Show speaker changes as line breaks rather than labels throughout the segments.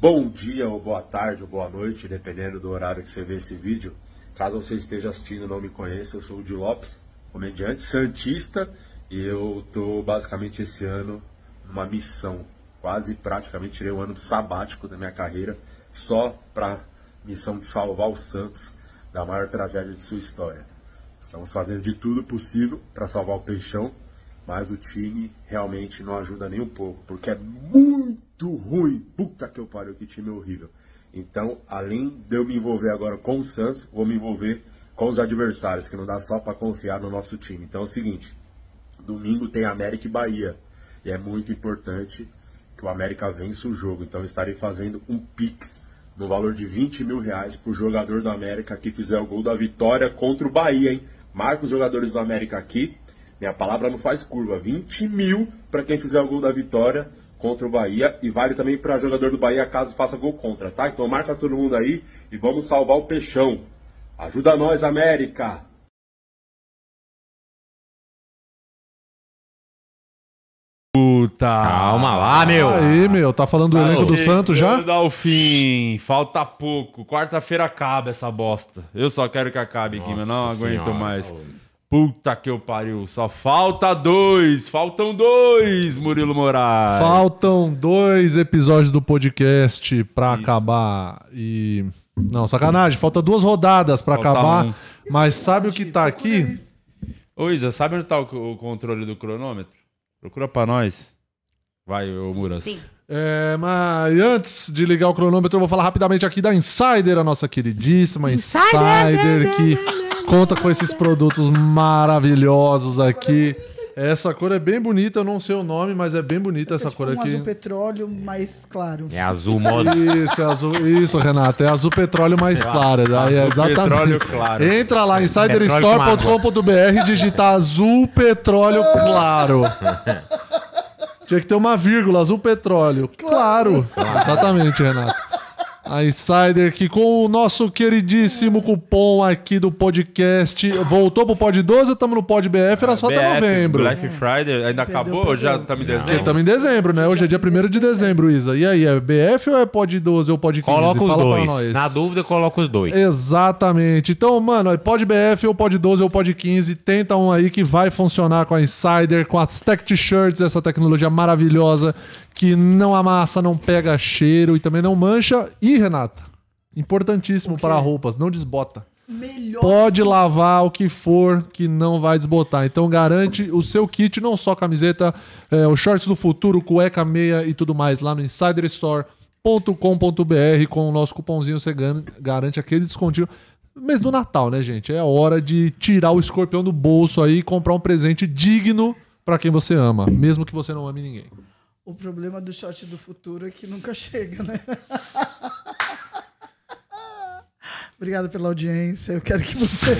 Bom dia, ou boa tarde, ou boa noite, dependendo do horário que você vê esse vídeo. Caso você esteja assistindo e não me conheça, eu sou o Di Lopes, comediante, santista, e eu tô basicamente esse ano numa missão. Quase praticamente tirei um ano sabático da minha carreira só para missão de salvar o Santos da maior tragédia de sua história. Estamos fazendo de tudo possível para salvar o Peixão, mas o time realmente não ajuda nem um pouco, porque é muito ruim. Puta que eu pariu, que time horrível. Então, além de eu me envolver agora com o Santos, vou me envolver com os adversários, que não dá só para confiar no nosso time. Então é o seguinte, domingo tem América e Bahia, e é muito importante que o América vença o jogo. Então eu estarei fazendo um pix no valor de 20 mil reais pro jogador do América que fizer o gol da vitória contra o Bahia, hein? Marca os jogadores do América aqui, minha palavra não faz curva. 20 mil para quem fizer o gol da vitória contra o Bahia. E vale também para jogador do Bahia caso faça gol contra, tá? Então marca todo mundo aí e vamos salvar o Peixão. Ajuda nós, América!
Puta.
Calma lá, meu.
Aí, meu, tá falando
Ah,
do elenco do Santos já?
Dá o fim, falta pouco. Quarta-feira acaba essa bosta. Eu só quero que acabe aqui, mas não
Nossa
aguento
Senhora.
mais. Puta que eu pariu. Só falta dois. Faltam dois, Murilo Moraes.
Faltam dois episódios do podcast pra acabar e não, sacanagem, falta duas rodadas pra
Falta
acabar,
um.
mas sabe o que tá aqui?
Ô, Isa, sabe onde tá o, o controle do cronômetro? Procura pra nós. Vai, ô Muras.
Sim.
É, mas antes de ligar o cronômetro, eu vou falar rapidamente aqui da Insider, a nossa queridíssima Insider, que conta com esses produtos maravilhosos aqui. Essa cor é bem bonita, eu não sei o nome, mas é bem bonita essa
Essa tipo
cor
um azul
aqui.
petróleo mais claro.
É azul moda.
Isso, é azul, isso, Renato, é azul petróleo mais claro. Aí é
azul
exatamente.
petróleo claro.
Entra lá,
Petróleo
insiderstore.com.br e digita azul petróleo claro. Tinha que ter uma vírgula, azul petróleo. Claro. Exatamente, Renato. A Insider que com o nosso queridíssimo cupom aqui do podcast voltou pro Pod 12, estamos no Pod BF, era só até
BF,
novembro. É.
Black Friday ainda
Perdeu,
acabou ou já
perdeu.
tá me
Porque
desenhando?
estamos em dezembro, né? Hoje é dia 1 de dezembro, Isa. E aí, é BF ou é Pod 12 ou Pod 15?
Coloca os
Fala pra nós.
dois. Na dúvida, coloca os dois.
Exatamente. Então, mano, aí pode BF, ou pode 12, ou pode 15, tenta um aí que vai funcionar com a Insider, com as Tech T-shirts, essa tecnologia maravilhosa que não amassa, não pega cheiro e também não mancha. E, Renata, importantíssimo para roupas, não desbota.
Melhor.
Pode lavar o que for que não vai desbotar. Então garante o seu kit, não só camiseta, é, os shorts do futuro, cueca, meia e tudo mais lá no insiderstore.com.br com o nosso cupomzinho você gan- garante aquele descontinho. Mês do Natal, né, gente? É hora de tirar o escorpião do bolso aí e comprar um presente digno pra quem você ama, mesmo que você não ame ninguém.
O problema do shot do futuro é que nunca chega, né? Obrigado pela audiência. Eu quero que você,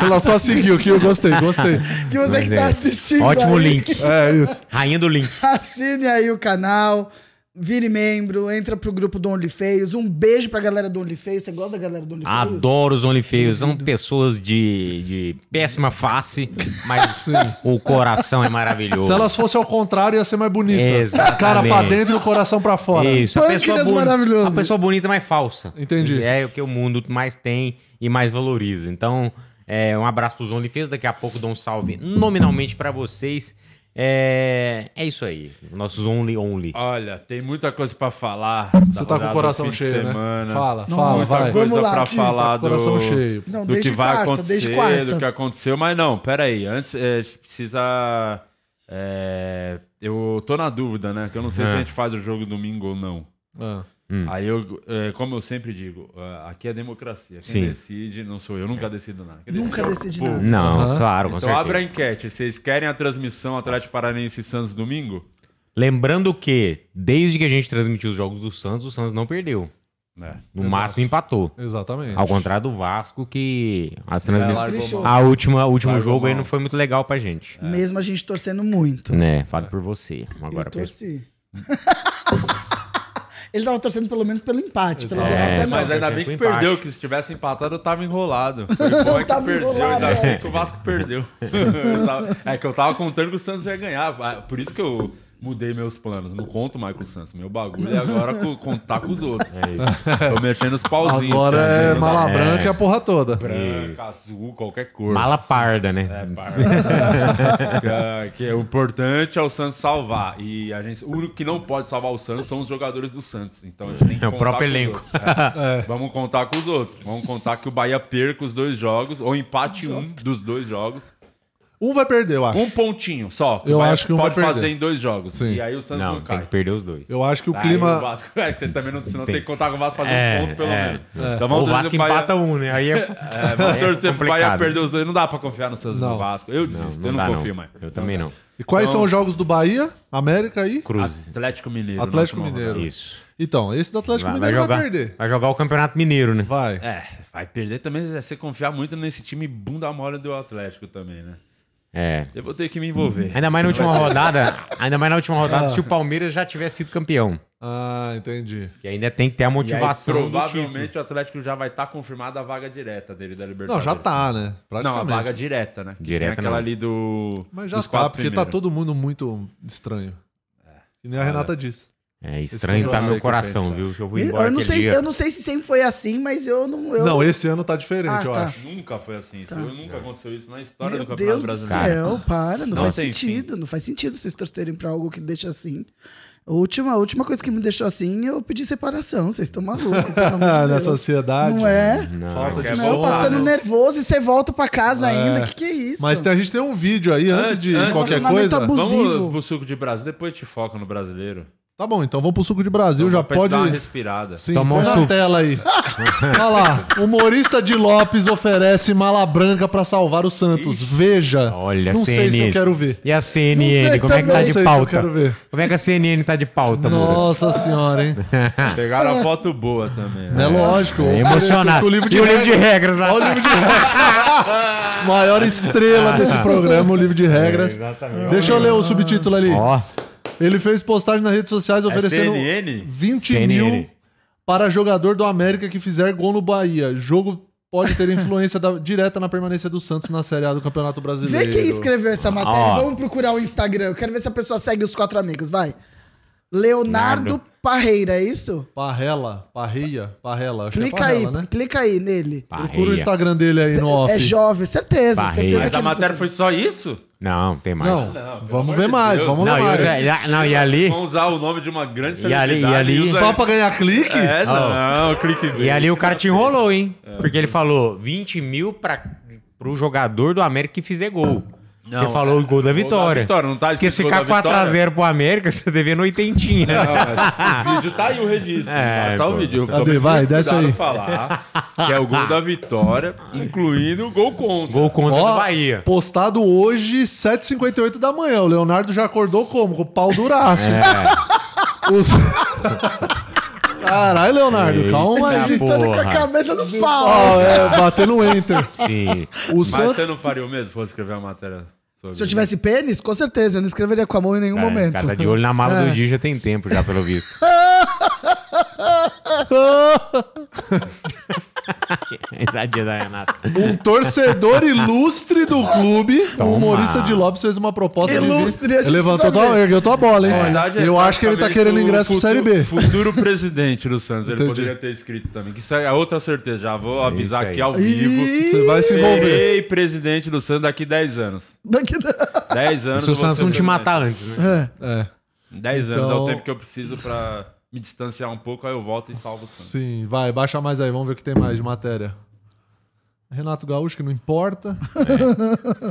Ela só seguiu que eu gostei, gostei.
que você que tá assistindo.
Ótimo
aí,
link.
É isso.
Rainha do link.
Assine aí o canal, vire membro, entra pro grupo do OnlyFeios. Um beijo pra galera do OnlyFeios. Você gosta da galera do OnlyFeios?
Adoro os OnlyFeios. São pessoas de, de péssima face, mas o coração é maravilhoso.
Se elas fossem ao contrário, ia ser mais bonita.
Exatamente.
Cara pra dentro e o coração pra fora.
Isso, a
Pâncreas
pessoa, bonita,
maravilhoso.
a pessoa bonita, mas falsa.
Entendi.
É o que o mundo mais tem e mais valoriza. Então, é, um abraço pros OnlyFans. Daqui a pouco dou um salve nominalmente pra vocês. É, é isso aí. Nossos Only Only.
Olha, tem muita coisa pra falar.
Você tá com o coração cheio, né? Fala, fala, vai.
Nossa, vamos
coisa
lá,
pra
artista,
falar
tá Coração
do,
cheio.
Não,
do que
Então, desde
vai
quarta, desde
acontecer,
quarta.
do que aconteceu. Mas não, peraí. Antes, é, a gente precisa... é, eu tô na dúvida, né? Que eu não sei
É.
se a gente faz o jogo domingo ou não.
Ah,
Hum.
Aí eu, é, como eu sempre digo, é, aqui é democracia. Quem
Sim.
decide não sou eu. Nunca decido nada. Quem
Nunca
é o
decidi
povo.
nada.
Não,
Aham.
claro, com
Então
certeza.
abre a enquete. Vocês querem a transmissão Atlético Paranaense e Santos domingo?
Lembrando que, desde que a gente transmitiu os jogos do Santos, o Santos não perdeu.
É.
No máximo empatou.
exatamente.
Ao contrário do Vasco, que as transmissões.
largou
Fechou.
mão.
A última, o último
Largou
jogo aí
mão. É.
não foi muito legal pra gente.
Mesmo a gente torcendo muito.
Né, fale por você. Agora,
eu torci. Ele tava torcendo pelo menos pelo empate. Pelo
É,
até
Mas
não,
ainda
eu
bem que
perdi com empate.
perdeu, que se tivesse empatado eu tava enrolado. Foi bom é que
Tava
perdeu,
enrolado,
ainda
é.
bem que o Vasco perdeu. Eu tava- é que eu tava contando que o Santos ia ganhar. Por isso que eu Mudei meus planos. Não conto o Michael Santos. Meu bagulho é agora co- contar com os outros. Tô mexendo os pauzinhos.
Agora
tá
é
vendo?
mala
É.
branca e a porra toda.
Branca, azul, qualquer cor.
Mala parda, né?
É, barba. que é, o importante é o Santos salvar. E a gente, o único que não pode salvar o Santos são os jogadores do Santos. Então a gente tem que
É o
contar
próprio
com os
elenco.
outros. É. Vamos contar com os outros. Vamos contar que o Bahia perca os dois jogos, ou empate um dos dois jogos.
Um vai perder, eu acho.
Um pontinho só. que
Eu
o Bahia
acho que um
pode
vai perder.
fazer em dois jogos.
Sim.
E aí o Santos não,
Não, tem
cai.
que perder os dois.
Eu acho que o
Aí o
clima.
Vasco, é, que você também não, senão tem,
Tem.
que contar com o Vasco fazer
É,
um ponto pelo
é.
menos. Então
Ou o
torcer
Vasco
pro Bahia-
empata um, né? Aí é,
É, vamos torcer pro Bahia
complicado.
perder os dois. Não dá pra confiar nos seus
Não.
do Vasco. Eu desisto, eu não
dá,
confio mais.
Eu também não.
E quais são os jogos do Bahia? América e.
Cruz.
Atlético Mineiro.
Atlético
na última
Mineiro.
rodada.
Isso.
Então, esse do Atlético
Vai, vai
Mineiro
jogar,
vai perder.
vai jogar o Campeonato Mineiro, né?
Vai.
É, vai perder também se você confiar muito nesse time bunda mole do Atlético também, né?
É.
Eu vou ter que me envolver.
Ainda mais na última rodada, ainda mais na última rodada, se o Palmeiras já tivesse sido campeão.
Ah, entendi.
E ainda tem que ter a
E aí,
motivação do título.
provavelmente o Atlético já vai estar confirmada a vaga direta dele da
Não,
Libertadores.
já tá, né?
Não, a
Praticamente.
vaga direta, né? Que
Direta,
Tem aquela
não.
ali do.
Mas já
dos
tá,
quatro
porque tá
primeiros.
todo mundo muito estranho. Que nem a Renata disse.
É estranho tá
Esse
meu
foi o é
coração,
que eu
viu? Que eu vou embora
Eu não,
aquele
sei,
dia.
eu não sei se sempre foi assim, mas eu não. Eu,
Não, esse ano tá diferente,
Ah,
eu
tá.
acho.
Nunca foi assim.
Tá.
Isso Nunca aconteceu isso na história
Meu
do Campeonato
Deus do
Brasileiro.
céu, para, não,
Não
faz
tem
sentido, não faz sentido vocês torcerem pra algo que deixa assim. A última, a última coisa que me deixou assim, eu pedi separação, vocês estão malucos, pelo amor de
Nessa
Deus.
ansiedade.
Não é?
Falta de
É
não,
sono.
voltar,
passando
né?
nervoso e você volta pra casa ainda, que que é isso?
Mas tem- a gente tem um vídeo aí antes
Antes-
de
antes-
qualquer
Relacionamento
coisa.
abusivo. Inclusive-
Vamos pro suco de Brasil, depois te foca no brasileiro.
Tá bom, então vamos pro suco de Brasil.
Então,
já
pra te
pode.
dar uma respirada.
Sim,
Tomar
põe
um
na
suco.
tela aí. Olha lá. Humorista de Lopes oferece mala branca pra salvar o Santos. Veja.
Olha,
Não
CNN.
sei se eu quero ver.
E a
Não
CNN,
sei
como é que
também.
tá
Não
de
sei se eu
pauta?
quero ver.
Como é que a CNN tá de pauta, Muras?
Nossa senhora, hein?
Pegaram a foto boa também. né?
É lógico.
É emocionado.
O livro de regras.
regras lá. tá.
Olha o livro de regras. Maior estrela desse programa, o livro de regras. Deixa eu ler o subtítulo ali.
Ó,
Ele fez postagem nas redes
É
sociais oferecendo
CNN?
20
CNN.
mil para jogador do América que fizer gol no Bahia. Jogo pode ter influência da- direta na permanência do Santos na Série A do Campeonato
Vê
Brasileiro.
quem escreveu essa matéria.
Ó.
Vamos procurar o Instagram. Eu quero ver se a pessoa segue os quatro amigos. Vai. Leonardo
Leonardo.
Parreira, é isso?
Parrela, Parreia, Parrela. Acho
Clica
que é Parrela,
aí,
né?
clica aí nele.
Procura o
parreia.
Instagram dele aí no off.
É jovem, certeza.
Parreira.
é
certeza
Mas
que
a
ele-
matéria foi só isso?
Não, tem mais.
Não,
pelo
vamos
amor
ver
de
mais,
Deus.
vamos
Não,
lá
e
mais.
outra- e a- não, e ali,
Vão usar o nome de uma grande
E ali- e
celebridade
ali-
usa-
Só pra ganhar clique? Ah,
É, não, clique
e ali o cara te enrolou, hein?
É.
Porque ele falou 20 mil pra, pro jogador do América que fizer gol.
Não,
você
é,
falou o gol da vitória.
vitória, não tá
Porque
escrito
se
gol da
ficar 4x0 pro América, você né? devendo oitentinha.
O vídeo tá aí, o registro.
É,
tá o
pô.
vídeo. Eu
Cadê?
tomei
Vai,
muito
desce
cuidado
aí.
falar que é o gol da vitória, incluindo o gol contra.
Tá. Gol contra
Ó,
o Bahia.
Postado hoje, 7h58 da manhã. O Leonardo já acordou como? Com o pau duraço.
É.
Os- Caralho, Leonardo, calma aí.
Eita.
Digitando tá com a
Porra.
cabeça no pau.
Ó, é, batendo enter.
Sim.
O
Mas
Santos.
você não faria o mesmo se fosse escrever a matéria sobre
Se eu tivesse pênis, com certeza, eu não escreveria com a mão em nenhum
Cara,
momento.
O cara tá de olho na mala
É.
do dia já tem tempo, já, pelo visto. Risadinha da Renata.
Um torcedor ilustre do clube, o
Toma.
humorista de Lopes fez uma proposta
Ilustre,
de vir.
a gente
Ele levantou,
precisa
tua,
ver.
ergueu tua bola, hein?
Na verdade, é
Eu acho que ele tá
praticamente
querendo
o
ingresso pro
futuro-
Série B.
Futuro presidente do Santos, ele
Entendi.
poderia ter escrito também. Que isso é outra certeza, já vou avisar
aí.
aqui ao vivo.
Ih,
Você vai se envolver.
Serei presidente do Santos daqui 10 anos.
Daqui...
10 anos.
Se o
eu vou
Santos
ser
não
presidente.
te matar antes, né?
É,
10 anos é
Então-
o tempo que eu preciso pra me distanciar um pouco, aí eu volto e salvo o Santos.
sim, vai, baixa mais aí, vamos ver o que tem mais de matéria. Renato Gaúcho, que não importa.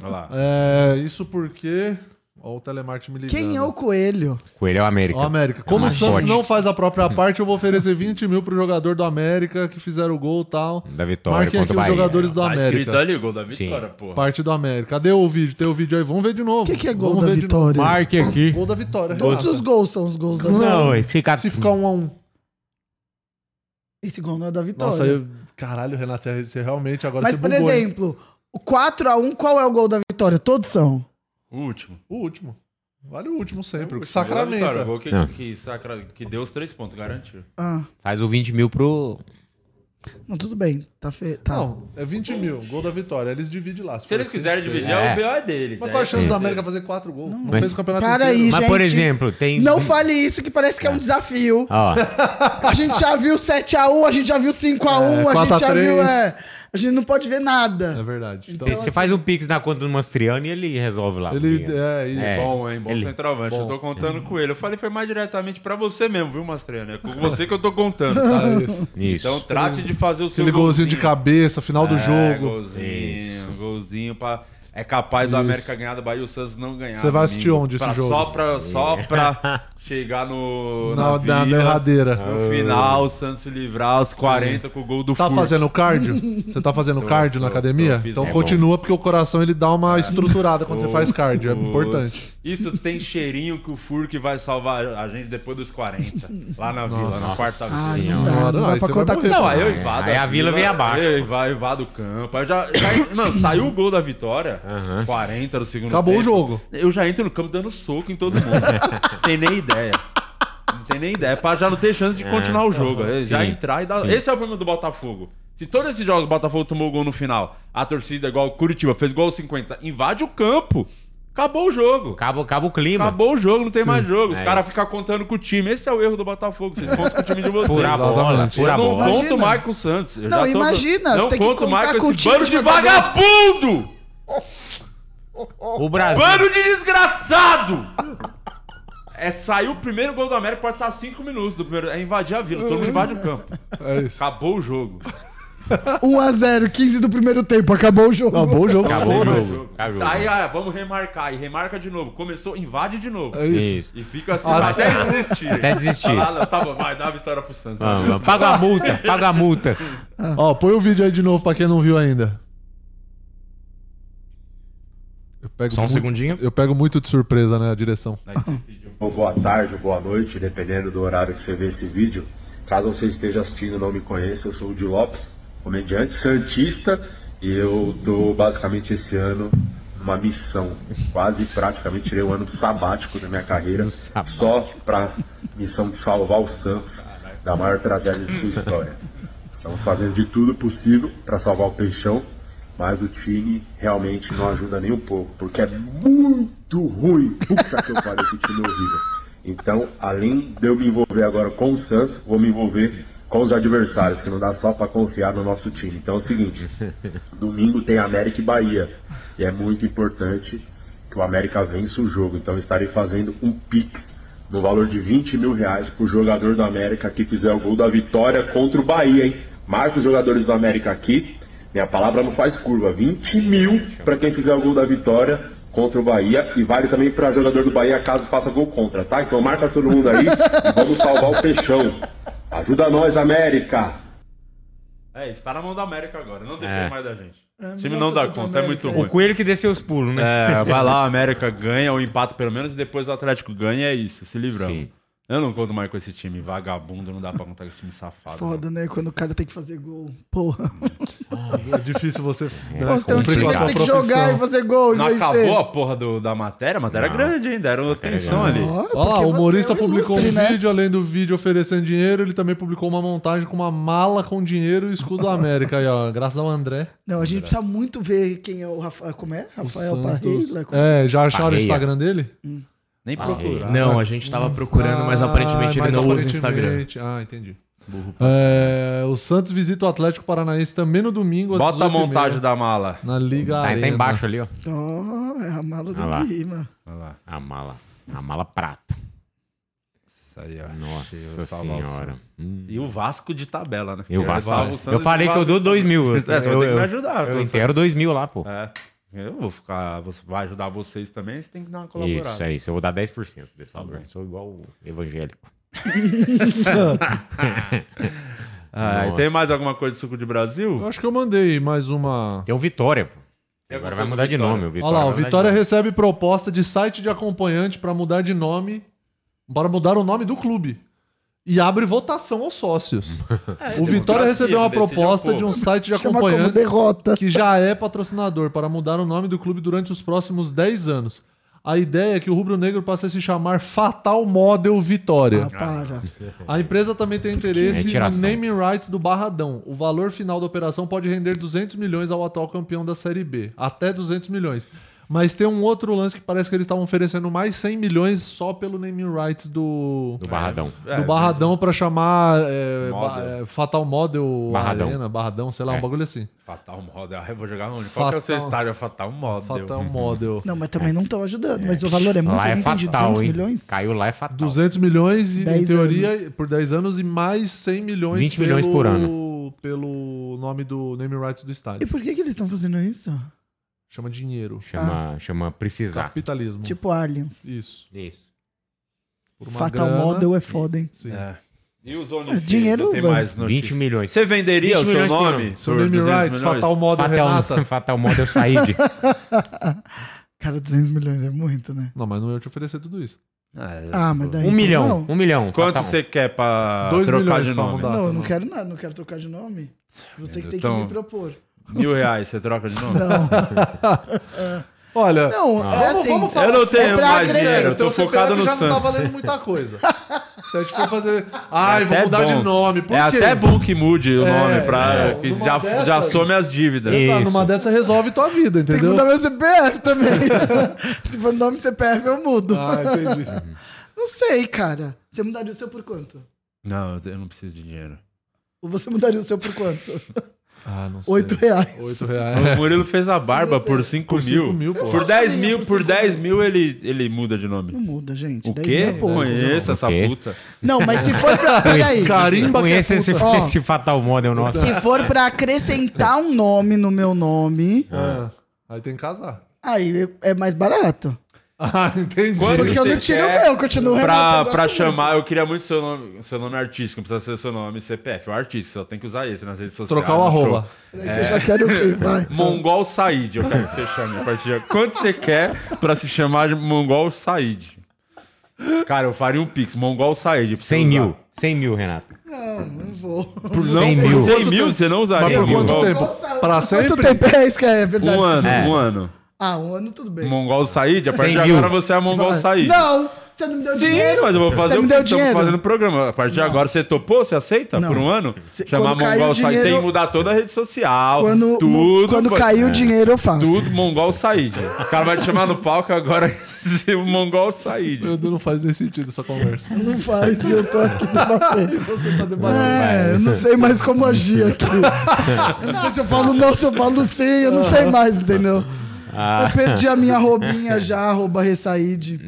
Olha lá.
É, isso porque. Ó, o telemarketing me ligando.
Quem é o coelho?
Coelho é o América. Hum.
Ó, América. Como o
mais
Santos
forte.
não faz a própria parte, eu vou oferecer 20 mil pro jogador do América que fizeram o gol e tal.
Da vitória
Marquem
contra
aqui
o
os
Bahia.
jogadores do
Tá escrito
América.
ali, gol da vitória, porra.
Parte do América. Cadê o vídeo? Tem o vídeo aí. Vamos ver de novo.
O que, que é gol
Vamos
da
ver de
vitória?
novo.
Marque aqui.
Gol da vitória.
Todos os
Renata.
gols são os gols da vitória.
Não, esse cara...
Se ficar um a um.
Esse gol não é da vitória.
Nossa, eu... caralho, Renato, você realmente agora
Mas,
você
por
bugou, hein?
exemplo, o 4x1, qual é o gol da vitória? Todos são.
O último.
O último. Vale o último sempre. o que
Gol da vitória,
Sacramenta.
Gol que,
Não.
que, sacra- que deu os três pontos, garantiu.
Ah,
Faz o 20 mil pro...
Não, tudo bem. Tá feio. Tá.
Não, é 20 mil, gol da vitória. Eles dividem lá.
Se eles
for
quiserem
cinco,
dividir,
seis.
é,
É.
o B.O. é deles.
Mas
é.
qual a chance da América fazer 4 gols? Não,
mas-
fez o campeonato
Para
inteiro.
aí,
Mas, por
gente,
exemplo, tem.
Não fale isso, que parece que é um desafio.
Ó,
A gente já viu 7x1, a, gente já viu
4 Ah. É, a 3.
5x1, a, gente já viu. é, a gente não pode ver
É
nada.
verdade. Então,
você faz um pix na conta do Mastriano e ele resolve lá.
ele...
Porque-
É, isso.
É.
Bom, hein? Bom
Ele-
centroavante. Eu tô contando com ele. Eu falei, foi mais diretamente pra você mesmo, viu, Mastriano? É com você que eu tô contando, tá?
isso.
Isso.
Então trate de fazer o seu
Aquele golzinho de cabeça, final do
É,
jogo.
golzinho,
Isso.
golzinho pra... É capaz do
Isso.
América ganhar do Bahia e o Santos não ganhar.
Você vai assistir
domingo.
onde esse
Pra-
jogo?
Só pra, só pra chegar no...
Na, É na,
vila,
derradeira.
No final, o Santos se livrar aos 40 com o gol do
Tá
Furt.
fazendo cardio? Você tá fazendo cardio na
tô,
academia?
tô, fiz
então
um.
continua, porque o coração ele dá uma estruturada quando você faz cardio. É
Nossa.
importante.
Isso tem cheirinho que o Furk vai salvar a gente depois dos 40. Lá na vila, na
Ah,
quarta-feira.
não dá,
Senhora,
não
aí
dá pra
você vai
contar com
morrer.
isso.
Não, aí eu
É,
invado.
aí a vila vem abaixo.
Eu invado, invado o campo. Aí já, já- mano, saiu o gol da vitória.
Aham.
40 do segundo
Acabou
tempo.
o jogo.
Eu já entro no campo dando soco em todo mundo. Não tem nem ideia. Não tem nem ideia. Pra já não ter chance de continuar o jogo. É, já
Sim,
entrar e dar.
sim.
Esse é o problema do Botafogo. Se todos esses jogos o Botafogo tomou gol no final, a torcida, é igual o Curitiba, fez gol aos 50, invade o campo. Acabou o jogo.
Acaba, acaba o clima.
Acabou o jogo, não tem mais jogo. Os
É
caras ficam contando com o time. Esse é o erro do Botafogo. Vocês contam com o time de vocês.
Fura a bola,
Exatamente.
fura
Eu
a
não
bola.
Imagina.
conto mais com o Santos. Eu
Não,
já tô-
imagina,
Não
tem que
conto mais
contar
com
com o
esse
time
bando de
pra fazer-
vagabundo!
O Brasil.
Bando de desgraçado! É sair o primeiro gol do América, pode estar 5 minutos do primeiro. É invadir a vila, todo mundo invade o campo.
É isso.
Acabou o jogo.
1x0, 15 do primeiro tempo, acabou o jogo.
É. Não, bom jogo,
Acabou o
foda-se.
jogo. Acabou o jogo.
Aí, ah, vamos remarcar. E remarca de novo. Começou, invade de novo.
É isso.
Isso.
E fica assim,
Ah,
até desistir.
Até desistir.
Ah, não, tá bom, vai, dá a vitória pro Santos.
Vamos, vamos. Paga a multa, paga a multa.
Ó, põe o vídeo aí de novo pra quem não viu ainda. Eu pego
Só um
muito-
segundinho.
Eu pego muito de surpresa, né, a direção.
Ou boa tarde, ou boa noite, dependendo do horário que você vê esse vídeo. Caso você esteja assistindo e não me conheça, eu sou o Di Lopes, comediante, santista, e eu tô basicamente esse ano numa missão. Quase praticamente tirei um ano sabático da minha
Um
carreira,
sabático.
só pra missão de salvar o Santos da maior tragédia de sua história. Estamos fazendo de tudo possível pra salvar o Peixão, mas o time realmente não ajuda nem um pouco, porque é muito ruim. Puta que eu pariu, que time é horrível. Então, além de eu me envolver agora com o Santos, vou me envolver com os adversários, que não dá só pra confiar no nosso time. Então é o seguinte, domingo tem América e Bahia, e é muito importante que o América vença o jogo. Então eu estarei fazendo um pix no valor de 20 mil reais pro jogador do América que fizer o gol da vitória contra o Bahia, hein? Marca os jogadores do América aqui. Minha palavra não faz curva. 20 mil pra quem fizer o gol da vitória contra o Bahia. E vale também pra jogador do Bahia caso faça gol contra, tá? Então marca todo mundo aí e vamos salvar o Peixão. Ajuda nós, América!
É, isso tá na mão da América agora, não depende
É.
mais da gente.
É,
o time
não
não dá
torcer pra
conta, é muito
América,
ruim.
O coelho que desceu os pulos, né?
É, vai lá, a América ganha ou empata pelo menos e depois o Atlético ganha, é isso, se livramos.
Sim.
Eu não conto mais com esse time vagabundo, não dá pra contar com esse time safado.
Foda, né? Quando o cara tem que fazer gol. Porra.
É difícil você. né,
Pô, você tem um time
complicar
que
a tua
tem que jogar e
profissão.
fazer gol e
Não, não
vencer.
acabou a porra do- da matéria? A matéria
Não.
é grande, hein? Deram atenção ali.
Ó,
Olha lá,
porque
o
você
humorista
é um
publicou
ilustre,
um
né?
vídeo, além do vídeo oferecendo dinheiro, ele também publicou uma montagem com uma mala com dinheiro e o escudo da América aí, ó. Graças ao André.
Não, a gente precisa muito ver quem é o Rafael. Como é?
O
Rafael
Santos.
Parreira.
É, já acharam
Parreia.
o Instagram dele?
Nem
Ah,
procurar.
Não, a gente tava procurando, mas
Ah,
aparentemente ele
mas
não
aparentemente-
usa Instagram.
Ah, entendi. É, o Santos visita o Atlético Paranaense também no domingo. às
Bota a
18h30,
montagem da mala.
Na Liga
Tá,
Arena.
tá embaixo ali, ó.
Ó, é a mala do
Ah lá.
Guima.
Olha lá.
A mala. A mala prata.
Isso aí, ó.
Nossa
Eu assim. salvar o
senhora.
Santos.
Hum.
E o Vasco de tabela, né?
E o Vasco.
levava
né?
Santos
Eu falei
de
que eu
Vasco.
dou dois mil.
É, você vai ter que
eu,
me
eu,
ajudar.
eu
você.
entero dois mil lá, pô.
É. Eu vou ficar. Você vai ajudar vocês também, você tem que dar uma colaborada.
Isso, é isso. Eu vou dar 10% desse valor. Sou igual o evangélico.
Ah, e
Nossa.
tem mais alguma coisa do Suco de
Eu
Brasil?
acho que eu mandei mais uma.
Tem o Vitória, pô.
E
Agora
alguma coisa
vai mudar
do
de
Vitória?
nome. O Vitória
Olha
né,
lá, o
vai mudar
Vitória
de nome.
recebe proposta de site de acompanhante para mudar de nome, para mudar o nome do clube. E abre votação aos sócios.
É,
o Vitória
democracia,
recebeu uma
decide ao
proposta
povo.
de um site de
Chama como
acompanhantes
derrota.
que já é patrocinador para mudar o nome do clube durante os próximos 10 anos. A ideia é que o Rubro Negro passe a se chamar Fatal Model Vitória.
Ah, para.
A empresa também tem interesse em
Retiração.
naming rights do Barradão. O valor final da operação pode render 200 milhões ao atual campeão da Série B. Até 200 milhões. Mas tem um outro lance que parece que eles estavam oferecendo mais 100 milhões só pelo naming rights do,
Do Barradão.
É,
do Barradão pra chamar é,
Model.
ba- é, Fatal Model
Barradão.
Arena, Barradão, sei lá, um
É.
bagulho assim.
Fatal Model. Ah, eu vou jogar onde? Qual que é o seu
Fatal-
estádio? Fatal Model.
Fatal
Uhum.
Model.
Não, mas também não estão ajudando. Mas o valor é muito
Lá
eu
é
não entendi,
fatal,
200
hein?
milhões?
Caiu lá é fatal.
200 milhões, e, em
10
teoria,
anos.
por 10 anos e mais 100 milhões
20 milhões por
Pelo nome do name rights do
E
estádio.
por que, que eles estão fazendo isso?
Chama dinheiro.
Chama, chama precisar.
Capitalismo.
Tipo aliens.
Isso.
Isso.
Por uma
Fatal
grana.
Model é foda, hein?
Sim.
É. E os OnlyFans?
Dinheiro,
Não tem
velho.
mais
20
notícia.
milhões.
Você venderia
20
o seu
milhões por
nome?
ano.
Seu
por
name
200
rights,
milhões?
Fatal Model
Fatal,
Renata.
fatal Model Said.
Cara, 200 milhões é muito, né?
Não, mas não ia te oferecer tudo isso.
Ah,
Ah, mas daí.
um
então
milhão.
Não,
Um milhão.
Quanto
fatal.
você quer pra
Dois
trocar
milhões
de
pra
nome?
mudar.
não eu não
Tá,
quero nada, não quero trocar de nome. Você que tem que
Então-
me propor.
Mil reais, você troca de nome?
Não,
Olha,
não, é assim.
falar Eu não
sério. tenho
pra
mais
crescer.
dinheiro, eu Então
Teu
tô
CPF
focado no
já não tá
Santos.
valendo muita coisa. Se a gente for fazer... Ai, vou
É até
mudar de
bom.
nome. Por
É
quê?
até bom que mude o
É,
nome, pra,
não,
que
numa
já,
dessa-
já some as dívidas.
Exato,
Isso.
Numa dessa resolve tua vida,
Tem que
entendeu?
mudar meu CPF também. Se for nome CPF, eu mudo.
Ah, entendi.
Não sei, cara. Você mudaria o seu por quanto?
Não, eu não preciso de dinheiro.
Ou você mudaria o seu por quanto?
Ah, não sei.
Oito reais.
8 reais.
O Murilo fez a barba por 5
Por cinco
mil.
mil, pô.
Por
Eu
10
faria
mil,
por
por
cinco
10 mil ele, ele muda de nome.
Não muda, gente.
O
Dez mil
quê?
é pouco.
Conheço essa
O quê?
puta.
Não, mas se for pra. Peraí.
Carimba que é
Conhece esse,
puta. Ó.
esse Fatal Model nosso.
Se for pra acrescentar um nome no meu nome,
Ah, aí tem que casar.
aí é mais barato.
Ah, entendi.
Quando
Porque eu
Você
não tiro o
quer
meu, continuo Renato, eu
Pra,
gosto
pra
muito.
chamar, eu queria muito seu nome, seu nome artístico, não precisa ser seu nome CPF. O artista, só tem que usar esse nas redes sociais.
Trocar o
no show.
arroba.
Eu já quero
É.
ver, vai.
Mongol Said, eu quero que você chame a partir de agora. Quanto você quer pra se chamar de Mongol Said? Cara, eu faria um pix, Mongol Said. pra você
100
usar.
mil. 100 mil, Renato.
Não, não vou.
Por não,
100
100
mil.
mil. 100
Quanto
mil
tempo?
você não
Mas
usaria
por quanto
Mongol?
tempo? Pra
Quanto
sempre?
tempo é isso que é verdade?
Um ano,
É.
um ano.
Ah, um ano tudo bem.
Mongol Said, a partir
100
de
mil.
agora você é Mongol
Vai.
Said.
Não, você não me deu
Sim,
dinheiro.
mas eu vou fazer
Você
o
me
que
deu
estamos
dinheiro.
fazendo no programa. A partir de agora, você topou? Você aceita
Não.
por um ano?
Se-
Chamar
quando cai
Mongol
o
Said.
dinheiro-
Tem que mudar toda a rede social,
Quando,
tudo.
quando
vai-
caiu o dinheiro, eu faço.
Tudo Mongol Said. Os caras vão te chamar no palco agora se o Mongol Said.
Meu Deus, não faz nem sentido essa conversa.
Não faz, eu tô aqui debatendo.
Você tá debatendo.
É, eu não sei mais como agir aqui. Eu não sei se eu falo não, se eu falo sim, eu não sei mais, entendeu?
Ah.
Eu perdi a minha roubinha já, arroba ressaíde.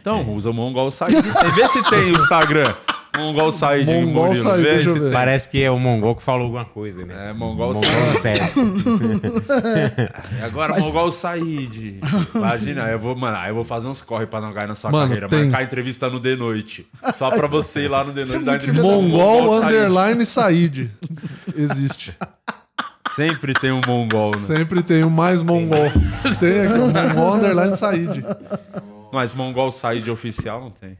Então, usa o Mongol Said. Vê se tem o Instagram. Mongol Said.
Mongol
Murilo.
Said,
Vê
deixa
se
eu ver.
tem.
Parece que é o Mongol que falou alguma coisa, né?
É, Mongol
Mongol sério.
É Agora, Mongol Said. Imagina, eu vou, mano, aí eu vou fazer uns corre pra não cair na sua
Mano,
carreira.
tem.
Marcar entrevista no The Noite. Só pra você ir lá no The Noite.
é
dar
muito
entrevista pro
Mongol
Said.
underline Said. Existe.
Sempre tem um Mongol, né?
Sempre tem o mais mongol. Tem aqui o Mongol underline Said.
Mas Mongol Said oficial não tem.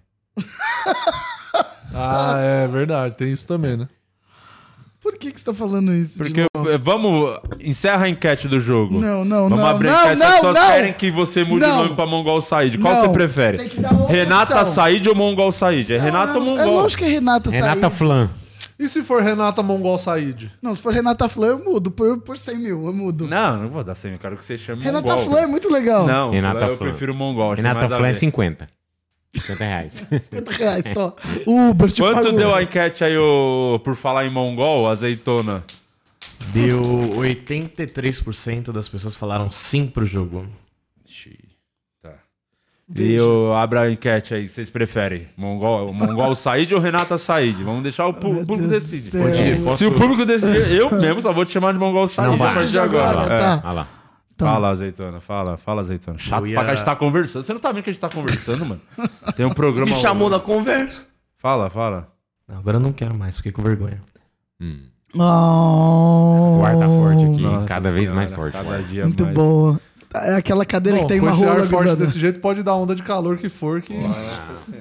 Ah, é verdade. Tem isso também, né?
Por que, que você tá falando isso? de
Porque eh, vamos. Encerra a enquete do jogo.
Não, não,
vamos
não,
abrir
não,
a enquete. As
não,
pessoas
não.
querem que você mude
Não.
o nome pra Mongol Said. Qual
Não.
você prefere?
Tem que dar uma
Renata
opção.
Said ou Mongol Said? É
novo?
Renata ou
É
Mongol?
lógico que é Renata Said.
Renata Flan.
E se for Renata Mongol Said?
Não, se for Renata Flan, eu mudo. Por, por 100 mil, eu mudo.
Não, não vou dar sem. Eu quero que você chame
Renata
Mongol.
Flan é muito legal.
Não,
Renata
Flan, eu
Flan.
prefiro Mongol. acho
Renata
mais a
Flan é
ver.
50. 50 reais.
50 reais, tô. Uber, te
Quanto
pago.
deu a enquete aí, ô, por falar em mongol, azeitona?
Deu 83% das pessoas falaram sim pro jogo.
tá. E eu abro a enquete aí, vocês preferem? Mongol, mongol Said ou Renata Said? Vamos deixar o pu-
Meu
público
Deus
decidir.
do céu.
Se o público decidir, eu mesmo só vou te chamar de mongol Said
Não
a
vai.
partir de
Agora,
agora.
tá.
É.
Olha lá.
Então.
Fala, azeitona, fala, fala, azeitona. Chato
Eu
pra
ia-
cá, a gente tá conversando. Você não tá vendo que a gente tá conversando, mano? Tem um programa.
Me chamou da conversa.
Fala, fala.
Não, agora eu não quero mais, fiquei com vergonha.
Oh,
O ar tá forte aqui,
Nossa
cada vez mais
senhora,
forte.
Cada dia
Muito
mais.
boa. É aquela cadeira
Bom,
que tem
com
uma
esse
rola
ar forte
grudando.
desse jeito pode dar onda de calor que for que...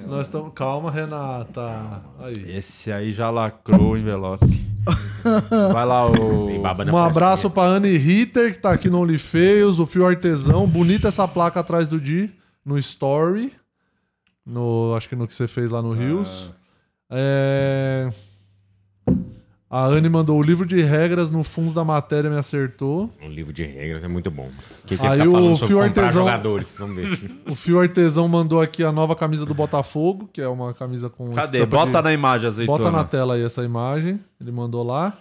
Nós estamos... Calma, Renata. Aí.
Esse aí já lacrou o envelope. Vai lá,
Tem
o.
baba na
Um
porcinha.
abraço pra Anne Ritter, que tá aqui no OnlyFeios, o Fio Artesão. Bonita essa placa atrás do Di, no Story. No, acho que no que você fez lá
Ah.
no Rios. É, A Anne mandou o livro de regras no fundo da matéria, me acertou.
Um livro de regras é muito bom. Que
Aí
ficar
o
falando sobre
Fio
comprar
Artesão-
jogadores, vamos ver.
O Fio Artesão mandou aqui a nova camisa do Botafogo, que é uma camisa com.
Cadê?
estampa de-
Bota na imagem, azeitona.
Bota na tela aí essa imagem. Ele mandou lá.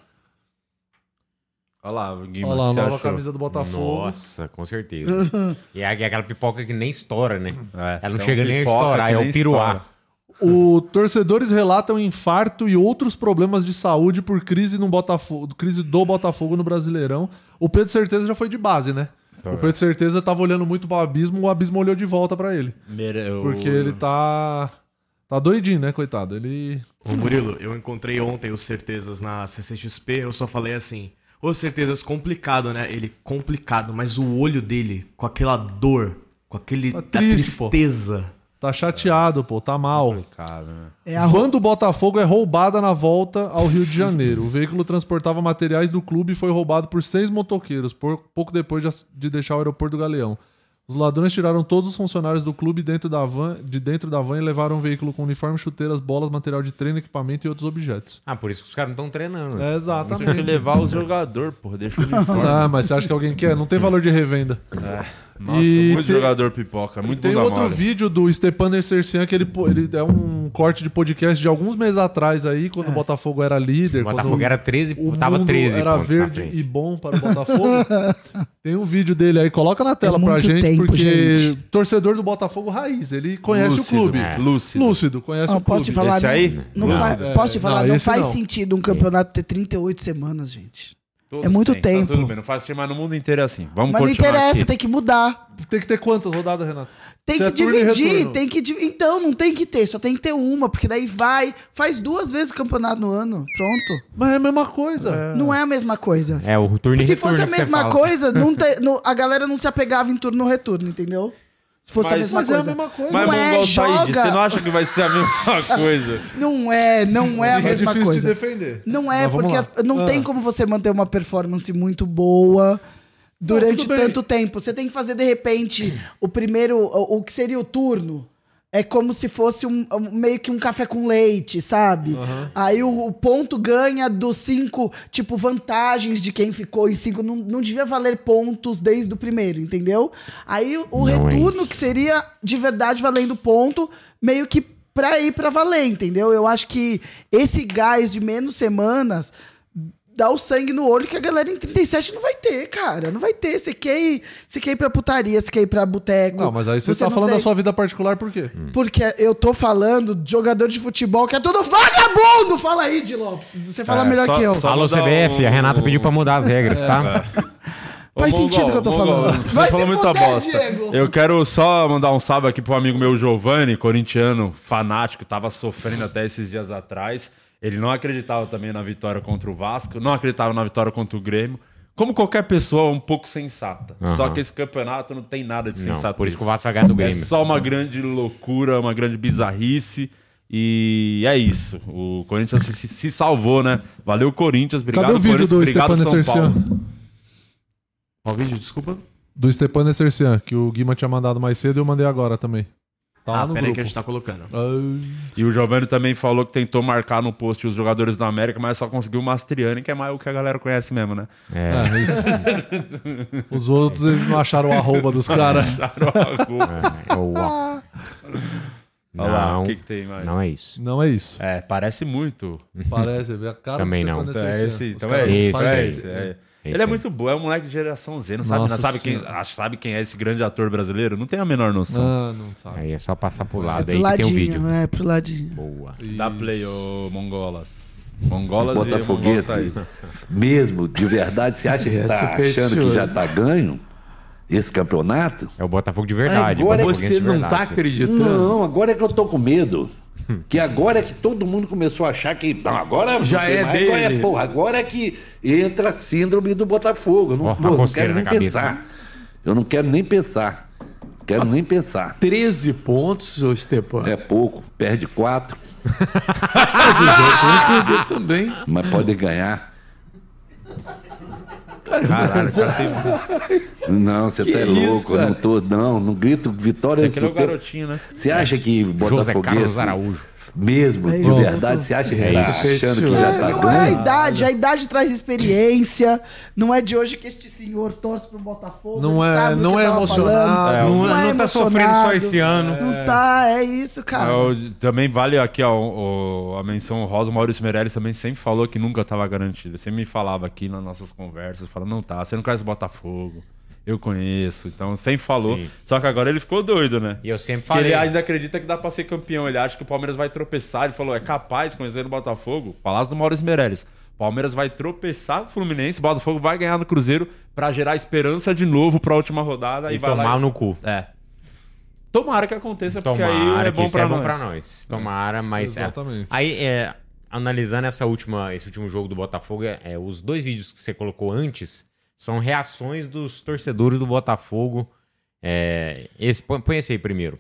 Olha lá, Guima,
Olha lá, a
o que você
nova
achou?
camisa do Botafogo.
Nossa, com certeza. E é aquela pipoca que nem estoura, né?
É,
Ela não
tem
chega
um
nem a
pipoca
estourar,
que
é
nem
o piruá.
O torcedores relatam infarto e outros problemas de saúde por crise no Botafogo, crise do Botafogo no Brasileirão. O Pedro Certeza já foi de base, né? O Pedro Certeza tava olhando muito pro abismo, o abismo olhou de volta pra ele,
Mere- o-
porque ele tá tá doidinho, né, coitado? Ele
Ô Murilo, eu encontrei ontem os Certezas na CCXP, eu só falei assim, ô Certezas, complicado, né? Ele, complicado, mas o olho dele, com aquela dor, com aquele,
Tá
da
triste, pô.
tristeza.
tá chateado, pô, tá mal.
Complicado, né?
É a
A
roupa.
van do Botafogo é roubada na volta ao Rio de Janeiro. O veículo transportava materiais do clube e foi roubado por seis motoqueiros, por- pouco depois de, ass- de deixar o aeroporto do Galeão. Os ladrões tiraram todos os funcionários do clube dentro da van, de dentro da van e levaram o veículo com uniforme, chuteiras, bolas, material de treino, equipamento e outros objetos.
Ah, por isso que os caras não estão treinando. né?
É,
Tem que
exatamente.
levar o jogador, porra. Deixa o
Ah, mas você acha que alguém quer? Não tem valor de revenda.
Nossa,
E
muito
tem-
jogador pipoca, muito
Tem
bunda
outro
mole.
vídeo do Stepaner Sercian que ele, pô- ele é um corte de podcast de alguns meses atrás aí, quando o Botafogo era líder.
O Botafogo
quando-
era 13,
O
tava
mundo
13
era
pontos na
verde
frente.
e bom para o Botafogo. Tem um vídeo dele aí, coloca na tela
É
pra
muito
gente,
tempo,
porque
gente.
torcedor do Botafogo raiz, ele conhece
Lúcido,
o clube.
é. Lúcido.
Lúcido, conhece
Ah,
o clube.
posso te falar?
Esse aí?
Não
Não.
fa-
É,
posso te falar,
não,
não,
esse
faz
não.
sentido um campeonato ter 38 semanas, gente.
Todos
É muito
têm, tá
tempo.
tudo bem, não faz time, mas no mundo inteiro é assim. Vamos
Mas não
continuar
interessa,
aqui.
tem que mudar.
Tem que ter quantas rodadas, Renato?
Tem
Se
que
é turno e
dividir,
retorno.
tem que. divi- Então, não tem que ter, só tem que ter uma, porque daí vai, faz duas vezes o campeonato no ano. Pronto.
Mas é a mesma coisa.
Não é a mesma coisa.
É, o turno e
Se
retorno
fosse a
que você
mesma
fala.
coisa, não te- não- a galera não se apegava em turno e retorno, entendeu? Se fosse a
Mas-
mesma
mas é a
coisa.
mesma coisa.
Mas,
Não é,
Mongol Said,
joga.
você não acha que vai ser a mesma coisa?
Não é, não é a
É
mesma
difícil
coisa.
de defender.
Não é,
Mas vamos
porque
lá.
as- não
Ah.
tem como você manter uma performance muito boa durante
tudo bem.
tanto tempo. Você tem que fazer, de repente, o primeiro, o, o que seria o turno. É como se fosse um, um- meio que um café com leite, sabe? Aí o, o ponto ganha dos cinco, tipo, vantagens de quem ficou em cinco. Não, não devia valer pontos desde o primeiro, entendeu? Aí o, o
é
retorno,
isso.
que seria de verdade valendo ponto, meio que pra ir pra valer, entendeu? Eu acho que esse gás de menos semanas dá o sangue no olho que a galera em 37 não vai ter, cara. Não vai ter. Você quer ir, você quer ir pra putaria, você quer ir pra boteco.
Não, mas aí você, tá
não
falando
tem-
da sua vida particular por quê?
Hum.
Porque eu tô falando de jogador de futebol que é todo vagabundo! Fala aí, Di Lopes. Você fala
É,
melhor
só-
que eu.
só-
Alô,
mudar
CBF,
o-
a Renata pediu pra mudar as regras, tá?
Faz
Ô,
sentido o que eu tô falando.
Você
Vai
falou
se
muita
fuder,
bosta.
Diego.
Eu quero só mandar um salve aqui pro amigo meu, Giovanni, corintiano, fanático, tava sofrendo até esses dias atrás. Ele não acreditava também na vitória contra o Vasco, não acreditava na vitória contra o Grêmio. Como qualquer pessoa, um pouco sensata.
Aham.
Só que esse campeonato não tem nada de
Não,
sensato.
por isso que o Vasco vai ganhar do
É
Grêmio.
só uma grande loucura, uma grande bizarrice. E é isso. O Corinthians se, se salvou, né? Valeu, Corinthians. Obrigado,
Cadê o vídeo
Corinthians.
do
Obrigado,
Stepan
São Paulo.
Sercian?
Qual vídeo, desculpa?
Do Stepan Sercian, que o Guima tinha mandado mais cedo e eu mandei agora também. Tá lá
ah,
no
peraí
grupo.
que a gente tá colocando.
Ah,
E o Giovanni também falou que tentou marcar no post os jogadores do América, mas só conseguiu o Mastriani, que é mais o que a galera conhece mesmo, né?
É.
é isso. Os outros, eles não acharam o arroba dos caras.
é o-
Olha lá,
Não,
o que, que tem mais?
não é isso.
Não é isso.
É, parece muito.
Parece, vê a cara
Também não.
Então é esse, então é
caras
esse,
fazem
é
um
isso.
esse, é.
É
Ele
isso
é
aí.
muito bom, é um moleque de geração Z, não sabe,
Nossa
não sabe, quem,
Senhora.
ah, sabe quem é esse grande ator brasileiro? Não tem a menor noção.
Ah, não sabe.
Aí é só passar pro
É
lado
pro
aí que tem o vídeo.
ladinho, é pro ladinho.
Boa.
Dá play, ô Mongolas. Mongolas
Botafoguense,
e Mongolas é
mesmo, de verdade, você acha que
É
tá achando
supersticioso.
que já tá ganho esse campeonato?
É o Botafogo de verdade.
Agora
Botafoguense
Você
de
não tá
verdade.
acreditando?
Não, agora é que eu tô com medo. Que agora é que todo mundo começou a achar que. Não, agora não
Já
tem
é
agora é
dele.
porra. Agora é que entra a síndrome do Botafogo. Eu não,
Ó, a
pô, não
coceira
quero
na
nem
cabeça. né?
pensar. Eu não quero nem pensar. Quero nem pensar.
13 pontos, ô Stepan.
É pouco, perde quatro. Às vezes vai perder também, mas pode ganhar.
Caralho, o cara tem-
Não, você tá é
isso,
louco, eu não
cara?
tô, não. Não grito vitória.
aquele é o
eu sou teu-
garotinho, né?
Você acha que
José Carlos
Botafoguense
Araújo.
mesmo,
É
de
isso.
verdade, você acha
É
que tá achando que já tá
Não é a
dando?
idade, a idade traz experiência. Não é de hoje que este senhor torce pro Botafogo.
Não
ele
é-
sabe o que
não é
tava
emocionado.
falando,
É,
não- não tá sofrendo
emocionado.
só esse ano.
Não tá, é isso, cara.
É, o- também vale aqui ó, o- o- a menção rosa. O Maurício Meirelles também sempre falou que nunca estava garantido. Sempre me falava aqui nas nossas conversas, falando, não tá, você não conhece Botafogo. Eu conheço. Então, sempre falou.
Sim.
Só que agora ele ficou doido, né?
E eu sempre
Que
falei.
ele ainda acredita que dá pra ser campeão. Ele acha que o Palmeiras vai tropeçar. Ele falou, é capaz, conhecendo o Botafogo. Palácio do Maurício Meirelles. Palmeiras vai tropeçar com o Fluminense, o Botafogo vai ganhar no Cruzeiro pra gerar esperança de novo pra última rodada e,
e
vai lá
tomar
e-
no cu.
É. Tomara que aconteça, porque aí
Tomara
é
que
bom
isso
pra
é bom
nós.
pra nós. Tomara, mas. é.
Exatamente.
Aí, é, analisando essa última, esse último jogo do Botafogo, é, é, os dois vídeos que você colocou antes são reações dos torcedores do Botafogo. É, esse, põe, põe esse aí primeiro.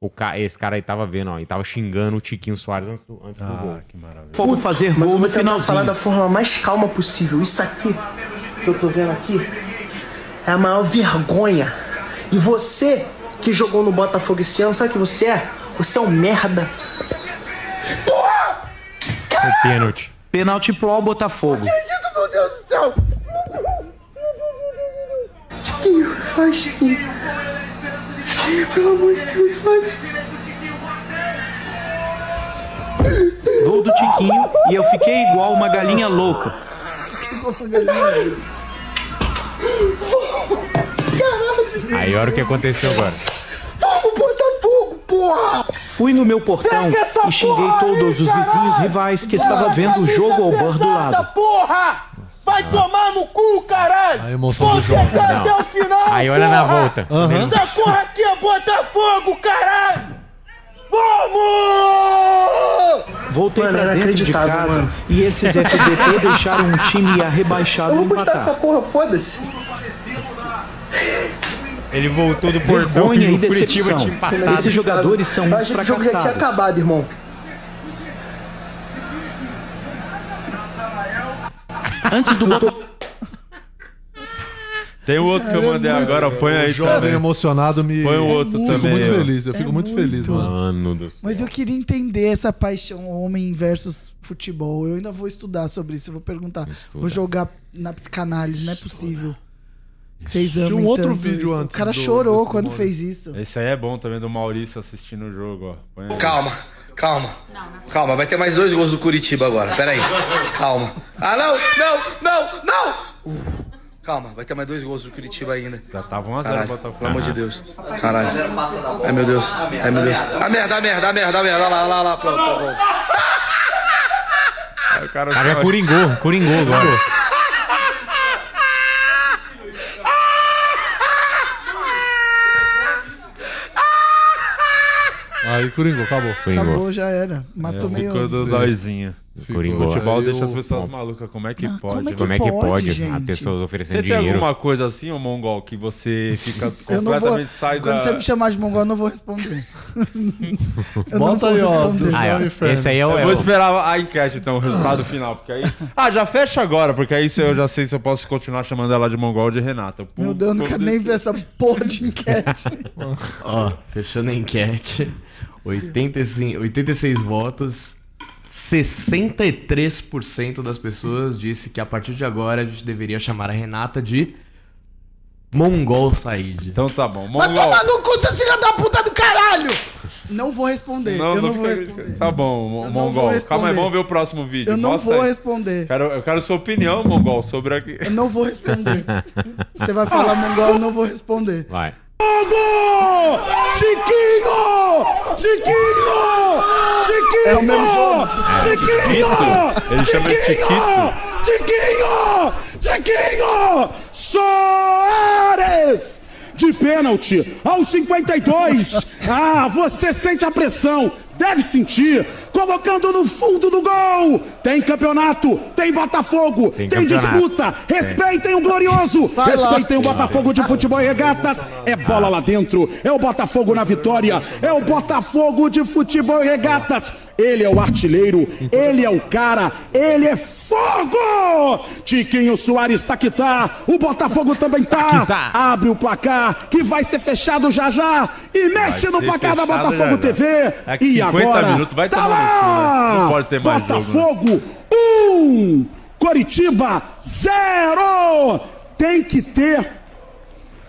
O ca- esse cara aí tava vendo, ó, e tava xingando o Tiquinho Soares antes do, antes do gol.
Ah, que maravilha.
Vamos fazer
Mas
gol
eu
no
vou tentar falar
finalzinho.
da forma mais calma possível. Isso aqui que eu tô vendo aqui é a maior vergonha. E você que jogou no Botafogo esse ano, sabe o que você é? Você é um merda.
O pênalti.
Penalti pro Al Botafogo.
Meu Deus do céu! Tiquinho, faz, Tiquinho. Tiquinho, pelo amor de Deus, faz.
Gol do Tiquinho e eu fiquei igual uma galinha louca.
Aí olha o que aconteceu agora.
Vamos, Botafogo, porra!
Fui no meu portão
Seca essa
e xinguei
porra aí,
todos os
caralho!
vizinhos rivais que
Para
estava
de
vendo o
camisa
jogo ao bordo do
pesada,
lado.
porra! Vai tomar no cu, caralho!
A emoção do
Você
jogo,
tá
não.
até o final,
Aí olha na
porra!
volta.
Ah.
Aham.
Essa porra aqui é Botafogo, caralho! Vamos!
Voltei
Mano,
pra
era
dentro de
inacreditável,
casa
mano.
e esses FBT deixaram um time arrebaixado
Eu vou postar essa
empatar.
porra, foda-se.
Ele voltou do portão
Vergonha
e
e
o Curitiba
tipo,
decepção.
tinha empatado.
Esses jogadores são uns
Eu achei que o jogo já tinha
fracassados.
acabado, irmão.
Antes do Botafogo...
Tem o outro que eu mandei agora, põe aí
Jovem
também.
emocionado me.
Põe o outro
eu fico
também,
muito
ó.
feliz, eu fico
É
muito feliz,
muito.
mano.
Mano do céu.
Mas eu queria entender essa paixão homem versus futebol. Eu ainda vou estudar sobre isso. Eu vou perguntar.
Estuda.
Vou jogar na psicanálise. Não é possível. Que vocês amem
um outro
tanto
vídeo
isso.
antes
O cara
do-
chorou
desse
quando
molho.
fez isso.
Esse aí é bom também do Maurício assistindo o jogo, ó. Põe aí.
Calma, calma. Calma, vai ter mais dois gols do Curitiba agora. Pera aí. Calma. Ah, não, não, não, não! Uh, calma, vai ter mais dois gols do Curitiba ainda.
Já tava 1x0 o
Caralho, pelo
Botafogo.
amor de Deus. Caralho. Ai, meu Deus. Ai, meu Deus. A merda, a merda, a merda, a merda. Olha lá, olha lá, olha lá. Pronto, tá bom.
Aí O cara
O cara é Coringô, Coringô agora.
Aí, Coringo, acabou.
Coringô.
Acabou, já era. Matou meio.
Ficou do dóizinho. O
Coringô.
futebol
Aí
deixa
eu-
as pessoas
Bom.
malucas. Como é que
Ah,
pode?
como é que
velho?
Como é que
pode,
pode?
gente?
As pessoas oferecendo
Você tem
dinheiro.
alguma coisa assim, ô Mongol, que você fica
Eu não vou.
completamente sai
Quando
da...
você me chamar de mongol, eu não vou responder. eu não
Bota
vou
aí, ó,
responder.
do-
Ah,
Céu e
é.
inferno.
Esse aí é o.
Eu
é
vou
o-
esperar a enquete, então, o resultado final, porque aí... Ah, já fecha agora, porque aí se eu já sei se eu posso continuar chamando ela de Mongol ou de Renata. Eu
Meu Deus, eu não quero nem ver essa porra de enquete.
Ó, fechando a enquete, 85, 86 votos, 63% das pessoas disse que a partir de agora a gente deveria chamar a Renata de Mongol Said.
Então tá bom.
Vai
Mongol...
tomar no cu, seu filho da puta do caralho! Não vou responder. eu não vou
fica-
responder.
Tá bom, Mo-
Eu não vou
Mongol.
responder.
Calma aí, vamos ver o próximo vídeo.
Eu não
Mostra
vou
aí.
responder.
Quero, eu quero sua opinião, Mongol, sobre a...
Eu não vou responder. Você vai falar mongol, eu não vou responder.
Vai.
É o mesmo jogo.
Chiquito! Ele chama de Chiquito.
Tiquinho! Tiquinho! Soares! De pênalti aos 52. Ah, você sente a pressão, deve sentir, colocando no fundo do gol. Não! Tem campeonato, tem Botafogo, tem, Tem campeonato. disputa. Tem. Respeitem o glorioso, Vai lá. respeitem o Botafogo de futebol e regatas. É bola lá dentro, é o Botafogo na vitória, é o Botafogo de futebol e regatas. Ele é o artilheiro, ele é o cara, ele é fogo! Tiquinho Soares tá que tá, o Botafogo também tá. Abre o placar que vai ser fechado já já e mexe
ser
no placar da
fechado
Botafogo
já já.
TV.
É que
e
50
agora
minutos vai
tá
tomar no cu,
lá!
né? Não pode ter mais jogo,
Tá
né?
Botafogo 1, Coritiba 0. Tem que ter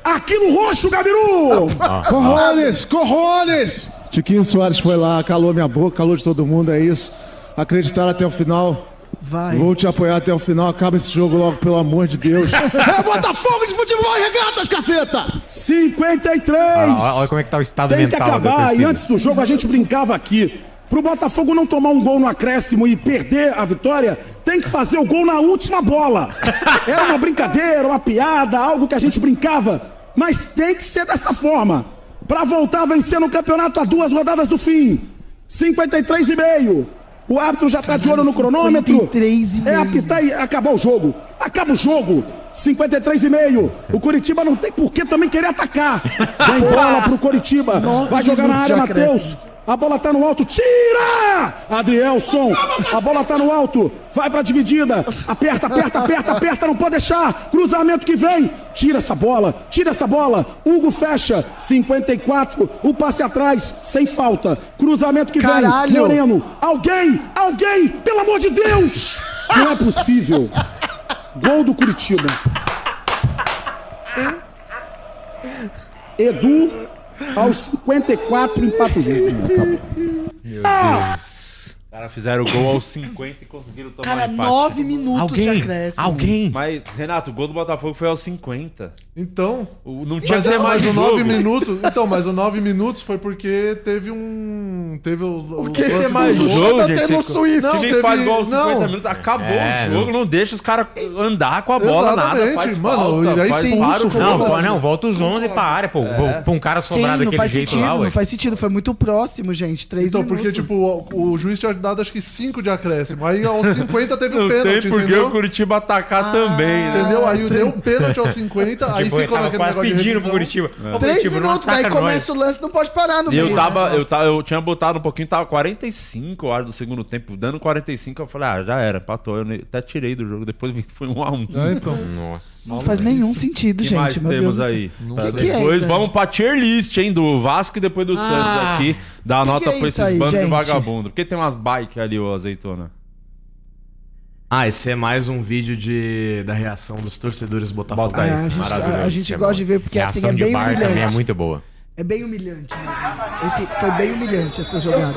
aquilo roxo, Gabiru.
Corrones, Corrones! Tiquinho Soares foi lá, calou minha boca, calou de todo mundo, é isso. Acreditaram até o final.
Vai.
Vou te apoiar até o final, acaba esse jogo logo, pelo amor de Deus.
É Botafogo de futebol e regatas, caceta! 53!
Olha, olha como é que tá o estado
Tem que
mental da
acabar. E
torcida.
antes do jogo a gente brincava aqui. Pro Botafogo não tomar um gol no acréscimo e perder a vitória, tem que fazer o gol na última bola. Era uma brincadeira, uma piada, algo que a gente brincava. Mas tem que ser dessa forma. Pra voltar a vencer no campeonato a duas rodadas do fim. 53 e meio. O árbitro já tá de olho no cronômetro. É apitar e acabar o jogo. Acaba o jogo. 53 e meio. O Curitiba não tem por que também querer atacar. Vem bola pro Curitiba.
Nove
Vai jogar na
minutos
área,
de
Matheus.
acréscimo.
A bola tá no alto, tira! Adrielson, a bola tá no alto, vai pra dividida, aperta, aperta, aperta, aperta, não pode deixar, cruzamento que vem, tira essa bola, tira essa bola, Hugo fecha, 54, o passe atrás, sem falta, cruzamento que
Caralho!
vem, Moreno, alguém, alguém, pelo amor de Deus! Não é possível, gol do Curitiba. Edu, aos 54, empata o jogo.
Meu
Ah!
Deus. Os caras fizeram o gol aos 50 e conseguiram tomar
Cara,
um empate.
nove minutos de acréscimo.
Mas, Renato, o gol do Botafogo foi aos 50.
Então.
não tinha
mas,
que ter
é-
mais um
mas o
jogo.
9 minutos. Então, mas o 9 minutos foi porque teve um. Teve o. O
que
lance
é
ter
do-
mais
do-
jogo, gente?
tendo um
Você-
Swift.
Não,
teve-
faz gol aos 50
não.
minutos, acabou
É,
o jogo, não deixa os caras andar com a bola, nada,
Exatamente,
faz
mano,
falta,
e aí
faz
sim,
paro,
isso,
faz
Não,
falta.
pô, não, volta os 11 pra área, pô.
É.
Pra um cara sobrado
Sim, não
daquele
faz
jeito
sentido,
lá,
não
ué.
faz sentido. Foi muito próximo, gente. Três
Então,
minutos.
porque, tipo, o, o juiz tinha dado acho que 5 de acréscimo. Aí aos 50 teve o
Não
um pênalti.
tem porque
entendeu?
o Curitiba atacar também, né?
Entendeu? Aí deu o pênalti aos 50, aí
Tipo, ele
ficou
tava
naquele
quase
negócio de
pedindo pro
revisão.
Curitiba. Ô,
Três
Curitiba, não
minutos, aí
ataca nós.
começa o lance, não pode parar no
E
meio.
eu tava,
né?
eu tava, eu tinha botado um pouquinho, tava 45 horas do segundo tempo, dando 45, eu falei, ah, já era, empatou. Eu ne- até tirei do jogo, depois vi que foi um a um.
Ah, então.
Nossa.
Não faz nenhum sentido,
que
gente.
mais
meu
temos
Deus
aí?
do
Pra
céu. O que, que é
Tá, depois
isso?
vamos pra tier list, hein, do Vasco e depois do
Ah,
Santos aqui. Dar
que
nota
que é
pra
isso
esses
aí,
bandos de
gente?
vagabundo. Porque tem umas bikes ali, ô azeitona.
Ah, esse é mais um vídeo de, da reação dos torcedores botafogoenses.
Bota
Ah, a gente- a- a gente gosta de ver porque, assim, é bem humilhante.
também é muito boa.
É bem humilhante. Mesmo. Esse, foi bem humilhante essa jogada.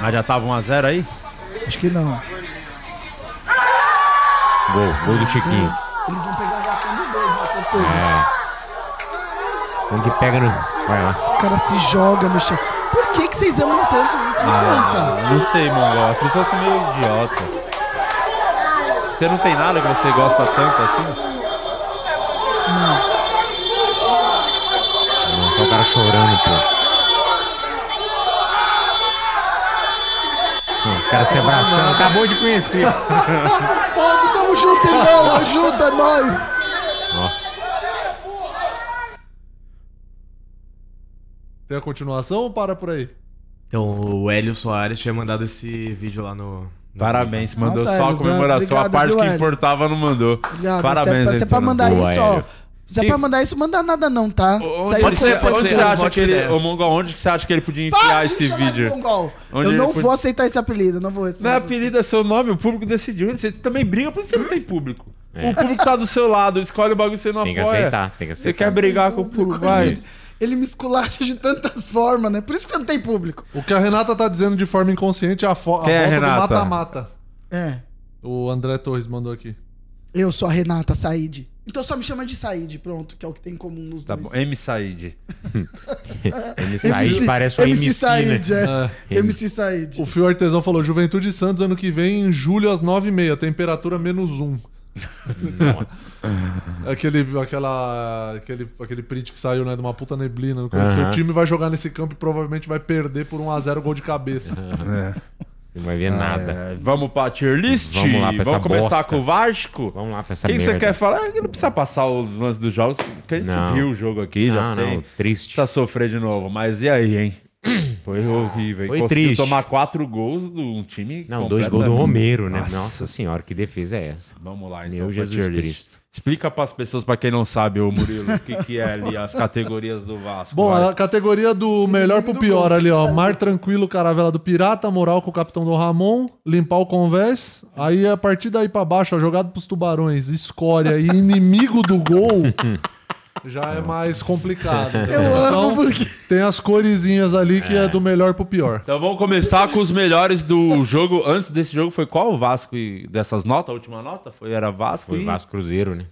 Mas Ah, já tava 1x0 aí?
Acho que não.
Gol, gol do Chiquinho.
Eles vão pegar a reação dos dois, com certeza.
É. Um que pega no. Vai lá.
Os caras se jogam no chão. Por que, que vocês amam tanto isso? Me conta.
Ah, não sei, Mongol. As pessoas são meio idiotas. Você não tem nada que você gosta tanto assim?
Não, só o cara chorando, pô. Não, Os caras se abraçando. Acabou de conhecer.
Fogo, tamo junto, irmão. Ajuda nós.
Tem a continuação ou para por aí?
Então, o Hélio Soares tinha mandado esse vídeo lá no. no-
Parabéns, mandou
é,
Nossa,
só a
Hélio,
comemoração. a
obrigado,
parte
viu,
que
Hélio?
importava não mandou.
Obrigado.
Parabéns, né?
Se é pra, se é pra
Azeitona.
mandar
Boa,
isso, ó.
Hélio.
Se é pra mandar isso, mandar nada não, tá? Saiu
Onde você,
conceito
onde
do
você
jogo.
acha que ele. Ô, Mongol, onde que você acha que ele podia enfiar
Para de
esse
chamar de
vídeo?
Mongol.
Onde
eu
ele
não
podia-
vou aceitar esse apelido, não vou responder.
Não é apelido, é seu nome, o público decidiu. Você também briga por isso que você não tem público. O público tá do seu lado, escolhe o bagulho que você não é.
É. Tem que
apoia.
aceitar, tem que
Você
aceitar.
quer brigar com o público, vai.
Ele me esculacha de tantas formas, né? Por isso que você não tem público.
O que a Renata tá dizendo de forma inconsciente é a, fo a
Quem é a
volta do
Renata?
mata-mata.
É.
O André Torres mandou aqui.
Eu sou a Renata Said. Então só me chama de Said, pronto, que é o que tem em comum nos
Tá
dois.
bom, M. Said.
M. Said parece um MC,
Said,
né?
é.
É.
MC Said.
O Fio Artesão falou: Juventude e Santos ano que vem, em julho às 9h30, temperatura menos 1.
Nossa.
Aquele, aquela, aquele, aquele print que saiu, né? De uma puta neblina. No começo,
Aham.
um Seu time vai jogar nesse campo e provavelmente vai perder por 1x0 gol de cabeça.
É. Ah,
Não vai ver nada.
Vamos pra tier list?
Vamos lá pra essa
Vamos começar
bosta.
com o Vasco?
Vamos lá pra essa
Quem você
merda.
quer falar? Não precisa passar os lances dos jogos, que a gente
Não.
viu o jogo aqui, já
Não,
tem.
não, triste.
Tá sofrendo de novo, mas e aí, hein? Foi horrível. hein?
Foi
Conseguiu
triste.
tomar quatro gols de um time
Não, dois
completamente-
gols do Romero, né? Nossa.
Nossa
senhora, que defesa é essa?
Vamos lá, então,
Meu
pra
Jesus
tier list.
Cristo.
Explica pras pessoas, pra quem não sabe, ô Murilo, o que, que é ali as categorias do Vasco.
Bom,
vai.
a categoria do melhor pro pior ali, ó. Mar tranquilo, caravela do pirata, moral com o capitão do Ramon, limpar o convés. Aí a partir daí pra baixo, ó, jogado pros tubarões, escória e inimigo do gol. Já é mais complicado. entendeu?
Eu amo
porque... Tem as coresinhas ali que é. do melhor pro pior.
Então vamos começar com os melhores do jogo. Antes desse jogo foi qual o Vasco e dessas notas? A última nota foi era Vasco
Foi
e
Vasco Cruzeiro, né?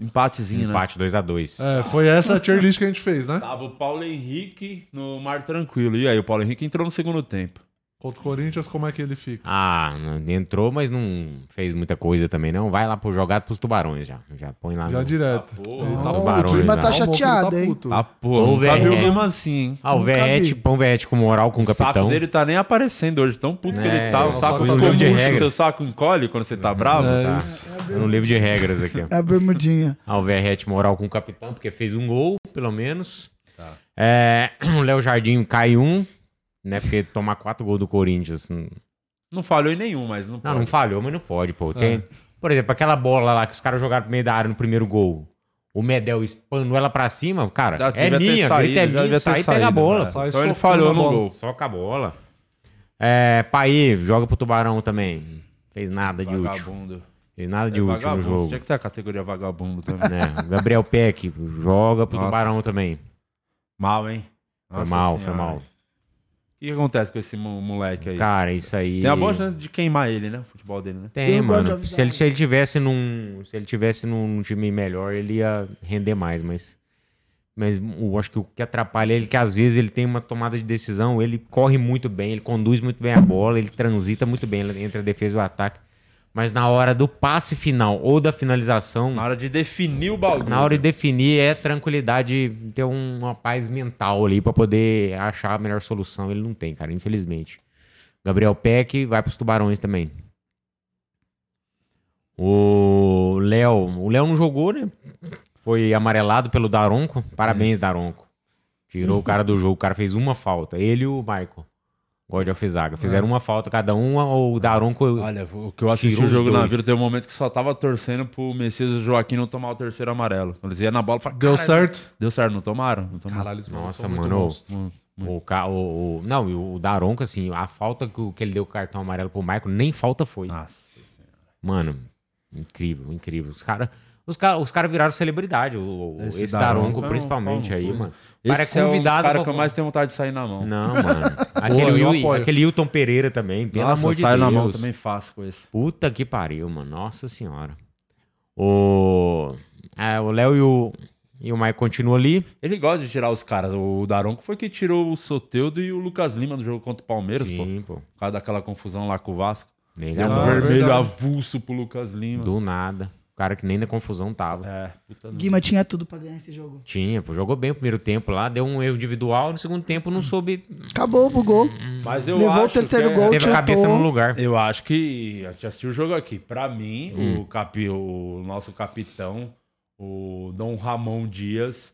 empatezinho, né?
Empate 2x2.
É, foi essa a tier list que a gente fez, né?
Tava o Paulo Henrique no Mar Tranquilo. E aí, o Paulo Henrique entrou no segundo tempo.
Contra o Corinthians, como é que ele fica?
Ah, não- entrou, mas não fez muita coisa também, não. Vai lá pro jogado pros tubarões já. Já põe lá
Já
no-
direto.
Não,
Tá-
tubarões, né?
chateado, hein?
Tá, pô,
Ô,
nunca vi
Verrete.
o mesmo assim, hein?
Ah, o
Nunca
Verrete,
vi.
pão Verrete com moral com o
O saco
Um capitão.
dele tá nem aparecendo hoje, tão puto que
É,
ele tá.
o
O saco
saco
ficou
dele de
murcho,
regra.
seu saco encolhe quando você tá bravo.
É
tá.
isso. Eu não livro de regras aqui. ó.
É a bermudinha.
Ah, o Verrete moral com o capitão, porque fez um gol, pelo menos.
Tá.
É, o Léo Jardim cai um, né? Porque tomar quatro gols do Corinthians. hum, Não,
Não falhou em nenhum, mas não
não,
pode.
não falhou, mas não pode, pô. Tem-
É.
Por exemplo, aquela bola lá que os caras jogaram pro meio da área no primeiro gol. O Medel espanou ela pra cima, cara.
Já devia
é
ter
minha,
saído,
grita é
já
minha,
devia ter
sai e pega
saído,
a bola.
né? Sai Então ele socando falhou na no bola. gol.
Soca a bola. É, Paí, joga pro Tubarão também. Fez nada de
Vagabundo.
útil. Fez nada de
É
útil no
vagabundo.
jogo.
Tinha que ter a categoria vagabundo também.
É, o Gabriel Peck joga pro
Nossa.
Tubarão também.
Mal, hein?
Foi
Nossa
mal,
Senhora.
foi mal.
O que acontece com esse mo- moleque aí?
Cara, isso aí.
Tem a boa chance de queimar ele, né? O futebol dele, né?
Tem, mano. Se ele, se ele tivesse num, se ele tivesse num time melhor, ele ia render mais, mas mas eu acho que o que atrapalha ele é que às vezes ele tem uma tomada de decisão, ele corre muito bem, ele conduz muito bem a bola, ele transita muito bem entre a defesa e o ataque, mas na hora do passe final ou da finalização,
Na hora de definir o bagulho.
Hum. na hora de definir é tranquilidade, ter um- uma paz mental ali pra poder achar a melhor solução. Ele não tem, cara, infelizmente. Gabriel Peck vai pros tubarões também. O Léo. O Léo não jogou, né? Foi amarelado pelo Daronco. Parabéns, Daronco. Tirou o cara do jogo. O cara fez uma falta. Ele e o Michael. God of Zaga. Fizeram
É.
uma falta cada um. O Daronco.
Olha, o que eu assisti o jogo na vida, teve um momento que só tava torcendo pro Messias e o Joaquim não tomar o terceiro amarelo. Quando Eles iam na bola e falavam,
Deu
"Caralho,
certo?
Deu certo, não tomaram? Não tomaram.
Caralho, os malucos
Nossa, mano. O, ca- o, o- não, e o Daronco, assim, a falta que, o- que ele deu o cartão amarelo pro Michael, nem falta foi.
Ah.
Mano, incrível, incrível. Os caras os cara, os cara viraram celebridade, o, o- esse, Daronco,
é um
principalmente
pau no
aí,
cu.
mano. O
Esse
cara é
é
convidado
o cara
pra-
que eu mais tenho vontade de sair na mão.
Não, mano. Aquele, Will- aquele Hilton Pereira também, pelo
Nossa,
amor de
saio
Deus.
na mão também fácil com esse.
Puta que pariu, mano. Nossa senhora. O é, o Léo e o, e o Mike continuam ali.
Ele gosta de tirar os caras. O Daronco foi que tirou o Soteudo e o Lucas Lima no jogo contra o Palmeiras,
Sim,
pô.
pô. é
Por causa daquela confusão lá com o Vasco.
Nem
Deu um
lembrava.
vermelho
Ah, Verdade.
avulso pro Lucas Lima.
Do nada. O cara que nem na confusão tava.
É, puta
Guima tinha tudo pra ganhar esse jogo.
Tinha, pô, jogou bem o primeiro tempo lá, deu um erro individual, no segundo tempo não soube.
Acabou, bugou.
Mas eu
Levou o
acho
terceiro
que é-
gol,
Teve a cabeça
adiantou.
no lugar.
Eu acho que. A gente assistiu o jogo aqui. Pra mim,
Hum.
o, capi, o nosso capitão, o Dom Ramon Dias,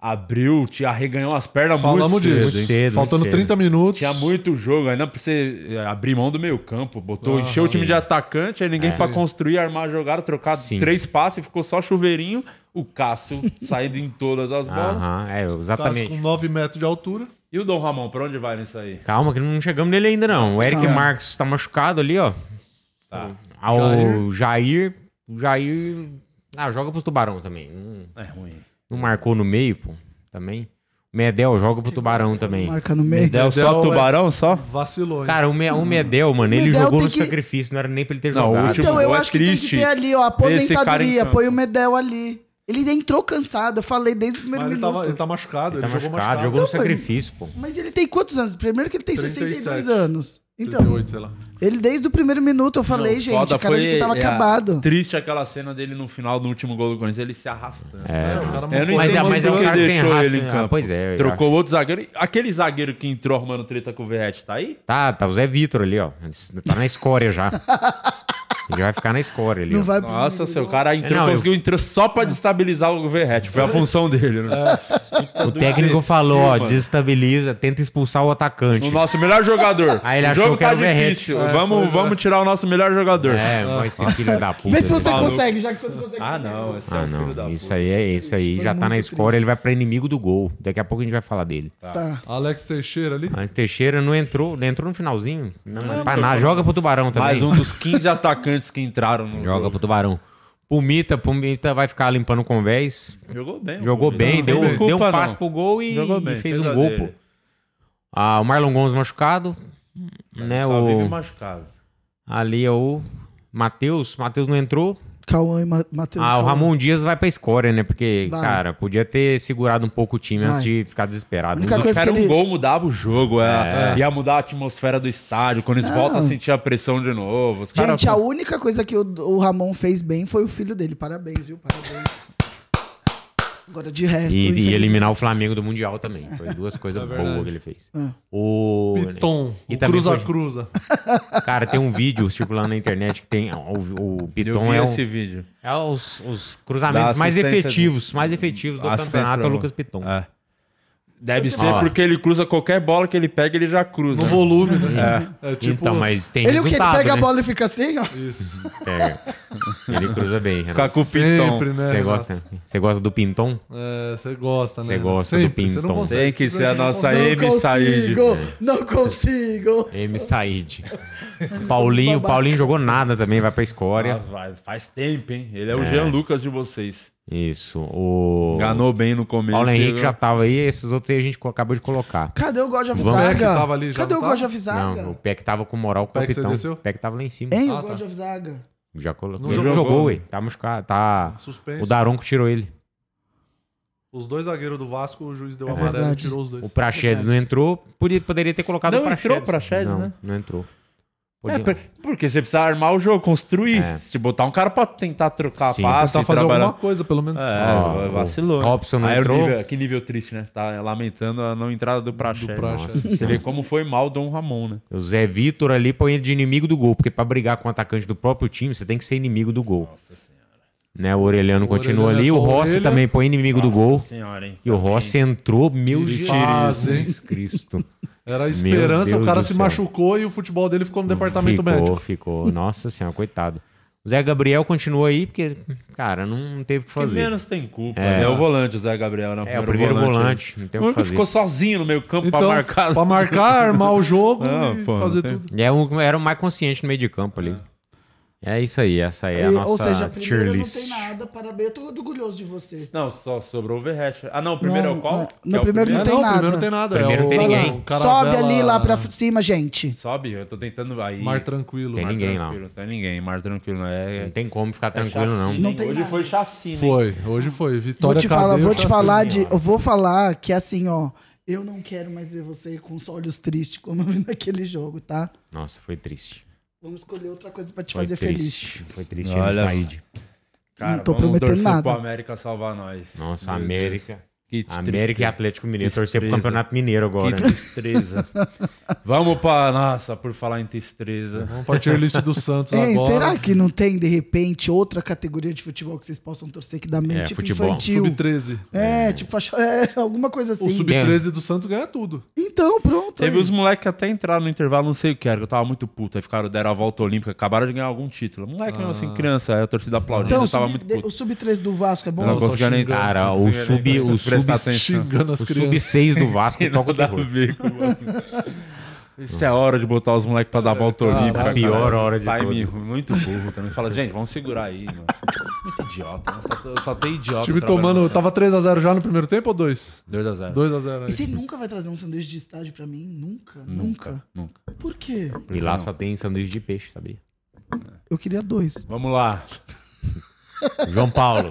abriu, te arreganhou as pernas
Falamos
muito cedo.
disso.
hein?
Cedo, Faltando muito cedo. 30 minutos.
Tinha muito jogo. Ainda pra você eh, abrir mão do meio campo. Botou,
Ah,
encheu o time
sim.
de atacante, aí ninguém
É.
pra construir, armar a jogada, trocar três passes e ficou só chuveirinho. O Cássio saindo em todas as bolas.
Aham, é, exatamente.
Com 9 metros de altura.
E o Dom Ramon, pra onde vai nisso aí?
Calma, que não chegamos nele ainda, não. O Eric
Ah, é.
Marques tá machucado ali, ó.
Tá.
Ao Jair. Jair. O Jair. Ah, joga pros tubarão também.
é ruim.
Não marcou no meio, pô. Também. Medel joga pro tubarão também.
Marca no meio. Medel
só tubarão, só?
Vacilou, hein?
Cara, o, Me- o Medel, mano, ele
Medel
jogou
tem
no
que-
sacrifício, não era nem pra ele ter
Não, o
jogado.
último
Então, eu
é
acho que tem que
triste
ter ali, ó,
esse cara em
aposentadoria.
campo.
Põe o Medel ali. Ele entrou cansado, eu falei desde o primeiro
Mas ele,
minuto.
tava, ele tá machucado, ele,
Tá
jogou
machucado,
machucado.
jogou no
Não, mas-
sacrifício, pô.
Mas ele tem quantos anos? Primeiro que ele tem 62
37.
anos. Então.
38, sei lá.
Ele desde o primeiro minuto eu falei,
Não,
gente,
foda
o cara acho que tava
é,
acabado.
Triste aquela cena dele no final do último gol do Corinthians, ele se arrastando.
É.
Eu
Mas
não
é-
entendo
mas é
por
um
que
cara que tem
deixou
raça,
ele em
né?
campo.
Pois é, eu
Trocou
acho.
outro zagueiro. Aquele zagueiro que entrou armando treta com o Verrete, tá aí?
Tá, tá o Zé Vitor ali, ó. Tá na escória já. Ele vai ficar na escória ali. ó.
Nossa, seu cara entrou,
É, Não, eu-
conseguiu entrou só pra destabilizar o Verrete.
É.
Foi a função dele, né?
O técnico falou, ó,
mano.
desestabiliza, tenta expulsar o atacante.
É.
O nosso melhor jogador.
Aí ele
o
achou
jogo
que
tá
era o Verrete.
difícil. vamos
é.
vamos tirar o nosso melhor jogador.
É, vai ser filho da puta.
Vê se você
Maluco.
consegue, já que você não consegue.
Ah, não. Esse é
Ah,
o filho da
não. Isso aí é isso aí. Já tá na
muito
escória, ele vai pra inimigo do gol. Daqui a pouco a gente vai falar dele.
Tá.
Alex Teixeira ali.
Mas Teixeira não entrou, ele entrou no finalzinho. Não,
É,
não pra
meu,
nada. Joga pro Tubarão é também.
Mais um dos 15 atacantes que entraram no
Joga
jogo.
pro Tubarão. Pumita, Pumita vai ficar limpando convés.
Jogou bem, o
Jogou
Pumita.
bem,
né? Não,
deu,
não tem
deu um
culpa,
passe
não.
pro gol e,
Jogou
e
bem,
fez
fez a
um gol, pô.
dele.
Ah, o Marlon Gomes machucado. Né,
É, Só
o...
vive machucado.
Ali é o Matheus. Matheus não entrou.
Cauã e Ma- Matheus.
ah, o
Cauã.
Ramon Dias vai pra escória, né? Porque,
né? Vai.
cara, podia ter segurado um pouco o time antes
Vai.
de ficar desesperado.
Única
Não-
coisa
Era
que
um
ele-
gol, mudava o jogo. É.
É.
Ia mudar a atmosfera do estádio. Quando eles
Não.
voltam a sentir a pressão de novo. Os cara-
Gente, a única coisa que o, o Ramon fez bem foi o filho dele. Parabéns, viu? Parabéns. Agora de resto.
E, e
infelizmente-
eliminar o Flamengo do Mundial também. Foi duas coisas boas
verdade.
que ele fez.
É.
O.
Piton,
né? E
o
também
cruza
foi-
cruza.
Cara, tem um vídeo circulando na internet que tem. O, o
Eu
Piton
vi
é, um-
esse vídeo.
é os, os cruzamentos
Da
mais
assistência
efetivos,
do-
mais efetivos do
assistência
campeonato é
pro-
o Lucas Piton.
É. Deve ser
Ó.
porque ele cruza qualquer bola que ele pega, ele já cruza.
No
né?
volume, né?
É.
É tipo-
Então, mas tem
Ele o que? Ele
resultado,
pega a
né?
bola e fica assim, ó.
Isso.
Pega. Ele cruza bem,
Ficar
Renato.
com o Piton.
Sempre, né?
Você
Renato?
gosta, né? Você gosta do Pinton?
É, você gosta, né?
Você gosta do
Sempre. Você não
Piton.
consegue.
Tem que ser a nossa
Não
M Said.
consigo, não consigo.
M. Said. Paulinho,
babaca.
Paulinho jogou nada também, vai
Ah,
pra escória.
vai- Faz tempo, hein? Ele é o Jean Lucas de vocês.
Isso. O
Enganou bem no começo.
Paulo Henrique
viu?
já tava aí, esses outros aí a gente co- acabou de colocar.
Cadê o God of
Vamos.
O
Zaga?
Peck tava ali já,
Cadê
não
o God
tava?
of Zaga?
Não, o Peck tava com moral com o
Peck, você
capitão.
desceu?
O Peck tava lá em cima.
Hein, o
Ah,
God
tá.
of Zaga?
Já colocou.
Não
Ele
jogou,
jogou,
né?
ué. Tá machucado. Tá...
Suspenso.
O Daronco tirou ele.
Os dois zagueiros do Vasco, o juiz deu
É
amarelo e
verdade.
tirou os dois.
O Praxedes né? não entrou. Podia, poderia ter colocado
Não
o Praxedes.
entrou o Praxedes,
não,
né?
Não entrou.
É,
Podia-
por- porque você precisa armar o jogo, construir.
É.
Se botar um cara pra tentar trocar
Sim.
a passe,
Tentar fazer
trabalhar.
alguma coisa, pelo menos.
É,
Ó,
vacilou.
Ah, o Robson não
Aí Ah, é o
entrou.
nível- que nível triste, né? Tá lamentando a não entrada do Praxedes.
Praxedes.
Nossa, Você vê como foi mal o Dom Ramon, né?
O Zé Vitor ali põe ele de inimigo do gol, porque pra brigar com o atacante do próprio time, você tem que ser inimigo do gol. Né, o Orelhano continua
Orelhano é
ali,
só
o Rossi
orelha.
também põe inimigo do gol.
senhora, hein?
E o Rossi entrou, meu
Que
Jesus
fase, hein?
Cristo.
Era a esperança,
Deus
o cara
do
se
céu.
machucou e o futebol dele ficou no
Tá
departamento
ficou,
médico.
Ficou, nossa senhora, coitado. O Zé Gabriel continua aí, porque, cara, não teve o que
Que
fazer.
menos tem culpa.
É.
né? É o volante, o Zé Gabriel, né?
É, o primeiro volante, não tem o
O único
que
que
fazer.
ficou sozinho no meio campo
Então,
pra marcar.
armar o jogo
Não,
e
pô, não
fazer
tem-
tudo.
E é um- era o mais consciente no meio de campo ali. É isso aí, essa aí é a
E-
nossa
ou seja,
tier
primeiro não
list.
tem nada, parabéns. Eu tô orgulhoso de você.
Não, só sobrou o Verret. Ah, não, o primeiro
Não,
é o qual?
é,
Que
no
é o
primeiro não tem
não,
nada.
primeiro não tem nada.
Primeiro
é
não tem
o-
ninguém.
o Caravela-
Sobe ali lá pra cima, gente.
Sobe, eu tô tentando. Aí.
Mar tranquilo.
Tem
Mar
ninguém lá.
tranquilo, Não tem ninguém, mar tranquilo. não É,
Não tem como ficar tranquilo, não.
Chacina, hein?
Não tem
Hoje
nada.
foi chacina. hein?
Foi, hoje foi.
Vou
Vitória tá assim,
te falar,
Cadeiro,
vou te
tá
Cassino.
assim,
falar de. Eu vou falar que assim, ó. Eu não quero mais ver você com os olhos tristes, como eu vi naquele jogo, tá?
Nossa, foi triste.
Vamos escolher outra coisa pra te
Foi
fazer feliz.
triste. Foi triste
Olha
ele
só.
sair.
Cara,
Não tô
vamos
prometendo
torcer
nada.
pro América salvar nós.
Nossa,
Meu
América.
Deus. Que
América e
tristeza.
Atlético Mineiro. Torcer pro
Tristeza.
Campeonato Mineiro agora.
Que
né?
tristeza. Vamos pra. Nossa, por falar em tristeza.
Vamos pra tier list do Santos
Hein,
agora.
será que não tem, de repente, outra categoria de futebol que vocês possam torcer que dá meio
É,
tipo
futebol,
infantil?
Sub-13.
É, tipo, acho- é, alguma coisa assim.
O Sub-13 do Santos ganha tudo.
Então, pronto.
Teve
aí.
os moleques que até entraram no intervalo, não sei o que era, que eu tava muito puto. Aí ficaram, deram a volta olímpica, acabaram de ganhar algum título. Moleque mesmo
Ah.
assim, criança, aí a torcida aplaudindo,
Então,
eu tava
sub-
muito
de-
puto.
o Sub-13 do Vasco é bom?
Não
só
conseguia nem
xingando.
entrar.
Cara, o sub, o sub,
Prestar atenção.
Xingando as
o
crianças.
sub 6 do Vasco toca o terror.
Isso é a hora de botar os moleques pra dar a volta
Caralho,
olímpica.
a Ah, tá. pior
cara.
hora de
Pai
todas.
me- muito burro também. Fala, gente, vamos segurar aí, mano. Muito idiota, né? Só- só, tem idiota.
Time tomando. Tava 3x0 já no primeiro tempo ou 2?
2x0.
2x0
E você
aí.
nunca vai trazer um sanduíche de estádio pra mim? Nunca, nunca.
Nunca.
Por quê?
E lá só tem sanduíche de peixe, sabia?
Eu queria dois.
Vamos lá.
João Paulo.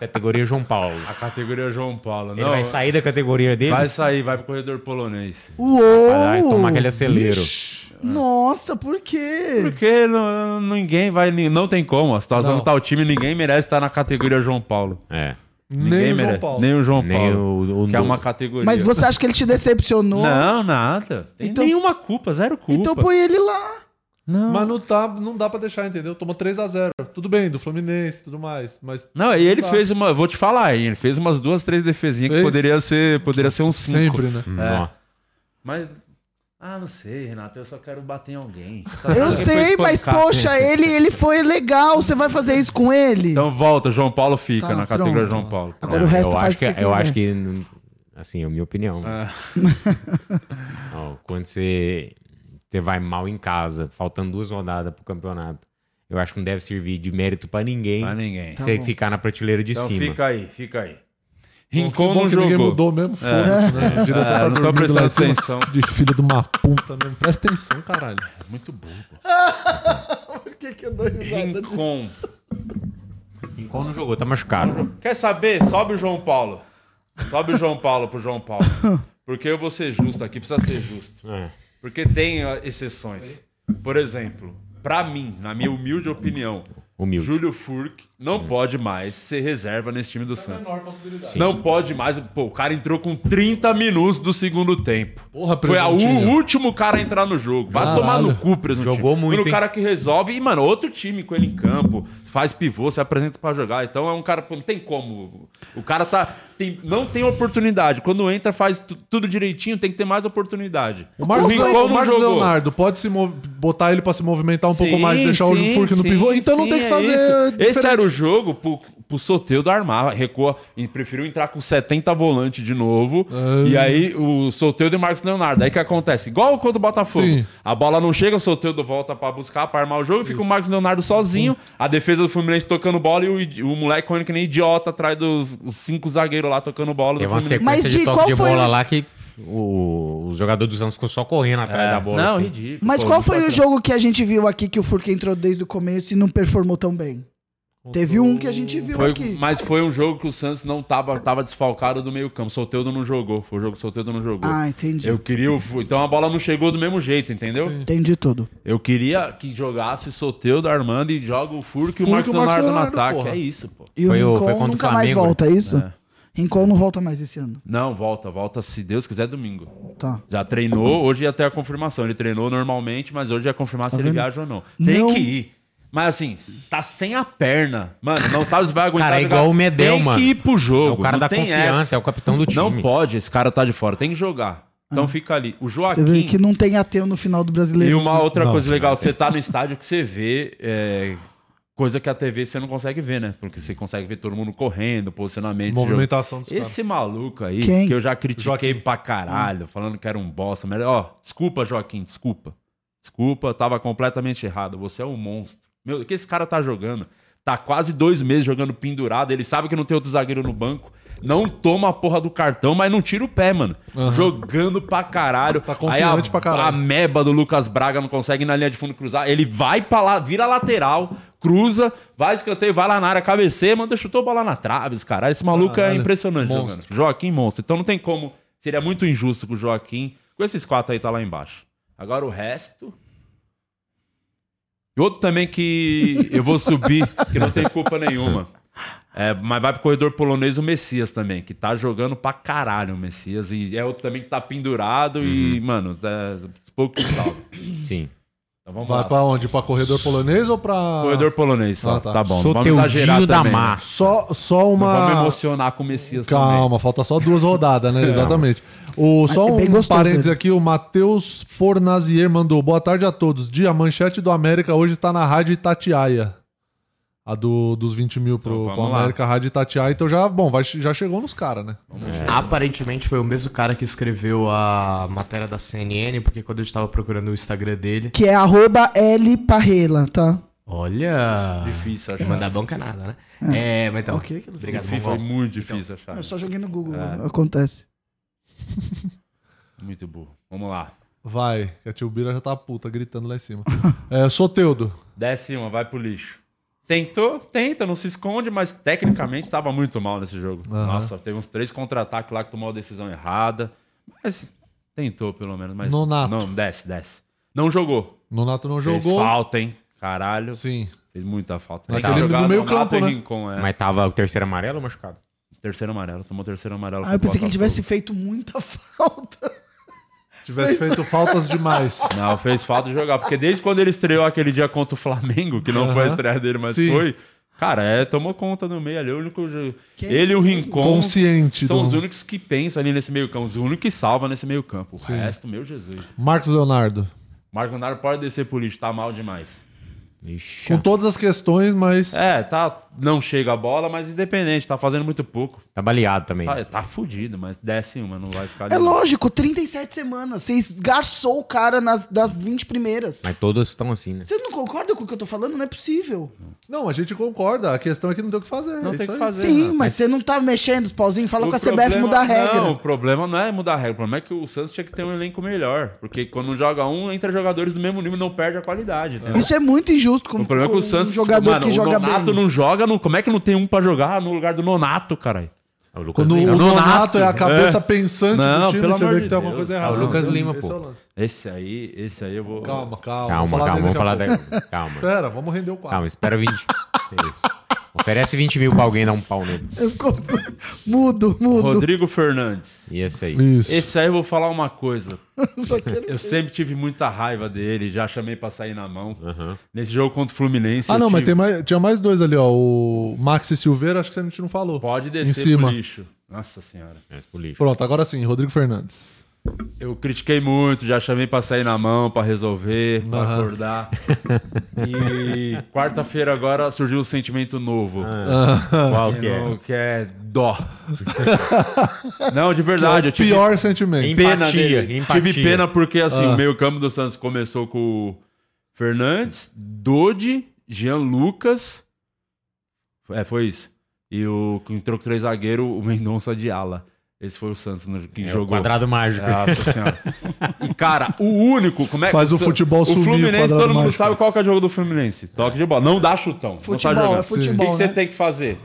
Categoria João Paulo.
A categoria é João Paulo.
Ele
não,
vai sair da categoria dele?
vai sair, vai pro corredor polonês.
Uou!
Vai lá e tomar aquele acelero.
Nossa, por quê?
Porque não- ninguém vai. Não tem como. A situação
Não.
não. tá o time, ninguém merece estar na categoria João Paulo.
É.
Ninguém
Nem o João
merece.
Paulo.
Nem o João
Nem
Paulo. que é
do-
uma categoria.
Mas você acha que ele te decepcionou?
Não, nada. Tem
Então-
nenhuma culpa, zero culpa.
Então põe ele lá.
Não.
Mas não, tá, não dá pra deixar, entendeu? Tomou 3x0. Tudo bem, do Fluminense e tudo mais. Mas.
Não, e ele
dá.
fez uma. Vou te falar, hein, ele fez umas duas, três defesinhas
Fez?
que poderia ser, poderia ser um cinco.
Sempre, né?
Hum,
É.
Nó.
Mas. Ah, não sei, Renato, eu só quero bater em alguém.
Eu sei, mas poxa, ele, ele foi legal. Você vai fazer isso com ele?
Então volta, João Paulo fica
Tá,
na categoria
pronto.
João Paulo.
Agora o resto
eu
faz
acho que, é,
o que
Eu
quiser.
acho que, n- assim, é a minha opinião.
Ah.
Ó, quando você, você vai mal em casa, faltando duas rodadas pro campeonato, eu acho que não deve servir de mérito pra ninguém.
Pra ninguém. Tá
Você
bom.
ficar na prateleira de
Então
cima.
fica aí, fica aí.
que bom
Rincon não
que
jogou.
ninguém mudou mesmo, foda-se, né? A direção
É,
tá
não tô
dormindo lá em
prestando
cima.
atenção.
De filho de uma puta mesmo. Presta atenção, caralho.
Muito burro.
Por que, que eu dou risada disso?
Rincon.
Rincon não jogou, tá machucado.
Quer saber? Sobe o João Paulo. Sobe o João Paulo pro João Paulo. Porque eu vou ser justo aqui, precisa ser justo.
É.
Porque tem ó, exceções. Por exemplo, pra mim, na minha humilde opinião,
Humilde.
Júlio Furk não pode mais ser reserva nesse time do Santos.
possibilidade.
Não pode mais. Pô, o cara entrou com 30 minutos do segundo tempo.
Porra,
Foi a u-
Presuntinho.
o último cara a entrar no jogo. Vai
Caralho.
tomar no cu, Presuntinho.
Jogou muito,
Quando o
hein?
cara que resolve. E, mano, outro time com ele em campo. Faz pivô, se apresenta pra jogar. Então é um cara. pô, Não tem como. O cara tá. tem- não tem oportunidade. Quando entra, faz tu- tudo direitinho, tem que ter mais oportunidade.
O Marcos,
Rincon
o Marcos Leonardo pode se mov- botar ele pra se movimentar um pouco
Sim,
mais, deixar
sim,
o Furk no
sim,
pivô, então não
sim,
tem que
é
fazer.
isso. Esse
diferente.
era o jogo pro, pro Soteudo armar. Recua, e preferiu entrar com 70 volante de novo.
É.
E aí o Soteudo e Marcos Leonardo. Aí que acontece? Igual contra o Botafogo.
Sim.
A bola não chega, o Soteudo volta pra buscar, pra armar o jogo. E fica o Marcos Leonardo sozinho. A defesa do Fluminense tocando bola e o, idi- o moleque correndo que nem idiota atrás dos os cinco zagueiros lá tocando bola.
Teve
do
uma
Fluminense.
sequência
Mas,
de
Di,
toque
qual
de
foi
bola
o-
lá que o, o jogador dos anos ficou só correndo atrás
É.
da bola.
Não,
assim.
ridículo.
Mas
Pô,
qual
muito
foi o
bacana.
jogo que a gente viu aqui que o Furque entrou desde o começo e não performou tão bem? Teve um que a gente viu
Foi-
aqui.
mas foi um jogo que o Santos não tava, tava desfalcado do meio campo. Soteudo não jogou. Foi o jogo que o Soteudo não jogou.
Ah, entendi.
Eu queria. o fu- Então a bola não chegou do mesmo jeito, entendeu?
Entendi tudo.
Eu queria que jogasse Soteudo, Armando e joga o Furk e o
Furk
Marcos
e o Marcos
Leonardo, no
Leonardo,
ataque.
porra.
É isso, pô.
E o
Foi o-
Rincon
foi contra o
nunca mais
né?
Flamengo.
volta, é isso? Rincon não volta mais esse ano.
Não, volta, volta se Deus quiser domingo.
Tá.
Já treinou, hoje ia ter a confirmação. Ele treinou normalmente, mas hoje ia
Tá
confirmar se ele
vendo?
viaja ou não. Tem
Não.
que ir. Mas assim, tá sem a perna. Mano, não sabe se vai aguentar.
Cara, é
jogar.
igual o Medel,
Tem
mano.
que ir pro jogo.
É o cara
não
da
tem
confiança,
essa.
é o capitão do
Não
time.
pode, esse cara tá de fora. Tem que jogar. Então fica ali. O
Ah. Você
Joaquim.
vê que não tem ateu no final do brasileiro.
E uma outra
Não.
coisa legal, você tá no estádio que você vê é, coisa que a TV você não consegue ver, né? Porque você consegue ver todo mundo correndo, posicionamento. esse
Movimentação dos
jogo.
caras.
Esse maluco aí,
Quem?
que eu já critiquei pra caralho, falando que era um bosta. Mas, ó, desculpa, Joaquim, desculpa. Desculpa, eu tava completamente errado. Você é um monstro. Meu, o que esse cara tá jogando? Tá quase dois meses jogando pendurado. Ele sabe que não tem outro zagueiro no banco. Não toma a porra do cartão, mas não tira o pé, mano. Jogando pra caralho.
Tá confiante
a,
pra caralho.
A meba do Lucas Braga não consegue ir na linha de fundo cruzar. Ele vai pra lá, vira lateral, cruza, vai escanteio, vai lá na área, cabeceia, manda, chutou a bola na trave, esse caralho. Esse maluco
Caralho.
é impressionante
Monstro.
jogando. Joaquim monstro. Então não tem como. Seria muito injusto com o Joaquim. Com esses quatro aí tá lá embaixo. Agora o resto. E outro também que eu vou subir, que não tem culpa nenhuma. É, mas vai pro corredor polonês o Messias também, que tá jogando pra caralho o Messias. E é outro também que tá pendurado
Uhum.
e, mano, tá pouco que salva.
Sim.
Então vamos
Vai
lá.
pra onde? Pra corredor polonês ou pra.
Corredor polonês, só.
Ah, tá.
tá. bom. não vamos exagerar
Soteudinho da
também, né?
massa.
Só, só
Não é vamos
uma.
emocionar com o Messias também.
Calma, falta só duas rodadas, né? Exatamente. O, só
é
um
bem gostoso,
parênteses
ele.
aqui, o Matheus Fornazier mandou. Boa tarde a todos. Dia, a manchete do América hoje está na Rádio Itatiaia. A do, dos 20 mil pro,
Então, vamos
pro
lá.
América, Rádio Itatiaia. Então já, bom, vai- já chegou nos caras, né?
É.
Aparentemente foi o mesmo cara que escreveu a matéria da CNN, porque quando eu estava procurando o Instagram dele.
Que é arroba L Parrela, tá?
Olha!
Difícil achar.
Mandar banca é nada, né? É, mas então.
Ok, que
Obrigado,
Foi
Mongol.
é muito difícil achar.
Eu só joguei no Google, né? acontece.
né? Muito burro. Vamos lá.
Vai, que a tio Bira já tá puta gritando lá em cima. é, Soteudo.
Desce uma, vai pro lixo. Tentou, tenta, não se esconde, mas tecnicamente tava muito mal nesse jogo.
Aham.
Nossa, teve uns três contra-ataques lá que tomou a decisão errada. Mas tentou, pelo menos. Mas
Nonato.
Não, desce, desce. Não jogou.
Nonato não
Fez
jogou.
falta, hein? Caralho.
Sim.
Fez muita falta.
Naquele
Tem que jogar
do meio
Nonato
campo,
e
né?
Rincon, é.
Mas tava o terceiro amarelo ou machucado?
Terceiro amarelo. Tomou terceiro amarelo.
Ah,
pro
eu pensei que ele
Botafogo.
tivesse feito muita falta.
Tivesse
Fez-
feito
faltas demais.
Não, fez falta de jogar. Porque desde quando ele estreou aquele dia contra o Flamengo, que não foi a
Aham.
estreia dele, mas
Sim.
foi. Cara, é, tomou conta no meio ali. O único. jo-
Que-
Ele e o Rincon.
Consciente
São
do-
os únicos que pensam ali nesse meio campo. Os únicos que salvam nesse meio campo. O resto, meu Jesus.
Marcos Leonardo.
Marcos Leonardo pode descer por isso, tá mal demais. Ixi.
Com todas as questões, mas.
É, tá. Não chega a bola, mas independente, tá fazendo muito pouco.
Tá baleado também.
Tá, tá fudido, mas desce uma, não vai ficar.
É
de-
lógico, 37 semanas. Você esgarçou o cara nas, das 20 primeiras.
Mas todos estão assim, né?
Você não concorda com o que eu tô falando? Não é possível.
Não, a gente concorda. A questão é que não tem o que fazer.
Não
é isso
tem o que
aí.
fazer.
Sim,
Renato.
mas você não tá mexendo os pauzinhos? Fala
O
com a CBF
problema-
mudar a regra.
Não, o problema não é mudar a regra. O problema é que o Santos tinha que ter um elenco melhor. Porque quando joga um, entra jogadores do mesmo nível e não perde a qualidade. entendeu?
Isso é muito injusto com,
O problema é
com
que o Santos.
um jogador
mano,
que joga
o Nonato
bem.
não joga. não- como é que não tem um pra jogar no lugar do Nonato, caralho?
O Lucas
Quando o Nonato é a cabeça pensante do time, você vê que tem alguma coisa errada.
Ah, o Lucas
Esse
Lima,
é o
pô.
lance.
Esse aí, esse aí eu vou.
Calma, calma.
Calma,
Vamos falar
calma,
dele
vamos falar
daqui a
da...
pouco. É,
Calma.
Pera, vamos render o quadro.
Calma, espera 20. Isso. Oferece 20 mil pra alguém dar um pau nele.
Eu fico- mudo, mudo.
Rodrigo Fernandes.
E esse aí?
Esse aí eu vou falar uma coisa.
Já quero
eu sempre tive muita raiva dele, já chamei pra sair na mão. Nesse jogo contra o Fluminense.
Ah,
eu
não, mas
tive-
tem mais, tinha mais dois ali, ó. O Maxi Silveira, acho que a gente não falou.
Pode descer
Em cima.
pro lixo. Nossa senhora.
Pronto, agora sim, Rodrigo Fernandes.
Eu critiquei muito, já chamei pra sair na mão, pra resolver, pra
Aham.
acordar. E quarta-feira agora surgiu um sentimento novo.
Ah. Qual que é?
Não, Que é dó. Não, de verdade.
Que é o
eu tive
pior sentimento.
Pena
Empatia,
dele.
empatia.
Tive pena porque assim,
Ah.
o meio campo do Santos começou com o Fernandes, Dodi, Jean Lucas. É, foi isso. E o que entrou com três zagueiro, o Mendonça de ala. Esse foi o Santos no- que
É, o
jogou.
quadrado mágico.
Nossa senhora. E, cara, o único. Como é
Faz o futebol sumir,
O
o
Fluminense,
quadrado
todo mundo
mágico.
sabe qual que é o jogo do Fluminense. Toque de bola. Não dá chutão.
Futebol,
não tá jogando.
é futebol,
O que que você
né?
tem que fazer?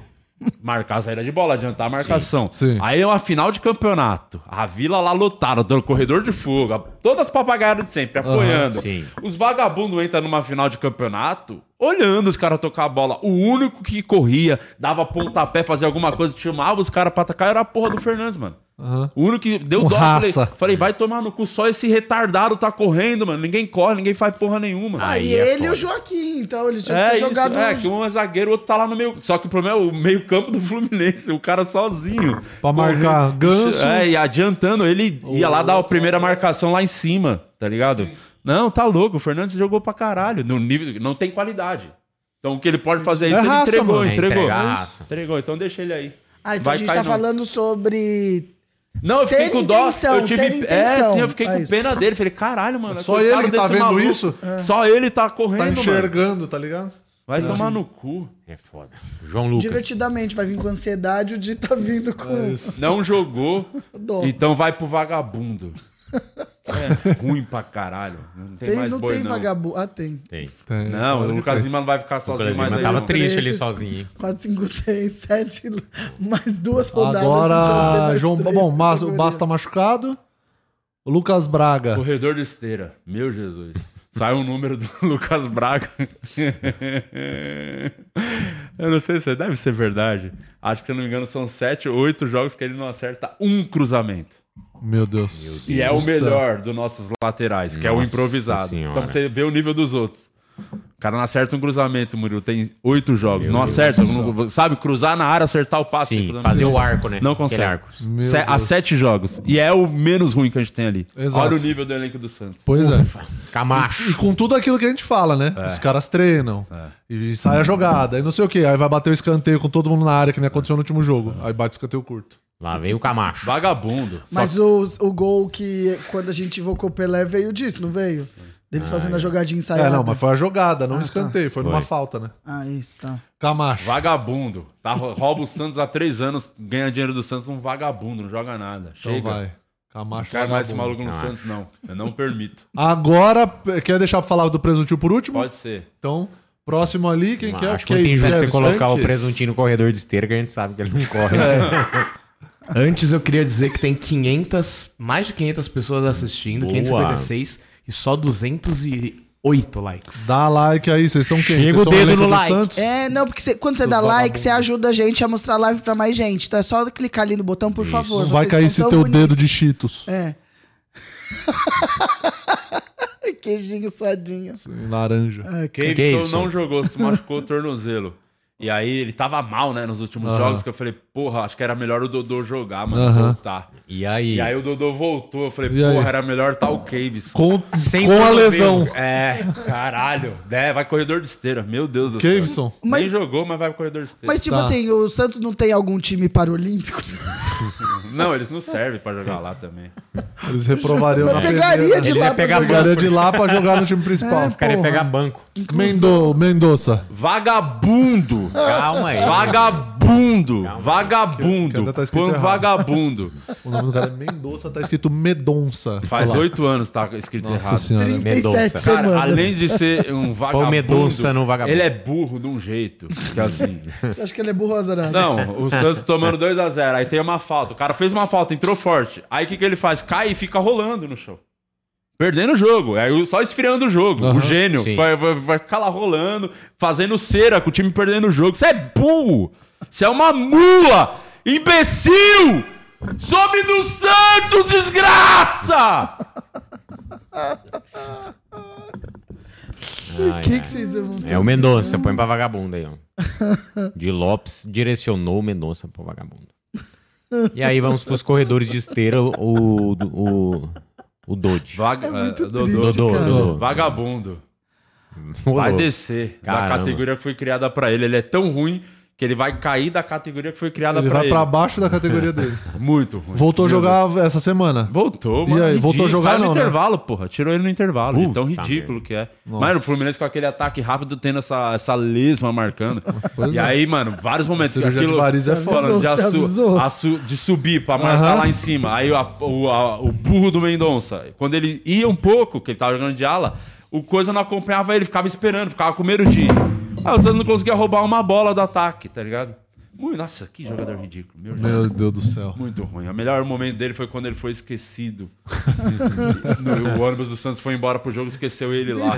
Marcar a saída de bola, adiantar a marcação.
Sim.
Aí é uma final de campeonato. A vila lá lotada, do corredor de fogo, a- todas as papagaiadas de sempre,
Aham,
apoiando.
sim.
Os vagabundos entram numa final de campeonato, olhando os caras tocar a bola. O único que corria, dava pontapé, fazia alguma coisa, chamava os caras pra atacar, era a porra do Fernandes, mano.
Aham.
O único que deu
Com
dó,
raça.
falei, falei, vai tomar no cu, só esse retardado tá correndo, mano. Ninguém corre, ninguém faz porra nenhuma.
Ah,
Aí é ele e o Joaquim, então ele tinha que
É,
ter
isso,
jogado.
é, que um é zagueiro, o outro tá lá no meio. Só que o problema é o meio-campo do Fluminense, o cara sozinho.
Pra marcar ganso.
É, e adiantando, ele ia lá dar a primeira marcação lá em cima, tá ligado? Não, tá louco, o Fernandes jogou pra caralho. No nível, não tem qualidade. Então o que ele pode fazer é isso,
É
ele
raça,
entregou,
mano. É
entregou.
entregaça.
entregou, então deixa ele aí.
Ah, então
Vai
a gente
cair,
tá
não.
falando sobre.
Não, eu fiquei
ter
com dó.
intenção,
eu
ter
tive. É,
intenção.
sim, eu fiquei
É
com
isso. É.
pena dele. Falei, caralho, mano.
Só
coitado
ele que tá
desse
vendo isso?
Só ele tá correndo,
Tá
mano.
enxergando, tá ligado?
Vai
Entendi.
tomar no cu.
É foda. João Lucas.
Divertidamente, vai vir com ansiedade, o Di tá vindo com.
Não jogou,
Dó.
então vai pro vagabundo. É ruim pra caralho. Não tem,
Tem-
mais
não
boi,
tem
não.
vagabundo. Ah, tem.
Tem.
Não,
Claro
o
que
Lucas
tem.
Lima não vai ficar
Lucas
sozinho
Lima
mais
tava
não.
triste ali sozinho, hein?
4, 5, 6, 7, mais duas rodadas. já tem
Agora,
mais
João.
três
Bom, Mas, o
categorias.
Basso tá machucado. O Lucas Braga.
Corredor de esteira. Meu Jesus. Sai um número do Lucas Braga. eu não sei se deve ser verdade. Acho que, se eu não me engano, são sete ou oito jogos que ele não acerta um cruzamento.
Meu Deus.
E é o
do céu.
melhor dos nossos laterais, que é o
Nossa
improvisado.
Senhora.
Então você vê o nível dos outros. O cara não acerta um cruzamento, Murilo. Tem oito jogos. não acerta. não- sabe, cruzar na área, acertar o passe.
Sim,
cruzamento.
fazer o arco, né?
Não
Aquele
consegue.
arco.
Se-
Meu
há
Deus.
sete jogos. E é o menos ruim que a gente tem ali.
Exato.
Olha o nível do elenco do Santos.
Pois é.
Camacho.
E, e com tudo aquilo que a gente fala, né? Os caras treinam. E sai a jogada. E não sei o quê. Aí vai bater o escanteio com todo mundo na área, que nem aconteceu no último jogo. Aí bate o escanteio curto.
Lá vem o Camacho.
Vagabundo.
Mas os- o gol que quando a gente invocou o Pelé veio disso, não veio? Deles fazendo a jogadinha ensaiada.
É, não, mas foi a jogada, não
Ah,
o escanteio. Foi numa
Foi.
falta, né?
Ah, isso, tá.
Camacho.
Vagabundo. Tá, rou- rouba o Santos há três anos, ganha dinheiro do Santos, um vagabundo, não joga nada.
Então
Chega.
vai. Camacho.
Não quero mais esse
vagabundo.
maluco no
é.
Camacho.
Santos, não. Eu não permito.
Agora, p- quer deixar pra falar do presuntinho por último?
Pode ser.
Então, próximo ali, quem quer?
Acho muito
né?
injusto você colocar o presuntinho no corredor de esteira, que a gente sabe que ele não corre. né?
É.
Antes eu queria dizer que tem 500, mais de 500 pessoas assistindo,
Boa.
556. e só 208 likes.
Dá like aí, vocês são quem?
Chega
Vocês
o
são
dedo
elenco
no
do
like.
Santos?
É, não, porque cê- quando você
Seus
dá like,
vagabundos.
você ajuda a gente a mostrar a live pra mais gente. Então é só clicar ali no botão, por favor.
Não vai
Vocês
cair
são
esse
tão
teu
bonitos.
dedo de Cheetos.
É. Queijinho suadinho.
Laranja.
Ah,
Cave
Que
Show
isso?
não jogou, se machucou o tornozelo. E aí ele tava mal, né, nos últimos
Aham.
jogos, que eu falei, porra, acho que era melhor o Dodô jogar, mano,
Aham.
voltar.
E aí?
E aí o Dodô voltou, eu falei,
E aí?
porra, era melhor tal o Caves.
Com- Sem
né?
com a
tornozelo.
lesão.
É, caralho. É, vai corredor de esteira, meu Deus do
Caveson.
céu. Mas... Nem jogou, mas vai pro corredor de esteira.
Mas tipo assim, o Santos não tem algum time paralímpico?
Não, eles não servem pra jogar lá também.
Eles reprovariam
Mas
na
pegaria
peneira.
de
Eles
lá
iam
pra
pegar
jogar.
pegaria de lá pra jogar no time principal.
É, Os caras iam porra. pegar
banco.
Mendo, Mendonça.
Vagabundo!
Calma aí.
Vagabundo! vagabundo!
ainda tá escrito
Põe um
errado.
vagabundo.
O nome do cara é Mendonça, tá escrito Medonça.
Faz
Olha lá.
oito anos tá escrito
Nossa
errado.
senhora. 37
Cara,
semanas.
além de ser um vagabundo,
Medonça no vagabundo.
ele é burro de um jeito. que assim...
Você acha que ele é burro azarado?
Não, o Santos tomando 2x0, aí tem uma falta. O cara fez uma falta, entrou forte. Aí o que, que ele faz? Cai e fica rolando no chão. Perdendo o jogo, aí o- só esfriando o jogo.
Aham,
o gênio
sim.
vai, vai, vai ficar lá rolando, fazendo cera com o time perdendo o jogo. Você é burro! Você é uma mula! Imbecil! Sobre do Santos, desgraça!
Ai,
que
ai.
que vocês levantaram?
É o Mendonça, põe pra vagabundo aí, ó. De Lopes direcionou o Mendonça pro vagabundo. E aí vamos pros corredores de esteira, o. O, o Dodge.
Vaga,
É muito
eh, Dodô,
triste,
Dodô,
cara.
Dodô. Vagabundo. Vai
Rolou.
descer
Caramba.
da categoria que foi criada pra ele. Ele é tão ruim que ele vai cair da categoria que foi criada
Ele
pra
vai
ele.
pra baixo da categoria dele.
Muito ruim.
Voltou a
Meu
jogar essa semana.
Voltou,
E
mano,
aí, voltou a
ridículo.
jogar
Saiu
não,
no
né?
intervalo, porra. Tirou ele no intervalo. de tão
Puta
ridículo que é.
Nossa.
Mano, o Fluminense com aquele ataque rápido, tendo essa, essa lesma marcando.
Pois
e
é.
aí, mano, vários momentos.
Cirurgia de variz é foda.
falando de,
Você
assu-
avisou.
assu- de subir pra marcar
Aham.
lá em cima. Aí a- o, a- o burro do Mendonça, quando ele ia um pouco, que ele tava jogando de ala, o Coisa não acompanhava ele, ficava esperando, ficava com medo de... Ah, o Santos não conseguia roubar uma bola do ataque, tá ligado? Muito- Nossa, que jogador ridículo. Meu,
Meu Deus do céu.
muito ruim. O melhor momento dele foi quando ele foi esquecido. No- o ônibus do Santos foi embora pro jogo, esqueceu ele lá.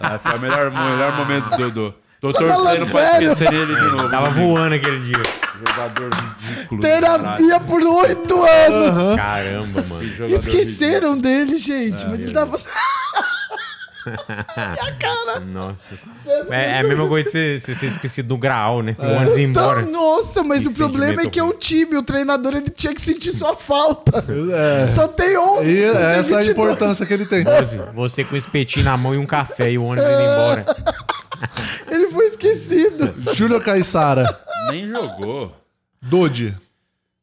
Ah, foi o melhor, o melhor momento do Dodô. Tô torcendo pra
Tá sério?
esquecer ele de novo.
Tava voando aquele dia.
Jogador ridículo. do
Terapia
caralho.
por oito anos!
Caramba, mano.
Jogador
Esqueceram dele, gente. mas ele tava.
cara. Nossa. É, é a mesma coisa de você, você ser esquecido do graal, né? O ônibus ir
Então,
embora.
nossa, mas
Que
o problema é
sentimento
que é um time, o treinador ele tinha que sentir sua falta.
É.
Só tem 11.
E
só tem
essa é a
22.
importância que ele tem.
Você- Você com um espetinho na mão e um café e o ônibus indo embora.
Ele foi esquecido.
Júlio Caissara.
ridículo. Nem jogou.
Dodi.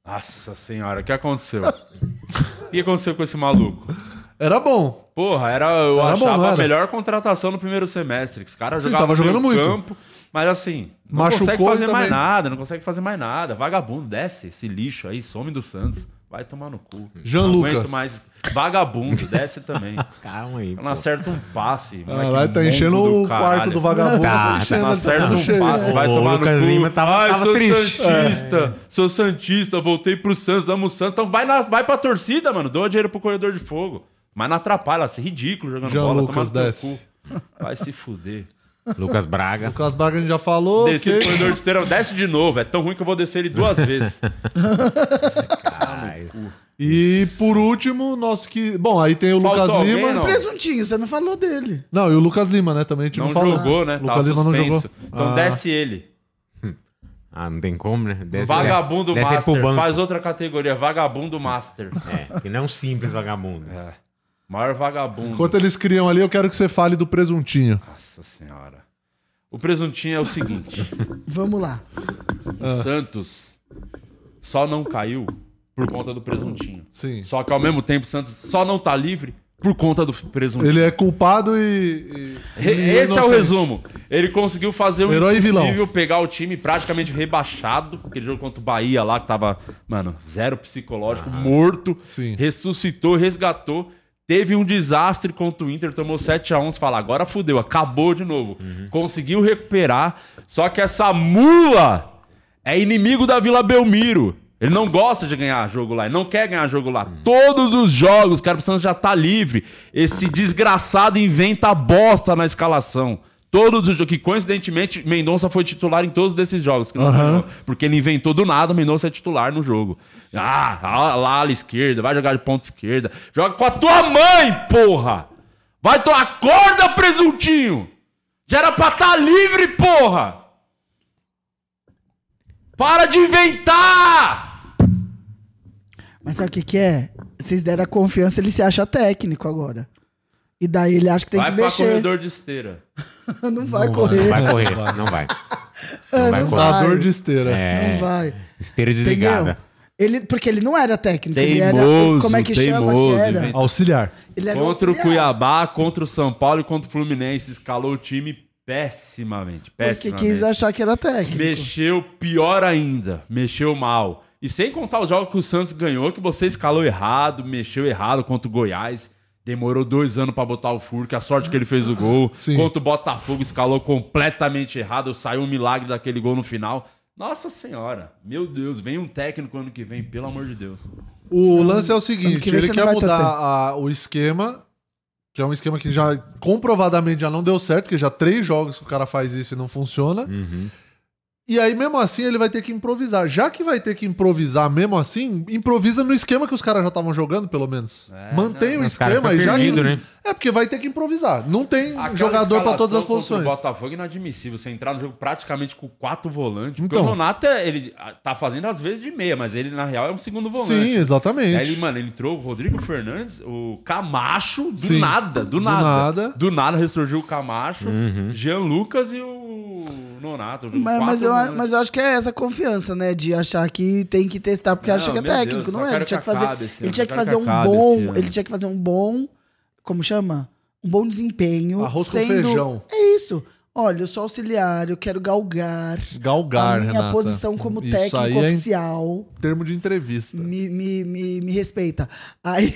Nossa senhora, o que aconteceu? O que aconteceu com esse maluco?
Era bom.
Porra, era, eu
Era bom,
achava
não era?
a melhor contratação no primeiro semestre. Que os caras
Sim,
jogavam
tava
no
jogando
meio
muito.
campo, mas assim, não
Machucou
consegue fazer
também.
mais nada, não consegue fazer mais nada. Vagabundo, desce esse lixo aí, some do Santos. Vai tomar no cu.
Jean
não
Lucas.
aguento mais. Vagabundo, desce também.
Calma aí.
Não acerta um passe. moleque
Caralho, tá
mongo
enchendo
do
o
caralho.
quarto do vagabundo.
Tá,
tá enchendo,
Não acerta
tá
um
cheio.
passe, vai
O
tomar
Lucas
no cu.
Lima tava-
Ai,
tava
sou
triste.
Santista, sou Santista, voltei pro Santos, amo o Santos. Então vai, na, vai pra torcida, mano. Doa dinheiro pro corredor de fogo. Mas não atrapalha, assim, ridículo jogando
Jean
bola.
Lucas,
toma no
desce.
teu cu. Vai se fuder.
Lucas Braga.
Lucas Braga a gente já falou.
Descer
ok.
o corredor de esteira, desce de novo. É tão ruim que eu vou descer ele duas vezes.
Caralho.
E por último, nosso que. Bom, aí tem o
Faltou
Lucas
alguém,
Lima.
não?
Presuntinho, você não falou dele.
Não, e o Lucas Lima, né? Também a gente não,
Não
falou.
jogou, né?
Lucas Lima não jogou.
Então
Ah.
desce ele.
Ah, não tem como, né? Desce,
Vagabundo
desce ele pro
Master.
banco.
Faz outra categoria. Vagabundo Master.
É, que não é um simples
É.
vagabundo.
Maior vagabundo.
Enquanto eles criam ali, eu quero que você fale do presuntinho.
é-
Nossa senhora. O presuntinho é o seguinte.
Vamos lá.
O
Ah.
Santos só não caiu por conta do presuntinho.
Sim.
Só que ao mesmo tempo o Santos só não tá livre por conta do presuntinho.
Ele é culpado e. e-
um Re-
e
Esse é o
inocente.
resumo. Ele conseguiu fazer um o
Herói e vilão.
pegar o time praticamente rebaixado. Aquele jogo contra o Bahia lá, que tava, mano, zero psicológico, morto.
Sim.
Ressuscitou, resgatou. Teve um desastre contra o Inter, tomou 7x1. Você fala, agora fudeu, acabou de novo. Conseguiu recuperar. Só que essa mula é inimigo da Vila Belmiro. Ele não gosta de ganhar jogo lá, ele não quer ganhar jogo lá. Todos os jogos, cara, o Santos já tá livre. Esse desgraçado inventa bosta na escalação. Todos os jogos, que coincidentemente Mendonça foi titular em todos desses jogos. que não
Aham.
jogou. porque ele inventou do nada, o Mendonça é titular no jogo. Ah, a- lá ala esquerda, vai jogar de ponta esquerda. Joga com a tua mãe, porra! Vai tu acorda, presuntinho! Já era pra tá livre, porra! Para de inventar!
Mas sabe o que, que é? Vocês deram a confiança, ele se acha técnico agora. E daí ele acha que tem
vai
que
pra
mexer.
corredor de esteira.
não vai
Não
correr.
Vai, não vai correr, não vai.
Não
vai correr.
Dá dor de esteira.
É,
Não vai.
Esteira desligada.
Entendeu? É. Ele, porque ele não era técnico, ele era.
Teimoso,
Como é que chama
teimoso,
que era?
Auxiliar.
Ele é era
contra o
auxiliar.
Cuiabá, contra o São Paulo e contra o Fluminense. Escalou o time pessimamente.
Porque
pessimamente.
quis achar que era técnico.
Mexeu pior ainda. Mexeu mal. E sem contar os jogos que o Santos ganhou, que você escalou errado, mexeu errado contra o Goiás. Demorou dois anos pra botar o furo, que a sorte que ele fez o gol. Contra o Botafogo, escalou completamente errado. Saiu um milagre daquele gol no final. Nossa senhora, meu Deus, vem um técnico ano que vem, pelo amor de Deus.
O lance é o
Então, Ano
seguinte:
que vem
ele
você
quer
não vai
mudar
torcer.
a- o esquema, que é um esquema que já comprovadamente já não deu certo, porque já três jogos que o cara faz isso e não funciona.
Uhum.
E aí, mesmo assim, ele vai ter que improvisar. Já que vai ter que improvisar mesmo assim, improvisa no esquema que os caras já estavam jogando, pelo menos.
É,
Mantém o
os caras
esquema
ficam
e já.
perdido, né?
É porque vai ter que improvisar. Não tem
Aquela
Um jogador pra todas
escalação
as posições.
Contra o Botafogo é inadmissível. Você entrar no jogo praticamente com quatro volantes. Porque
Então.
o Nonato, é- ele ah, tá fazendo às vezes de meia, mas ele, na real, é um segundo volante.
Sim, exatamente.
Aí ele, mano, ele entrou o Rodrigo Fernandes, o Camacho, do
Sim.
nada, do
Do
nada.
nada.
Do nada ressurgiu o Camacho, Jean Lucas e o Nonato.
Mas,
Um Quatro
mas, eu,
volantes.
mas eu acho que é essa confiança, né? De achar que tem que testar porque
Não,
acha que é
meu Deus,
técnico, não
só
é? Ele
quero
tinha que
que acabe
fazer,
esse
ele
ano,
tinha
só
que
quero
fazer
que
um
acabe esse
bom.
ano.
Ele tinha que fazer um bom. Como chama? Um bom desempenho.
Arroz com
sendo,
feijão.
É isso. Olha, eu sou auxiliar, eu quero galgar.
Galgar,
A minha
Renata.
posição como
Isso
técnico
aí é em-
oficial.
Termo de entrevista.
Me, me, me, me respeita. Aí,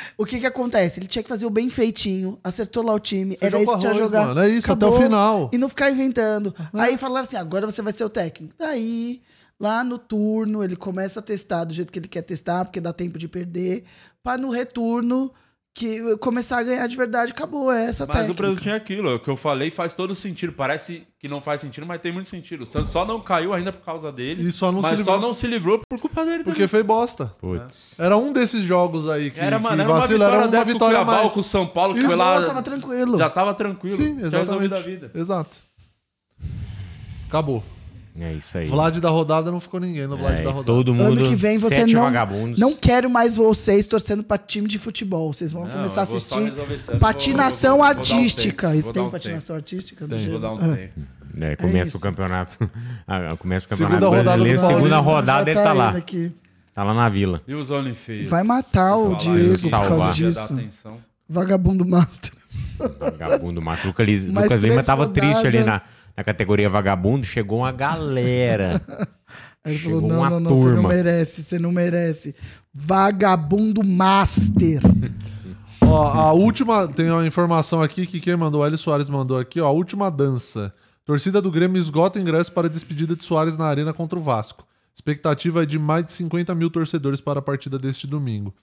o que que acontece? Ele tinha que fazer o bem feitinho, acertou lá o time,
Feijão
era isso
com
que tinha
arroz,
jogar.
mano, é isso, até o final.
E não ficar inventando. Aí falaram assim, agora você vai ser o técnico. Daí, lá no turno, ele começa a testar do jeito que ele quer testar, porque dá tempo de perder, pra no retorno, que começar a ganhar de verdade, acabou é essa
Mas o
técnica.
produtinho é aquilo, é o que eu falei faz todo sentido. Parece que não faz sentido, mas tem muito sentido. O Santos só não caiu ainda por causa dele.
E só não
mas
se
só
livrou.
não se livrou por culpa dele
Porque foi bosta.
Putz.
Era um desses jogos aí que,
Era, mano,
que
era uma
vacila,
vitória
era uma
dessa com o
vitória a
Cuiabá,
mais.
com o São é Paulo, que
Isso.
foi lá-
Só tava tranquilo.
Já tava tranquilo.
Sim,
já resolvido a
exatamente.
vida.
Exato. Acabou.
É isso aí.
Vlad da rodada não ficou ninguém no Vlad
É,
da rodada.
todo mundo
Ano que vem você
sete
não.
vagabundos.
Não quero mais vocês torcendo pra time de futebol. Vocês vão
Não,
começar a
eu vou só
assistir
resolver isso aí.
patinação
Vou- vou- vou- vou dar um
artística.
tempo, vou dar
tem
um
patinação artística? do
Tem.
jeito?
Vou dar um
Ah.
tempo.
É, começa
isso.
o campeonato. Ah, começa o campeonato
Segunda rodada do
brasileiro. Segunda
Paulista,
rodada
já
ele
tá
tá lá.
ele aqui.
Tá lá na vila.
E os Zone Feio?
Vai matar o
Falar,
Diego
isso,
por causa
salvar.
disso.
atenção.
Vagabundo Master.
Vagabundo Mato. Lucas, Lis-
Mais
Lucas Lima
três
tava
rodadas.
triste ali na, na categoria vagabundo. Chegou uma galera.
Aí ele
Chegou
falou: não,
uma
não, não, você não
turma.
merece, você não merece. Vagabundo Master.
Ó, a última. Tem uma informação aqui que quem mandou, o Hélio Soares mandou aqui, ó. A última dança. Torcida do Grêmio esgota ingresso para a despedida de Soares na Arena contra o Vasco. Expectativa é de mais de 50 mil torcedores para a partida deste domingo.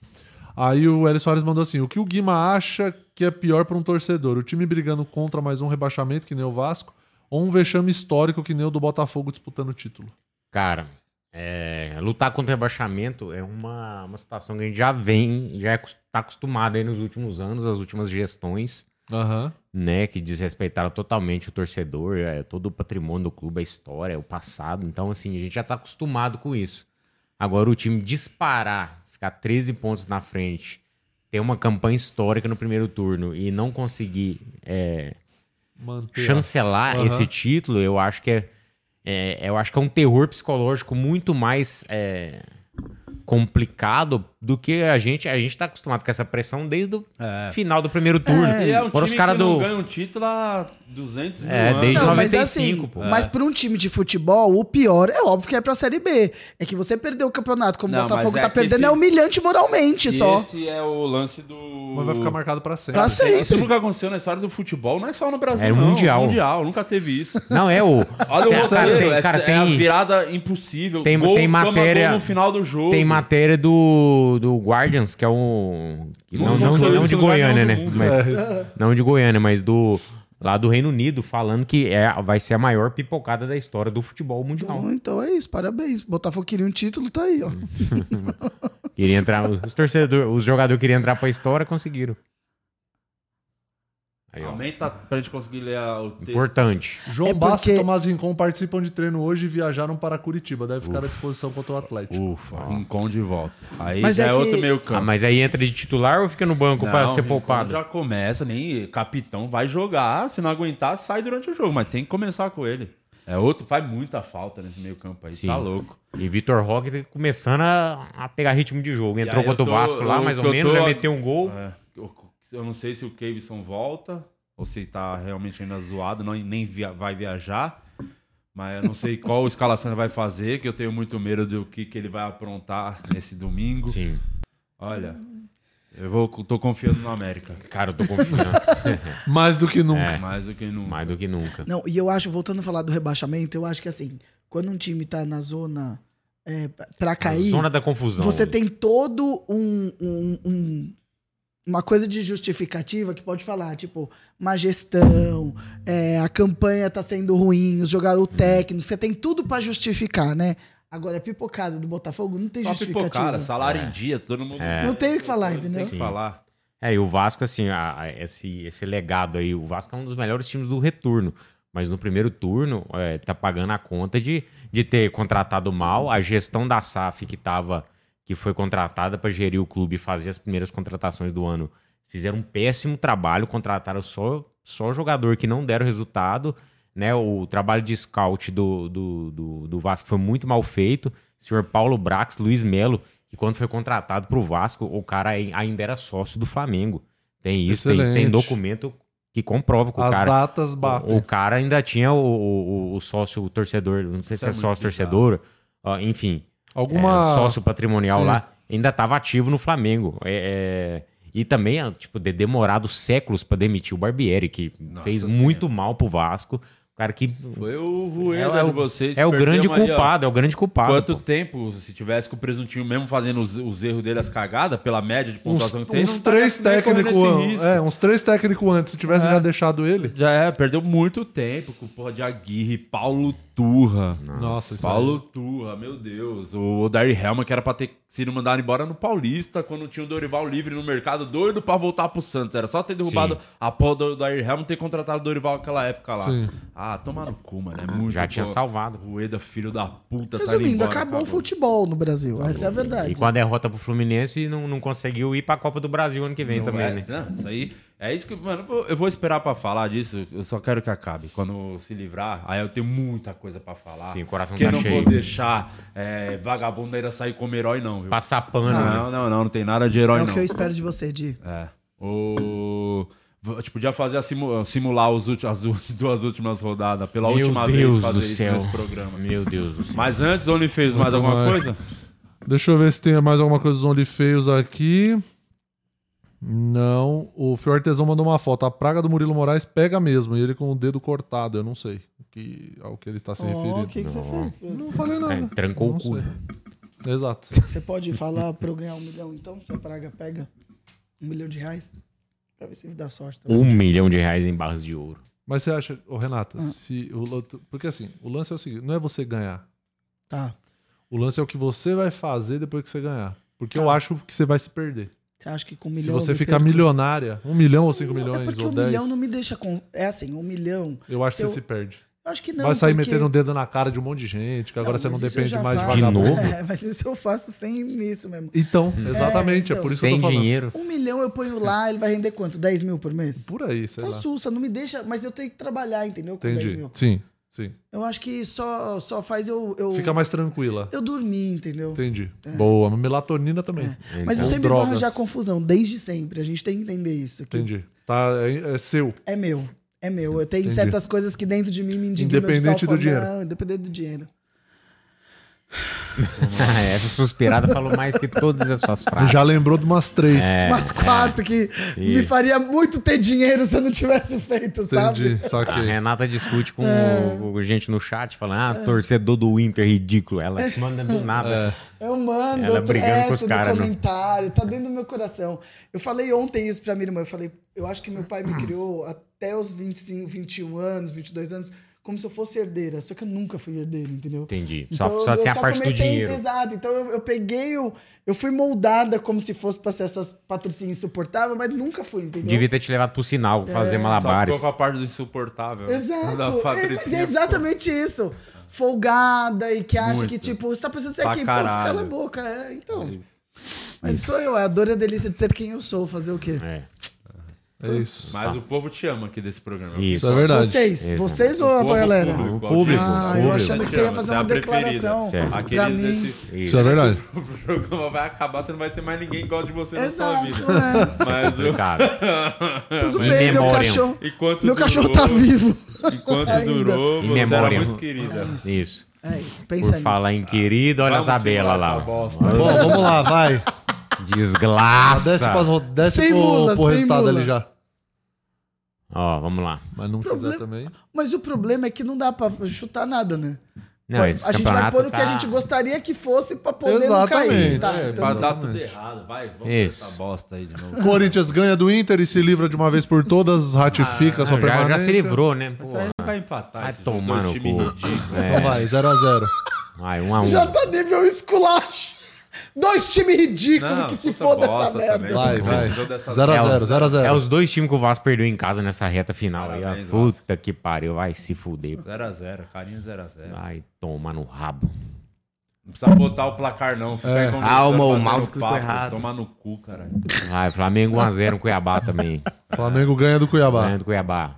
Aí o Hélio Soares mandou assim: o que o Guima acha que é pior para um torcedor? O time brigando contra mais um rebaixamento, que nem o Vasco, ou um vexame histórico, que nem o do Botafogo disputando o título?
Cara, é, lutar contra o rebaixamento é uma, uma situação que a gente já vem, já está acostumado aí nos últimos anos, as últimas gestões,
Aham.
né, que desrespeitaram totalmente o torcedor, é, todo o patrimônio do clube, a história, o passado. Então, assim, a gente já está acostumado com isso. Agora, o time disparar, ficar 13 pontos na frente, ter uma campanha histórica no primeiro turno e não conseguir é,
Manter a-
chancelar
Aham.
esse título, eu acho que é, é- eu acho que é um terror psicológico muito mais é, complicado do que a gente. A gente tá acostumado com essa pressão desde o final do primeiro turno.
E é um time
Agora os caras
que não
do.
ganha um título há 200 mil
É,
anos.
desde
Não,
95,
mas assim,
pô.
É.
Mas pra um time de futebol, o pior é óbvio que é pra Série B. É que você perdeu o campeonato, como o
Não,
Botafogo
mas é
tá
que
perdendo,
esse-
é humilhante moralmente
E
só.
Esse é o lance do.
Mas vai ficar marcado pra sempre.
Pra sempre.
Isso nunca aconteceu na história do futebol, não é só no Brasil.
É
não.
mundial.
Mundial, nunca teve isso.
Não, é o.
Olha o
Cara,
roteiro,
tem-
é-
cara,
é
tem-
a virada impossível.
Tem,
Gol,
tem
toma gol
matéria.
no final do jogo.
Tem matéria do, do Guardians, que é um. que
Não
não, não,
saiu
não
desse
de
lugar
Goiânia,
nenhum
né?
do mundo.
Mas,
É.
não de Goiânia, mas do. Lá do Reino Unido, falando que é, vai ser a maior pipocada da história do futebol mundial.
Bom, então é isso, parabéns. Botafogo queria um título, tá aí, ó.
Uhum.
Queria entrar. Os torcedores, os jogadores queriam entrar pra história, conseguiram. Aí, ó.
Aumenta pra gente conseguir ler a- o texto.
Importante.
João Basta e Tomás Rincon participam de treino hoje e viajaram para Curitiba. Deve ficar à disposição contra o Atlético.
Ufa, Rincon de volta. Aí
Mas
já
é
é,
que-
outro meio campo.
Ah, mas aí entra de titular ou fica no banco pra
Não,
ser
Rincon
poupado?
Já começa, nem capitão vai jogar. Se não aguentar, sai durante o jogo, mas tem que começar com ele. É outro, faz muita falta nesse meio campo aí.
Sim.
Tá louco.
E Vitor Roque começando a, a pegar ritmo de jogo. Entrou
aí eu
contra o
tô-
Vasco lá,
eu-
mais ou
que eu
menos,
tô-
já meteu um gol.
É, eu, eu não sei se o Cavison volta ou se tá realmente ainda zoado, não, nem via- vai viajar. Mas eu não sei qual escalação ele vai fazer, que eu tenho muito medo do que, que ele vai aprontar nesse domingo.
Sim.
Olha, eu vou, tô confiando no América.
Cara, eu tô confiando.
Mais do que nunca.
É.
Mais do que nunca.
Mais do que nunca.
Não, e eu acho, voltando a falar do rebaixamento, eu acho que assim, quando um time tá na zona é, pra cair.
zona da confusão.
Você tem todo um. um- um- uma coisa de justificativa que pode falar, tipo, má gestão, é, a campanha tá sendo ruim, os jogadores,
Uhum.
o técnico, você tem tudo pra justificar, né? Agora, a pipocada do Botafogo não tem
Só
justificativa.
pipocada, salário
É.
em dia, todo mundo.
É.
Não tem o que falar, entendeu?
Tem que falar.
É, e o Vasco, assim, a- a- esse, esse legado aí, o Vasco é um dos melhores times do retorno. Mas no primeiro turno, é, tá pagando a conta de, de ter contratado mal. A gestão da SAF que tava, que foi contratada para gerir o clube e fazer as primeiras contratações do ano, fizeram um péssimo trabalho, contrataram só, só jogador que não deram resultado. Né, o trabalho de scout do, do, do, do Vasco foi muito mal feito. senhor Paulo Brax, Luiz Melo, que quando foi contratado pro Vasco, o cara ai- ainda era sócio do Flamengo. Tem isso, tem,
Excelente.
tem documento que comprova que o
As
cara.
datas batem.
O, o cara ainda tinha o, o- o sócio torcedor, não sei
Isso
se é,
é muito
sócio torcedor, ó, enfim.
Alguma-
é, sócio patrimonial
Sim.
lá, ainda estava ativo no Flamengo. É, é, e também, ah, tipo, de demorado séculos para demitir o Barbieri, que fez muito mal pro Vasco. O cara que.
Foi o Rueda
É o-
de vocês.
é o
perdeu
grande
ali, ó.
culpado, é o grande culpado,
Quanto
pô.
tempo, se tivesse com o presuntinho mesmo fazendo os, os erros dele, as cagadas, pela média de pontuação
uns
que tem.
uns
não tá
três
nem correndo
técnicos
esse
an-
risco.
é, uns três técnicos antes. Se tivesse
É.
já deixado ele.
Já é, perdeu muito tempo com porra de Aguirre, Paulo Turra.
Nossa, isso
Paulo Turra, meu Deus. O Odair Helma, que era pra ter sido mandado embora no Paulista, quando tinha o Dorival livre no mercado, doido pra voltar pro Santos. Era só ter derrubado
Sim.
a porra do Odair Helma e ter contratado o Dorival naquela época lá.
Sim.
Ah, toma no cu, mano. É muito
Já tinha salvado.
Rueda, filho da puta, tá indo
Resumindo,
embora,
acabou, o futebol no Brasil. Essa é a verdade.
E com a derrota pro Fluminense, não, não conseguiu ir pra Copa do Brasil ano que vem
Não
também,
é,
né?
não, isso aí. É isso que, mano, eu vou- eu vou esperar pra falar disso. Eu só quero que acabe. Quando se livrar, aí eu tenho muita coisa pra falar.
Sim, o coração
que
tá
eu não
cheio.
vou deixar é, vagabundo ainda sair como herói, não, viu?
Passar pano, né?
Não, não, não, não tem nada de herói,
é o
não.
que eu espero de você, Di.
É. O... v- A gente podia fazer a simu- simular os últi- as ú- duas últimas rodadas pela
Meu
última
Deus
vez fazer
do
isso
céu.
nesse programa.
Meu Deus do céu.
Mas antes, Oni fez mais
Muito
alguma
mais.
coisa?
Deixa eu ver se tem mais alguma coisa dos Only Feios aqui. Não. O Fio Artesão mandou uma foto. A praga do Murilo Moraes pega mesmo. E ele com o dedo cortado. Eu não sei o que, ao que ele tá se referindo.
o que, que você
Não.
fez?
Não falei nada.
É, trancou
Não
o
sei.
cu.
né?
Exato.
Você pode falar pra eu ganhar um milhão, então? Se a praga pega um milhão de reais? Pra ver se dá sorte. também.
Um milhão de reais em barras de ouro.
Mas você acha, ô Renata,
Hum.
se o lan- porque assim, o lance é o seguinte, não é você ganhar.
Tá.
O lance é o que você vai fazer depois que você ganhar. Porque eu acho que você vai se perder.
Você acha que com Tá. um
Se
milhão.
você
eu me
ficar
perco?
milionária, um milhão ou cinco milhões
É porque
ou
um
dez,
milhão não me deixa com. É assim, um milhão.
eu acho
se
que você se perde.
Eu acho que não,
Vai sair
porque-
metendo o dedo na cara de um monte de gente, que agora
Não,
você não
mas isso
depende
eu já
mais de
faço.
vagabundo.
É, mas isso eu faço sem nisso mesmo.
Então, exatamente, é por isso que eu tô Sem falando. dinheiro.
Um milhão eu ponho lá, ele vai render quanto? 10 mil por mês?
Por aí, sei
então,
lá.
Sussa, não me deixa, mas eu tenho que trabalhar, entendeu? Com 10
Entendi.
mil.
Sim. Sim.
Eu acho que só, só faz eu, eu.
Fica mais tranquila.
Eu dormir, entendeu?
Entendi.
É.
Boa. Melatonina também.
Mas eu
Ou
sempre vou
drogas.
arranjar confusão, desde sempre. A gente tem que entender isso. Que
Entendi. Tá, é, é seu.
É meu. É meu. Eu tenho
Entendi.
certas coisas que dentro de mim me indignam.
Independente do
de tal forma.
dinheiro.
Não, independente do dinheiro.
É, Essa suspirada falou mais que todas as suas frases.
Já lembrou de umas três.
É,
Mas quatro que me
Isso.
faria muito ter dinheiro se eu não tivesse feito, sabe?
A Renata discute com
É.
o- gente no chat, falando,
É.
ah, torcedor do Inter, ridículo. Ela te manda do nada.
É.
Eu mando,
Ela
eu
brigando com
treto
os
no
cara, não.
comentário, tá dentro do meu coração. Eu falei ontem isso pra minha irmã, eu falei, eu acho que meu pai me criou até os 25, 21 anos, 22 anos, como se eu fosse herdeira, só que eu nunca fui herdeira, entendeu?
Entendi. Só- só sem a parte do
Então, comecei-
dinheiro.
Exato, então eu, eu peguei, o, eu fui moldada como se fosse pra ser essa patricinha insuportável, mas nunca fui, entendeu?
Devia ter te levado pro sinal,
É.
fazer malabares.
Só ficou com a parte do insuportável. né?
Exato.
Da
É, mas
Patricinha,
é exatamente isso. Folgada e que acha
Muito.
que, tipo, você tá pensando ser
Pra
aqui, pô,
caralho.
fica na boca. É, então. Mas sou eu, é a dor e a delícia de ser quem eu sou, fazer o quê?
É.
É isso.
Tá.
Mas o povo te ama aqui desse programa.
Isso. Isso é verdade.
Vocês,
Exato.
vocês ou
O
a
povo,
galera?
o público,
Ah,
o público.
eu achando que você ia fazer
Você é
uma
a preferida.
declaração
Certo. Aquele
pra mim.
desse-
Isso é verdade.
O programa vai acabar, você não vai ter mais ninguém que gosta de você
Exato,
na sua vida.
é.
Mas o...
Tudo bem, meu cachorro.
Enquanto
meu
durou-
cachorro tá vivo.
Enquanto
Ainda.
durou,
Em
você
memória.
era muito querida.
Isso.
É isso,
Por
pensa nisso.
falar em querido, olha
Vamos
a tabela
segurar essa
lá. ó.
bosta.
Olha.
Bom, vamos lá, vai.
Desgraça.
Desce, pras, ro- desce pro, pro resultado ali já.
Ó, vamos lá.
Mas não
Problema-
também.
Mas o problema é que não dá pra chutar nada, né?
Não,
Pode-
esse
a gente vai
campeonato
pôr o que a
tá-
gente gostaria que fosse pra poder não cair.
Exatamente,
Tá?
é,
Então
Vai
tá.
dar tudo errado, vai. Vamos ver
Isso.
essa bosta aí de novo.
Corinthians ganha do Inter e se livra de uma vez por todas, ratifica
Ah,
sua
já- já
permanência.
se livrou, né?
Isso aí não vai empatar.
Vai
esse jogo,
tomar
dois
no
times
cu.
ridículos.
É.
Então vai, 0x0.
Vai, um a um.
Já tá nível esculacho. Dois times ridículos
Não,
que se
puta
foda essa
bosta
merda.
também.
Vai, vai.
Precisou
0 a 0 0 a 0
É os dois times que o Vasco perdeu em casa nessa reta final. aí, ó.
Parabéns,
puta que pariu, vai se fuder.
0x0, carinho 0x0.
Vai tomar no rabo.
Não precisa botar o placar, não. Fica aí
É.
conversando,
Calma, o
batendo
mouse clicou
papo,
errado.
Tomar no cu, caralho.
Vai, Flamengo 1x0 no Cuiabá também.
Flamengo ganha do Cuiabá.
Ganha do Cuiabá.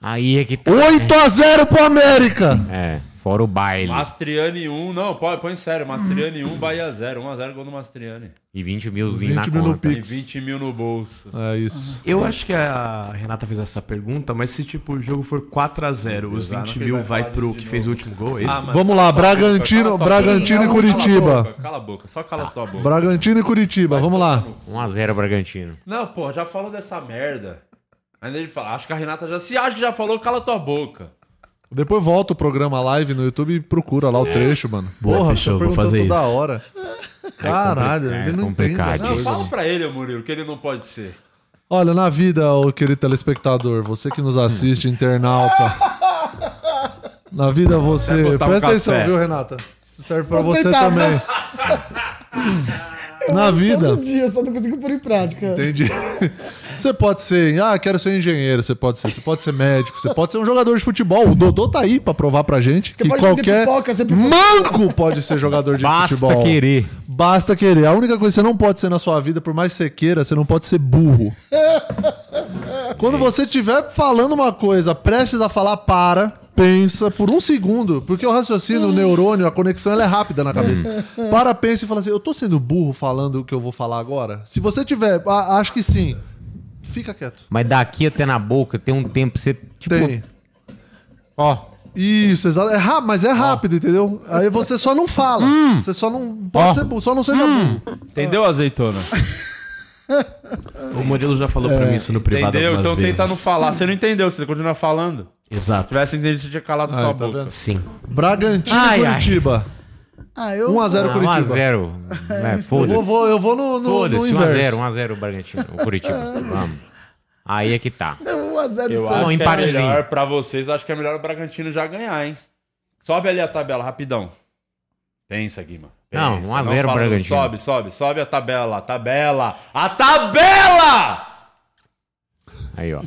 Aí é que tá.
8x0 pro América!
É, fora o baile.
Mastriani 1, não, põe, põe sério. Mastriani 1, Bahia 0. 1x0 gol do Mastriani.
E 20 milzinho na
20 mil no
conta.
Pix.
E 20 mil no bolso.
É isso.
Eu acho que a Renata fez essa pergunta, mas se tipo o jogo for 4x0, os
Exato,
20
que
mil
vai
vai
falar
pro
disso
que
de
fez o
novo.
último gol, é isso?
Ah, mas
Vamos lá,
cala a boca,
Bragantino-
Tá
cala a tua
Bragantino
boca.
e Curitiba.
Cala a boca, Cala a boca, só cala a tua boca.
Bragantino e Curitiba, vamos lá.
1x0 Bragantino.
Não, pô, já falou dessa merda. Ainda ele fala, acho que a Renata já se acha que já falou, cala a tua boca.
Depois volta o programa live no YouTube e procura lá o trecho, mano.
Boa, fechou,
tô
vou
perguntando
fazer
é toda
isso.
hora. Caralho,
complicado,
ele não
é
entende.
complicado
as
Não,
coisas,
fala
mano.
pra ele, Murilo, que ele não pode ser.
Olha, na vida, ô querido telespectador, você que nos assiste, internauta. Na vida
Vai
você.
botar um
Presta atenção,
café.
viu, Renata? Isso serve pra
Vou
você
tentar, né?
também.
Eu
Na
amo
vida.
Todo dia, só não consigo pôr em prática.
Entendi. Você pode ser, ah, quero ser engenheiro, você pode ser, você pode ser médico, você pode ser um jogador de futebol. O Dodô tá aí pra provar pra gente que
pode vender
qualquer
pipoca, você-
manco pode ser jogador de
Basta
futebol.
querer.
Basta querer. A única coisa que você não pode ser na sua vida, por mais que você queira, você não pode ser burro. Quando você estiver falando uma coisa, prestes a falar, para, pensa por um segundo, porque o raciocínio, o neurônio, a conexão, ela é rápida na cabeça. Para, pensa e fala assim, eu tô sendo burro falando o que eu vou falar agora? Se você tiver, "Ah, acho que sim, fica quieto.
Mas daqui até na boca tem um tempo pra você. Tipo,
Tem.
Ó.
Isso, exato. É rápido, mas é rápido, entendeu? Aí você só não fala.
Hum.
Você só não pode
Ó.
ser burro, só não seja burro.
Entendeu, azeitona?
O Murilo já falou pra mim isso no privado
Entendeu?
algumas
Então
vezes.
tenta não falar. Você não entendeu, você continua falando.
Exato.
Se tivesse entendido, você tinha calado
Aí,
sua
tá
boca.
vendo?
Sim.
Bragantino
Ai,
e
ai.
Curitiba.
Ah, eu.
1x0 Curitiba.
1x0. É,
Eu
foda-se.
vou, eu vou no, no, no
Foda-se,
inverso.
1x0, 1x0 o Bragantino, o Curitiba. Vamos. Aí é que tá.
1x0
Eu
Bom,
acho que é
empatezinho.
melhor pra vocês, acho que é melhor o Bragantino já ganhar, hein? Sobe ali a tabela, rapidão. Pensa, Guima. Pensa.
Não, 1 a 0
fala-
Bragantino.
Sobe, sobe, sobe a tabela, a tabela, a tabela!
Aí, ó.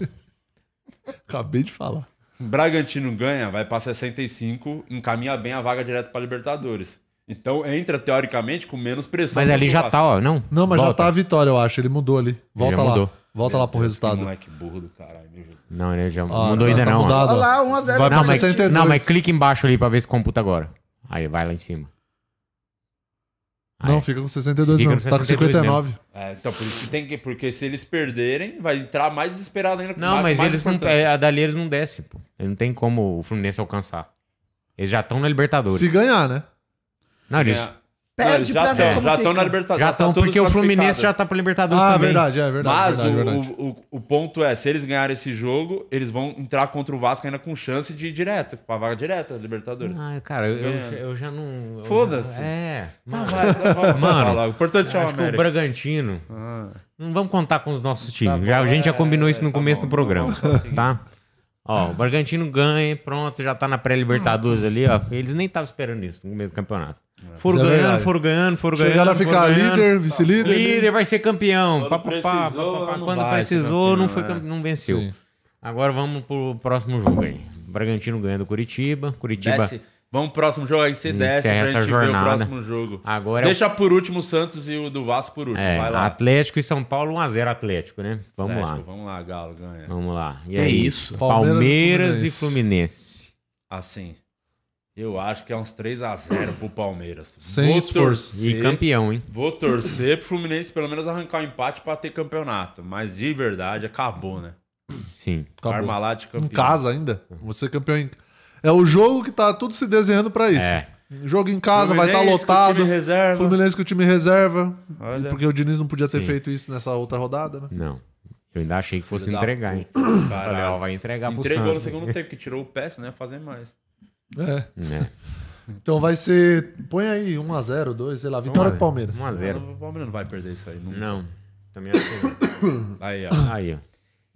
Acabei de falar.
Bragantino ganha, vai pra 65, encaminha bem a vaga direto pra Libertadores. Então entra, teoricamente, com menos pressão.
Mas
do
ali
que o
já
Vasco.
tá, ó. Não.
Não, mas já
Volta.
tá a vitória, eu acho. Ele mudou ali. Volta
já
lá.
mudou.
Volta lá pro resultado.
moleque burro do caralho, meu Deus.
Não, ele já
Ó,
mudou
tá-
ainda
tá
não. ó.
mudado, ó. Tá Olha lá, 1 a 0
Vai
pra
não, mas,
62.
não, mas clica embaixo ali pra ver se computa agora. Aí vai lá em cima.
Não, fica com 62
Fica
mesmo.
no
Tá com 59.
É, então por isso que tem que. Porque se eles perderem, vai entrar mais desesperado ainda.
Não,
mais-
mas
mais
eles não,
importante.
é, a dali eles não descem, pô. Ele não tem como o Fluminense alcançar. Eles já estão na Libertadores.
Se ganhar, né?
Não,
Se
eles...
ganhar. Perde É. Não, eles já pra ver tão, como já fica. tão na Libertadores,
Já
já tá
estão,
todos
porque o Fluminense
classificados.
já tá pra Libertadores
Ah,
também.
Mas o, O, o- o ponto é, se eles ganharem esse jogo, eles vão entrar contra o Vasco ainda com chance de ir direto, pra vaga direta, Libertadores.
Ah, cara, eu- eu-
Ganhando.
eu já não- eu-
Foda-se.
É,
Tá,
mano.
vai, vai, vai,
Mano,
vai lá. O importante é o
acho que o
América. Ah.
Bragantino. Não vamos contar com os nossos times. já, a gente já
é,
combinou isso no
tá
começo
bom,
do programa,
tá bom, sim.
tá? Ó, o Bragantino ganha, pronto, já tá na pré-Libertadores ali, ó. Eles nem estavam esperando isso no começo do campeonato. Foram
Isso é
ganhando,
verdade.
foram ganhando, foram ganhando.
Chegaram a
foram
ficar
ganhando.
líder, vice-líder.
Líder, vai ser campeão. Pá, pá, pá, pá,
precisou,
pá, pá.
não
Quando
vai ser
precisou, não,
campeão,
foi,
é.
campe- não venceu.
Sim.
Agora vamos pro próximo jogo aí. O Bragantino ganha do Curitiba. Curitiba.
Desce. Vamos pro próximo jogo aí, você desce
Encerra
pra
é essa
gente
jornada.
ver o próximo jogo.
Agora é o-
Deixa por último o Santos e o do Vasco por último.
É,
Vai lá.
Atlético e São Paulo 1x0 Atlético, né? Vamos
Atlético,
lá.
Vamos lá, Galo ganha.
Vamos lá. E
É
aí?
isso.
Palmeiras,
Palmeiras
e
e
Fluminense.
Assim, eu acho que é uns 3x0 pro Palmeiras.
Sem
Vou
esforço.
torcer-
E campeão, hein?
Vou torcer pro Fluminense pelo menos arrancar o empate pra ter campeonato. Mas de verdade, acabou, né?
Sim.
Acabou.
Parmalat campeão.
Em casa ainda. Você campeão em... É o jogo que tá tudo se desenhando pra isso.
É.
Jogo em casa, vai estar
Fluminense com o
lotado.
time reserva.
Fluminense com o time reserva.
Olha.
Porque o Diniz não podia ter
Sim.
feito isso nessa outra rodada, né?
Não. Eu ainda achei que fosse
Filho da
entregar, hein?
puta, caralho.
Falei, ó, vai entregar Tá pro
Entregou
Santos.
no segundo tempo, que tirou o pé, não ia fazer mais. Ah,
É.
É.
Então vai ser. Põe aí 1x0, 2, sei lá, vitória do Palmeiras.
1x0.
O Palmeiras não vai perder isso aí. Nunca.
Não. Também acho que não.
Aí, ó.
Aí, ó.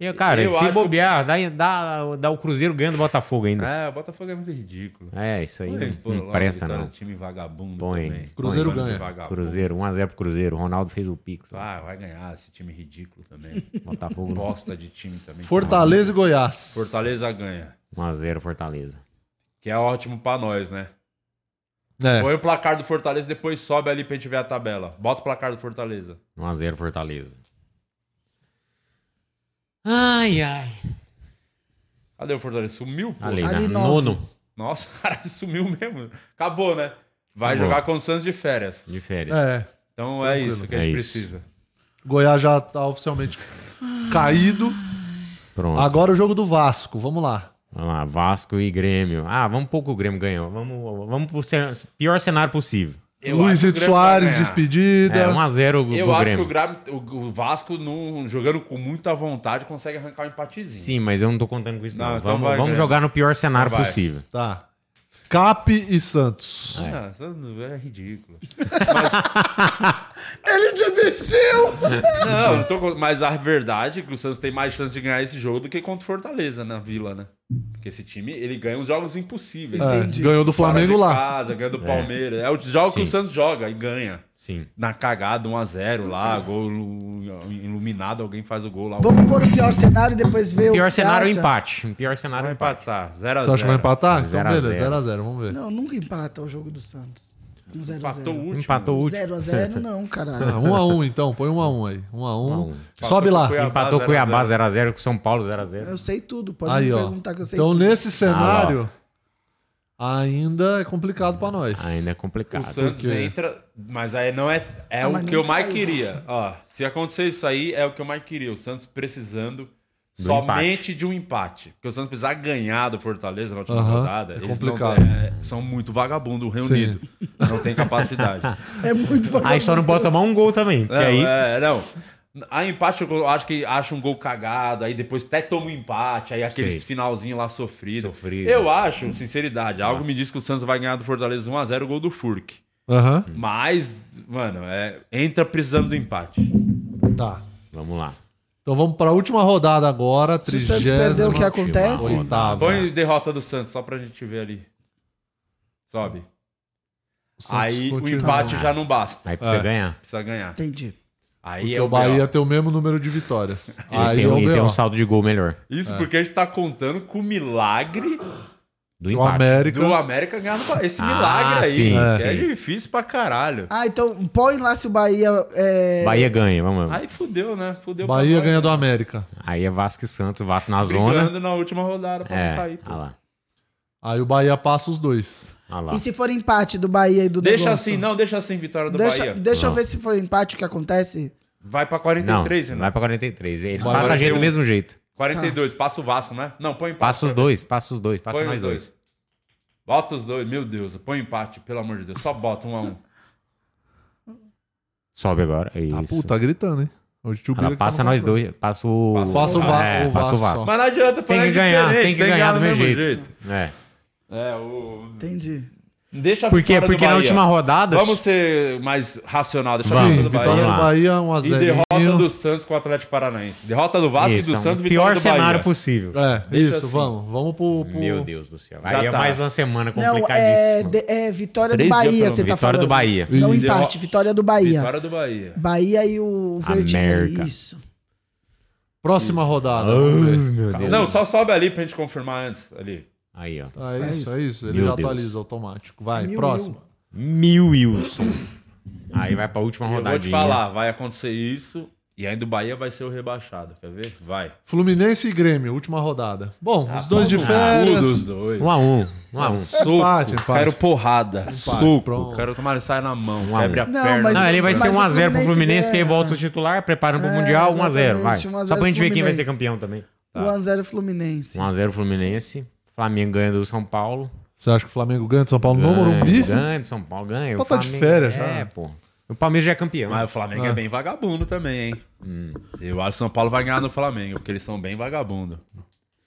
E, cara,
Eu
se
acho-
bobear, dá, dá, dá o Cruzeiro ganhando o Botafogo ainda.
É, o Botafogo é muito ridículo.
É, isso aí
Põe,
não,
pô,
não
lá,
presta,
Vitória,
não.
Time vagabundo
Põe.
também.
Põe.
Time vagabundo.
Cruzeiro, 1x0 pro Cruzeiro. Ronaldo fez o pix. lá.
Ah, vai ganhar esse time ridículo também.
Botafogo não.
Bosta de time também.
Fortaleza e Goiás.
Fortaleza ganha.
1x0 Fortaleza.
Que é ótimo pra nós, né?
É.
Põe o placar do Fortaleza e depois sobe ali pra gente ver a tabela. Bota o placar do Fortaleza.
1x0 Fortaleza. Ai, ai.
Cadê o Fortaleza? Sumiu? Pô.
Ali, Ali, né? nove. Nono.
Nossa, cara, sumiu mesmo. Acabou, né? Vai
Acabou.
jogar com o Santos de férias.
De férias.
É.
Então é
Tranquilo.
isso que a gente
É isso.
precisa.
Goiás já tá oficialmente caído.
Pronto.
Agora o jogo do Vasco, vamos lá.
Vamos lá, Vasco e Grêmio. Ah, vamos pouco o Grêmio ganhou. Vamos, vamos pro cen- pior cenário possível.
Eu acho que
Luizito
o Grêmio vai
Soares,
ganhar.
despedida.
É, 1x0 o,
Eu
o
acho
Grêmio.
que o, Gra- o- o Vasco, num- jogando com muita vontade, consegue arrancar um empatezinho.
Sim, mas eu não tô contando com isso, não.
Não, então
vamos
vai,
vamos
Grêmio.
jogar no pior cenário
Então vai.
possível.
Tá. Cap e Santos.
Ah, isso é ridículo.
Ele desistiu!
Não, eu tô, con- mas a verdade é que o Santos tem mais chance de ganhar esse jogo do que contra o Fortaleza na Vila, né? Porque esse time, ele ganha os jogos impossíveis.
É, Entendi. ganhou do
Fora
Flamengo
de
lá.
Casa, ganha do
É.
Palmeiras. É o jogo que o
Sim.
Santos joga e ganha.
Sim.
Na cagada, 1x0 lá, gol ilu- iluminado, alguém faz o gol lá.
Vamos pôr o pior cenário e depois ver o que
Pior
você
cenário,
acha.
empate. Um Pior cenário, empate.
empatar. 0x0.
Você acha que vai empatar? Então,
Zero a
beleza,
zero.
0x0, vamos ver.
Não, nunca empata o jogo do Santos. Um 0 a 0
Empatou o último.
Empatou o último.
0x0 não, caralho.
Ah, 1x1 então, põe 1x1 aí. 1x1. Sobe
Empatou
lá.
com Cuiabá, Empatou Cuiabá 0x0 com São Paulo 0x0.
Eu sei tudo, pode
aí,
me
ó.
perguntar que eu sei
Então,
tudo.
nesse
Ah,
cenário, ainda é complicado pra nós.
Ainda é complicado.
O Santos
Por quê?
entra, mas aí não é. É
Não,
o
mas
que
não
eu mais
caiu.
queria. Ó, se acontecer isso aí, é o que eu mais queria. O Santos precisando
Do
somente de um empate. Porque o Santos precisar ganhar do Fortaleza na última
Aham,
rodada.
é
eles
complicado.
não- é, são muito vagabundo reunido. Não tem capacidade.
É muito vagabundo.
Aí só não pode tomar um gol também. Porque
não,
aí.
é, não. Aí empate, eu acho que acha um gol cagado, aí depois até toma um empate, aí aquele
Sei.
finalzinho lá sofrido.
Sofrido.
Eu acho, sinceridade, algo me diz que o Santos vai ganhar do Fortaleza 1x0 o gol do Furk.
é
Aham.
Mas, mano, é, entra precisando do empate.
Tá.
Vamos lá.
Então vamos pra última rodada agora,
o
30.
Santos perder, o que acontece?
Oitava.
Põe derrota do Santos, só pra gente ver ali. Sobe.
Santos
Aí
continua.
o empate já não basta.
Aí precisa
É.
ganhar.
Precisa ganhar.
Entendi.
Aí
Porque
é
o
o
Bahia
B.O.
tem o mesmo número de vitórias.
Ele
Aí
tem,
é
um,
o
ele tem
B.O. É.
um saldo de gol melhor.
Isso porque a gente tá contando com o milagre
Do
O América.
Do América ganhar no... esse
Ah,
milagre aí.
sim,
que
sim.
é difícil pra caralho.
Ah, então põe lá se o Bahia. É...
Bahia ganha, vamos lá.
Aí fudeu, né? Fudeu
Bahia
pra nós.
ganha do América.
Aí é Vasco e Santos, Vasco na
Brigando
zona.
na última rodada pra
É,
não cair. pô.
olha lá.
Aí o Bahia passa os dois.
Ah lá.
E se for empate do Bahia e do
Deixa
negócio?
assim, não, deixa assim, vitória do
Deixa,
Bahia.
deixa eu
Não.
ver se for empate o que acontece.
Vai pra
Não,
né?
43, Renato.
vai pra 43. Eles
Vai,
passam a gente
41.
do mesmo jeito.
42, passa o Vasco, né? Não, põe empate.
Passa os dois, passa os dois, passa
Põe
nós
os
dois.
dois. Bota os dois, meu Deus, põe um empate, pelo amor de Deus. Só bota um a um.
Sobe agora. Isso.
Ah, puta, tá gritando, hein? Hoje o tio Bira
Ela
que
passa
tá no
nós
controle.
dois. Passa o.
Passa o Vasco,
É,
o
passa o
Vasco
Vasco.
só.
Mas não adianta,
Tem que
é
ganhar,
diferente,
tem que ganhar do mesmo jeito. É.
É, o.
Entendi.
Deixa a
Por quê?
vitória do
Porque na
Bahia.
última rodada-
Vamos ser mais racional. Deixa a
Vamos,
vitória do
vitória do
Bahia.
Bahia, um a
E
zerinho.
derrota do Santos com o Atlético Paranaense. Derrota do Vasco
Isso,
e
é
do
um
Santos
pior
vitória do Bahia.
cenário possível.
É,
Deixa
isso,
assim.
vamos. Vamos pro. pro-
Meu Deus do céu.
Já
Aí é
tá.
mais uma semana
Não,
complicadíssima.
é, de- é vitória do
Três dias
Bahia,
pelo
você tá
menos. Vitória
falando.
do Bahia.
Não,
Isso.
empate, vitória do Bahia.
Vitória do Bahia.
Bahia e o Verdinho.
América.
ali, Isso.
Próxima rodada. meu
Calma. Não, só sobe ali pra gente confirmar antes. Ali.
Tá Aí, ó.
É isso, é isso. Ele
Meu
já
Deus.
atualiza automático. Vai,
Mil,
próximo.
Mil Wilson. Aí vai pra última
Eu vou
rodadinha.
te falar, vai acontecer isso. E ainda o Bahia vai ser o rebaixado. Quer ver? Vai.
Fluminense e Grêmio, última rodada.
Ah,
Bom, os dois de
tudo,
férias.
os dois.
Um a um. Um a um.
Soco.
Empate, empate.
Quero porrada. Soco.
pronto.
Quero tomar ele sai na mão.
a
Quebre
um.
a perna.
mas-
Não, ele vai ser
mas o
1x0 pro
Fluminense
Fluminense, porque aí
ganha.
volta o titular, prepara pro
É,
Mundial, 1x0. Vai.
exatamente, 1 a 0
Só pra gente ver quem vai ser
Fluminense.
campeão também.
1x0 Fluminense.
1x0 Fluminense. Flamengo ganha do São Paulo.
Você acha que o Flamengo ganha de São Paulo no Morumbi?
Ganha do São Paulo, ganha.
Só
O
tá de
Flamengo-
férias
É,
já.
pô. O Palmeiras já é campeão.
Mas o Flamengo é bem vagabundo também, hein? Eu acho que o São Paulo vai ganhar no Flamengo, porque eles são bem vagabundo.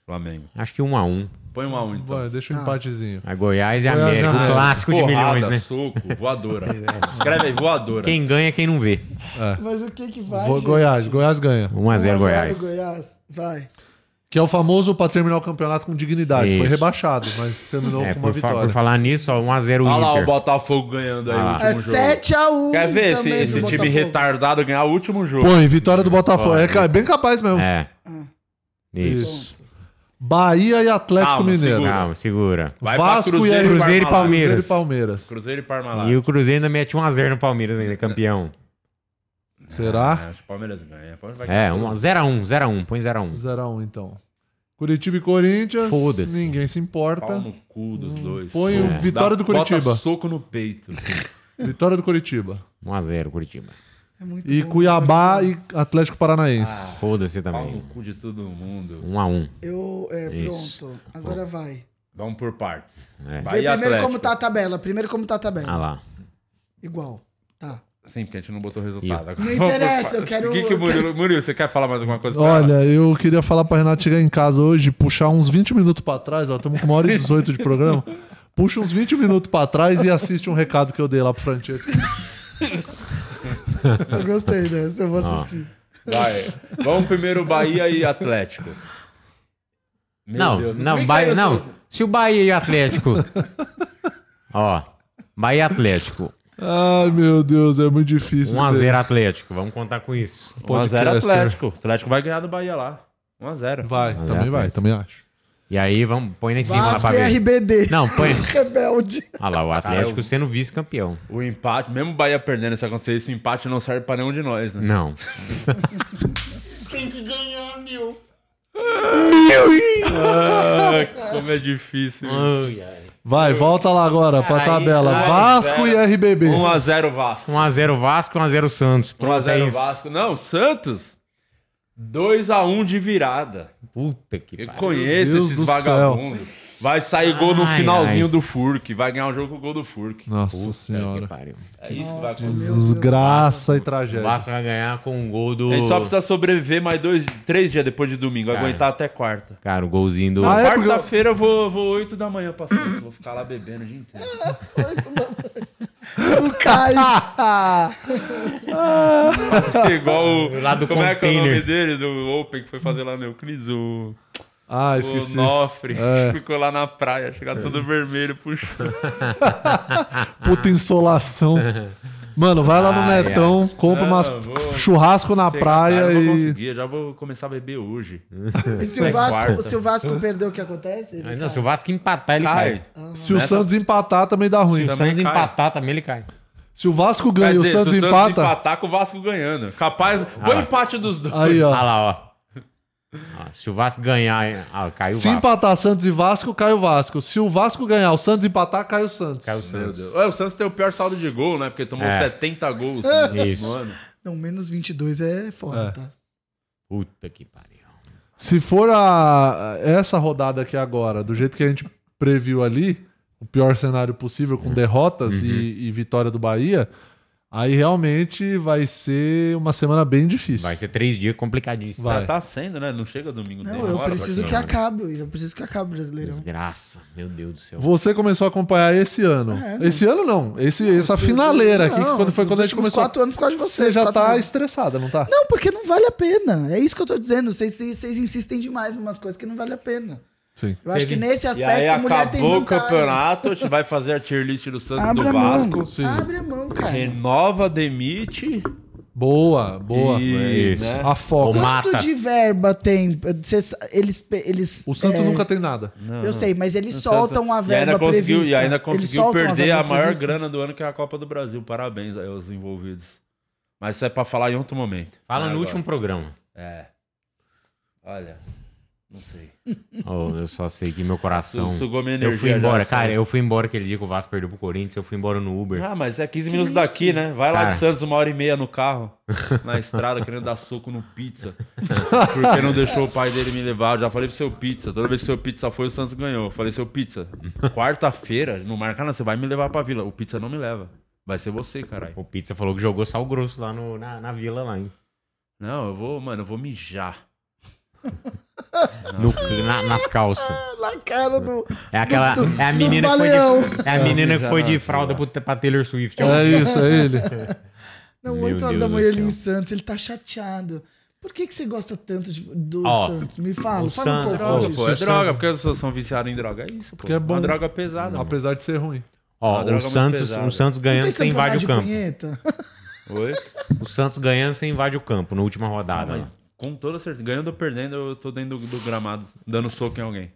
Flamengo.
Acho que 1 a 1
Põe um a um, então.
Vai, deixa um
Ah.
empatezinho.
A Goiás e a
Goiás e
América. O
América.
clássico de
Porrada,
milhões, né? É,
soco, voadora. Escreve aí, voadora.
Quem ganha, é quem não vê.
Mas o que que vai?
Vou-
gente?
Goiás, Goiás ganha.
1x0 Goiás.
Goiás. Vai.
Que é o famoso pra terminar o campeonato com dignidade. Foi
Isso.
rebaixado, mas terminou
É,
com uma
por, fa- por
vitória.
falar nisso, ó, 1x0
Olha lá
Inter.
o Botafogo ganhando aí
Ah.
o último
É
jogo.
7x1.
Quer ver esse,
também
esse
do
time
Botafogo.
retardado ganhar o último jogo?
Põe, vitória do Botafogo. É, ca- é bem capaz mesmo.
É. Isso.
Isso. Bahia e Atlético
Calma,
Mineiro.
segura.
Calma, segura.
Vai pra
Vasco e
Cruzeiro e
Cruzeiro e
Parmalat.
Palmeiras. Cruzeiro e
Cruzeiro e
Parmeiras.
Cruzeiro e Parmalat.
E o Cruzeiro ainda mete 1x0 no Palmeiras ainda, campeão.
Será?
É, acho que o Palmeiras ganha. O Palmeiras vai
É,
ganhar
0x1, 0x1, põe 0x1.
0x1, então. Curitiba e Corinthians.
Foda-se.
Ninguém se
Pau
importa.
no cu dos
Hum.
dois.
Põe
Soco.
o vitória do
Dá- bota
Curitiba.
soco no peito.
Vitória do Curitiba.
1x0, Curitiba.
É muito
E
bom.
Cuiabá e Atlético
Ah,
Paranaense.
Foda-se
Pau no
também.
cu de todo mundo.
1x1.
Eu, é,
Isso.
pronto. Agora vai.
Vamos por partes.
É.
Bahia
Vê
e
primeiro
Atlético.
como tá a tabela. Primeiro como tá a tabela.
Ah lá.
Igual. Tá.
Sim, porque a gente não botou o
Ih.
resultado. Agora
Não
vamos
interessa,
por-
eu quero-
O que que o
eu
Murilo... Murilo, você quer falar mais alguma coisa? pra ela?
Olha, eu queria falar pra Renata chegar em casa hoje, puxar uns 20 minutos pra trás, ó, estamos com uma hora e 18 de programa. Puxa uns 20 minutos pra trás e assiste um recado que eu dei lá pro Francesco.
Eu gostei dessa, eu vou assistir.
Vai. Vamos primeiro Bahia e Atlético. Meu
não,
Deus,
não,
vem
Bahia,
cair nessa-
não. Se o Bahia e o Atlético. Ó, Bahia e Atlético.
Ai, meu Deus, é muito difícil. ser
1x0 Atlético, vamos contar com isso.
1x0
podcaster.
Atlético. Atlético vai ganhar do Bahia lá. 1x0.
Vai,
Mas é
também vai,
Atlético.
também acho.
E aí, vamos, põe lá em cima lá
Vasco
pra
e
ver.
RBD.
Não, põe.
Rebelde.
Olha lá, o Atlético
Cara, eu-
sendo vice-campeão.
O empate, mesmo o Bahia perdendo, se acontecer isso, o empate não serve pra nenhum de nós, né?
Não.
Como é difícil.
Vai, volta lá agora pra
Ai,
tabela.
ai,
Vasco e RBB.
1x0 Vasco.
1x0 Vasco, 1x0 Santos. Pronto, é
1x0
isso.
Vasco. Não, Santos. 2x1 de virada.
Puta que
Eu
pariu.
conheço
Deus
esses
do
vagabundos. Vai sair gol no
Ai,
finalzinho
ai.
do Furk. Vai ganhar o jogo com o gol do Furk.
Nossa
Que
senhora.
pariu.
É isso que vai acontecer.
Desgraça e
O
tragédia.
Vasco vai ganhar com um gol do.
Ele só precisa sobreviver mais dois, três dias depois de domingo.
Cara.
Aguentar até quarta.
Cara, o golzinho do.
Ah, é? porque eu-
Quarta-feira eu vou, vou 8 da manhã pra Santos. Vou ficar lá bebendo o dia inteiro.
O Caio.
Acho que é igual o.
Lá do
como é que é o
container.
nome dele? Do Open que foi fazer lá no Euclides? O,
Ah,
o
esqueci.
Nofre.
É.
Ficou lá na praia, chegar todo vermelho, puxando.
Puta insolação. Mano, vai lá no
Ai,
Netão,
ai.
compra
Não,
umas
vou-
churrasco na
Chega
praia
tarde, eu vou
e.
conseguir, eu já vou começar a beber hoje.
E
é
se o Vasco, se o Vasco perder, o que acontece? Ele
Não,
cai.
se o Vasco empatar, ele cai.
Se o Santos empatar, também dá ruim.
Se o Santos empatar também, ele cai.
Se o Vasco ganha
Quer
e o
dizer, se
Santos empata.
empatar com o Vasco ganhando. Capaz. Bom empate dos dois.
Aí, ó.
Olha lá, ó. Ó, Se o Vasco ganhar, hein? ah, caiu o
Se
Vasco.
empatar Santos e Vasco, cai o Vasco. Se o Vasco ganhar, o Santos empatar, cai o Santos.
Caiu o
Meu
Santos.
Deus. Ué, É, o Santos tem o pior saldo de gol, né? Porque tomou
É.
70 gols.
É.
né?
Isso.
Mano.
Não, menos 22 é foda, tá?
Puta que pariu.
Se for a essa rodada aqui agora, do jeito que a gente previu ali, o pior cenário possível com derrotas
Uhum.
e, e vitória do Bahia, aí realmente vai ser uma semana bem difícil.
Vai ser três dias complicadíssimos.
Vai.
Já tá sendo, né? Não chega domingo.
Não,
derrota
eu
pra
preciso
quem
que
não-
acabe. Eu preciso que acabe o Brasileirão.
Desgraça, meu Deus do céu.
Você começou a acompanhar esse ano.
É,
esse ano não. Esse, é essa
esse-
finaleira aqui, que
não,
quando, foi
esses
quando a gente
últimos
começou.
quatro anos por causa de você,
Você já
quatro
tá
meses.
estressada, não tá?
Não, porque não vale a pena. É isso que eu tô dizendo. Vocês, vocês- vocês insistem demais em umas coisas que não vale a pena.
Sim.
Eu acho que nesse
E aí
aspecto a mulher tem
acabou o
vantagem.
campeonato, a gente vai fazer a tier list do Santos e
Abre
do
a mão.
Vasco.
Abre a mão, cara.
Renova, demite.
Boa, boa.
E-
Isso.
né?
A foca.
Quanto de verba tem? Cês- eles, eles,
O Santos
é,
nunca tem nada.
Eu sei, mas eles
O Santos-
soltam a
e ainda
verba
conseguiu-
prevista.
E ainda
Eles
conseguiu
soltam
perder a,
verba
maior
prevista.
grana do ano, que é a Copa do Brasil. Parabéns aí aos envolvidos. Mas isso é pra falar em outro momento. Não
Fala
é
no
agora.
último programa.
É. Olha, não sei.
Oh, eu só sei que meu coração.
Su- sugou minha
eu fui
energia já,
embora,
sabe?
cara. Eu fui embora aquele dia que o Vasco perdeu pro Corinthians. Eu fui embora no Uber.
Ah, mas é 15 minutos daqui, né? Vai lá
Cara.
de Santos uma hora e meia no carro, na estrada, querendo dar soco no pizza. Porque não deixou o pai dele me levar. Eu já falei pro seu pizza. Toda vez que seu pizza foi, o Santos ganhou. Eu falei, seu pizza, quarta-feira, no Maracanã, você vai me levar pra vila. O pizza não me leva. Vai ser você, caralho.
O Pizza falou que jogou sal grosso lá no, na, na vila, lá, hein?
Não, eu vou, mano, eu vou mijar.
No- na- nas calças.
Na cara do.
É aquela.
do-
É a
do
menina que foi
baleão.
de, é a menina que foi de
mijar
fralda pro, pra Taylor Swift.
É isso, é ele.
Não,
Meu
8 horas da
Deus
manhã
do
ele
céu.
em Santos, ele tá chateado. Por que, que você gosta tanto de- do
Ó,
Santos? Me fala, fala
o Santos-
um pouco
Droga,
disso.
pô, é
isso,
droga,
Santos.
porque as pessoas são viciadas em droga. É isso, pô.
Porque é bom.
Uma droga pesada. mano.
Apesar de ser ruim.
Uma
Ó,
droga
o
é muito
Santos,
pesada.
o Santos
Não
ganhando,
tem
você
campeonato
invade o campo.
de punheta?
Oi?
O Santos ganhando, você invade o campo na última
Ah,
rodada.
mas
lá.
com toda certeza. Ganhando ou perdendo, eu tô dentro do, do gramado, dando soco em alguém.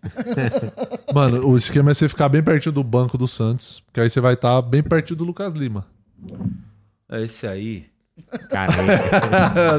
Mano, o esquema é você ficar bem pertinho do banco do Santos, porque aí você vai estar bem pertinho do Lucas Lima.
É Esse aí.
Cara,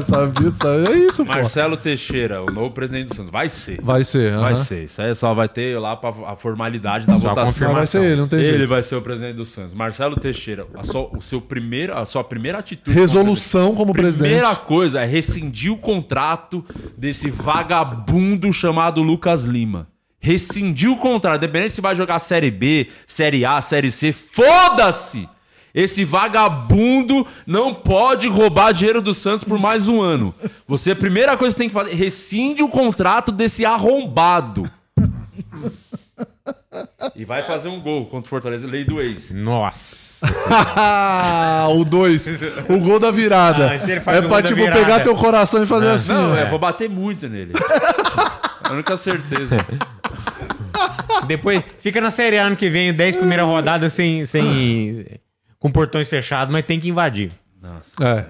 Sabe disso? É isso, pô.
Marcelo Teixeira, o novo presidente do Santos. Vai ser.
Vai ser,
Vai
aham.
ser. Isso aí só vai ter lá pra, a formalidade da
Só a
votação.
Mas vai ser ele, não tem
Ele
jeito.
vai ser o presidente do Santos. Marcelo Teixeira, a sua, o seu primeiro, a sua primeira atitude.
Resolução como
Primeira
presidente.
coisa é rescindir o contrato desse vagabundo chamado Lucas Lima. Rescindir o contrato, independente se vai jogar Série B, Série A, Série C, foda-se! Esse vagabundo não pode roubar dinheiro do Santos por mais um ano. Você, a primeira coisa que tem que fazer, rescinde o contrato desse arrombado. E vai fazer um gol contra o Fortaleza, lei do ex.
nossa.
Ah, o 2. O gol da virada.
Ah, esse ele faz
é
o
pra,
gol da
tipo,
virada.
pegar teu coração e fazer assim.
Não,
ó.
é, vou bater muito nele. É A única certeza.
Depois fica na Série A ano que vem, 10 primeiras rodadas sem, sem, com portões fechados, mas tem que invadir.
É.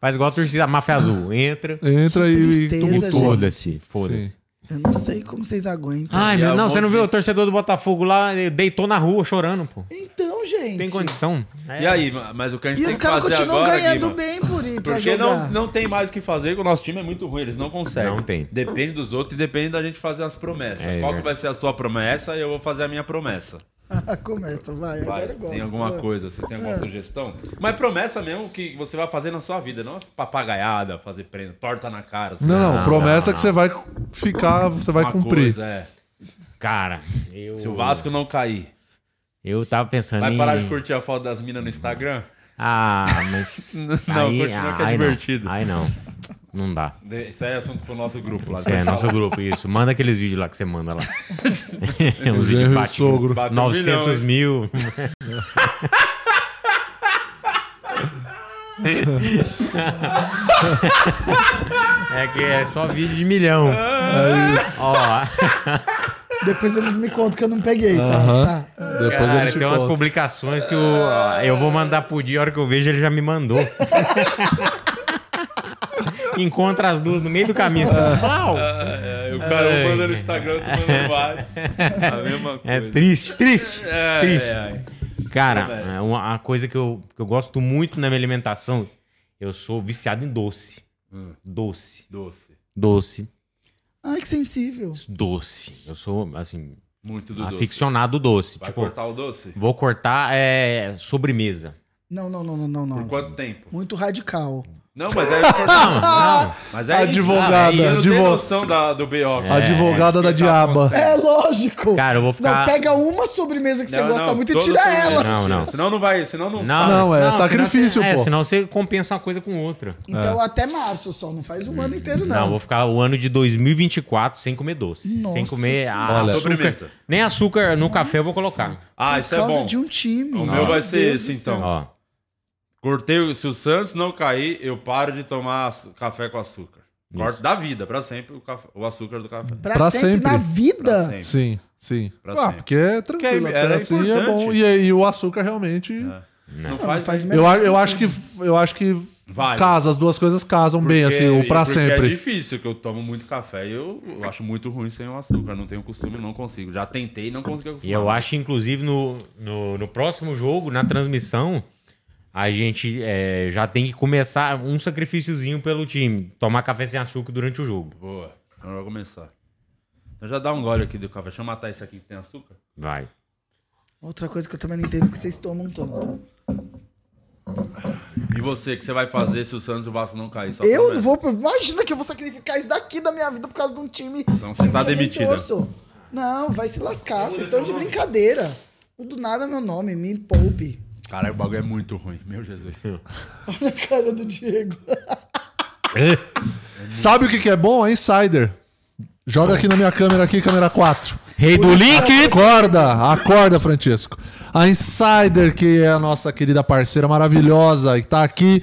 Faz igual a torcida a Máfia Azul. Entra,
Entra aí e
tristeza,
tumultua.
foda-se, foda-se.
Sim.
Eu não sei como vocês aguentam.
Ai,
E
meu, não,
algum
você não viu
dia-
o torcedor do Botafogo lá, ele deitou na rua chorando, pô.
Então, gente.
Tem condição?
E aí, ma- mas o que a gente
É. E
tem
os
que
caras
fazer
continuam
agora,
ganhando
Guima,
bem por ir pra
Porque
jogar.
não, não tem mais o que fazer, o nosso time é muito ruim, eles não conseguem.
Não tem.
Depende dos outros e depende da gente fazer as promessas.
É,
Qual que
verdade.
vai ser a sua promessa e eu vou fazer a minha promessa.
Começa, vai.
Vai,
agora eu gosto. né? É.
tem alguma
vai.
coisa, você tem alguma sugestão? Mas promessa mesmo que você vai fazer na sua vida, não as papagaiada, fazer prenda, torta na cara. assim,
Não, não,
Não,
promessa
não,
que você vai ficar, você vai
uma
cumprir.
coisa, é.
Cara, eu.
Se o Vasco não cair,
Eu tava pensando
vai
em.
parar de curtir a foto das minas no Instagram?
Ah, mas.
Não,
aí,
continua que é
aí
divertido.
Não. Aí não. Não dá.
De- Isso aí é assunto pro nosso grupo lá. né?
Isso é, nosso grupo, isso. Manda aqueles vídeos lá que você manda lá. É
Genro e
Os vídeos bate
sogro.
Bateu
900
um
mil. é que é só vídeo de milhão.
É isso.
Ó.
Depois eles me contam que eu não peguei, tá?
Aham.
Tá.
Depois Cara, tem umas publicações que o- eu vou mandar pro dia, a hora que eu vejo ele já me mandou. Encontra as duas no meio do caminho. assim, "Uau!"
É, é, o cara um manda no Instagram, outro manda no Whats. A mesma
É
coisa.
triste, triste,
É,
triste.
é,
Cara, é uma, a coisa que eu, que eu gosto muito na minha alimentação, eu sou viciado em doce.
Hum.
Doce.
Doce.
Doce.
Ai, que sensível.
Doce. Eu sou, assim...
Muito do doce.
Aficionado do doce.
Vai
Tipo,
cortar o doce?
Vou cortar é, sobremesa.
Não, não, não, não, não, não.
Por quanto tempo?
Muito radical.
Não, mas é.
Não, não.
Mas é
Advogada,
Isso, cara. Você não
advo-
tem noção da, do BO. cara. tá
Advogada da diaba.
É lógico.
Cara, eu vou
Não, pega uma sobremesa que você
Não,
gosta
não,
muito e
toda
tira
sobremesa.
ela.
Não, não.
Senão não vai. Senão não,
mas-
é
senão
sacrifício,
você, é,
pô.
senão você compensa uma coisa com outra.
Então até março só, não faz um
Hum.
ano inteiro,
É. Não,
não.
vou ficar o ano de 2024 sem comer doce.
Nossa
sem comer a
Senhora.
açúcar.
Sobremesa.
Nem açúcar no café eu vou colocar.
Ah, isso é bom.
um time.
O meu vai ser esse, então. Cortei. o- Se o Santos não cair, eu paro de tomar açu- café com açúcar. Corto da vida, pra sempre, o, café- o açúcar do café.
Pra, sempre, na vida.
Sim, sim.
Pra
ah,
sempre.
porque é tranquilo.
Porque é-
até
era
assim é
importante. É.
bom. E, aí o açúcar realmente.
Não faz- faz o
eu, a-
menor
eu acho que
sentido.
eu acho que
Vai.
casa, as duas coisas casam bem, assim, o pra
porque É
sempre.
difícil, que eu tomo muito café e eu, eu acho muito ruim sem o açúcar. Não tenho costume, não consigo. Já tentei e não consegui
E
acostumar.
eu acho, inclusive, no, no, no próximo jogo, na transmissão, a gente é, já tem que começar um sacrifíciozinho pelo time. Tomar café sem açúcar durante o jogo.
Boa. Agora eu vou começar. Então já dá um gole aqui do café. Deixa eu matar esse aqui que tem açúcar.
Vai.
Outra coisa que eu também não entendo é que vocês tomam tanto.
E você, o que você vai fazer se o Santos e o Vasco não cair? Só
eu não
promessa.
vou. Imagina que eu vou sacrificar isso daqui da minha vida por causa de um time.
Então você
que
tá
eu nem
demitida.
torço. Não, vai se lascar. Vocês estão de brincadeira. Do nada é meu nome, me poupe.
Caralho, o bagulho é muito ruim. Meu Jesus.
Olha a cara do Diego.
Sabe o que, que é bom? É insider. Joga aqui na minha câmera aqui, câmera 4.
Rei
do link!
Acorda, acorda, Francisco. A Insider, que é a nossa querida parceira maravilhosa, e tá aqui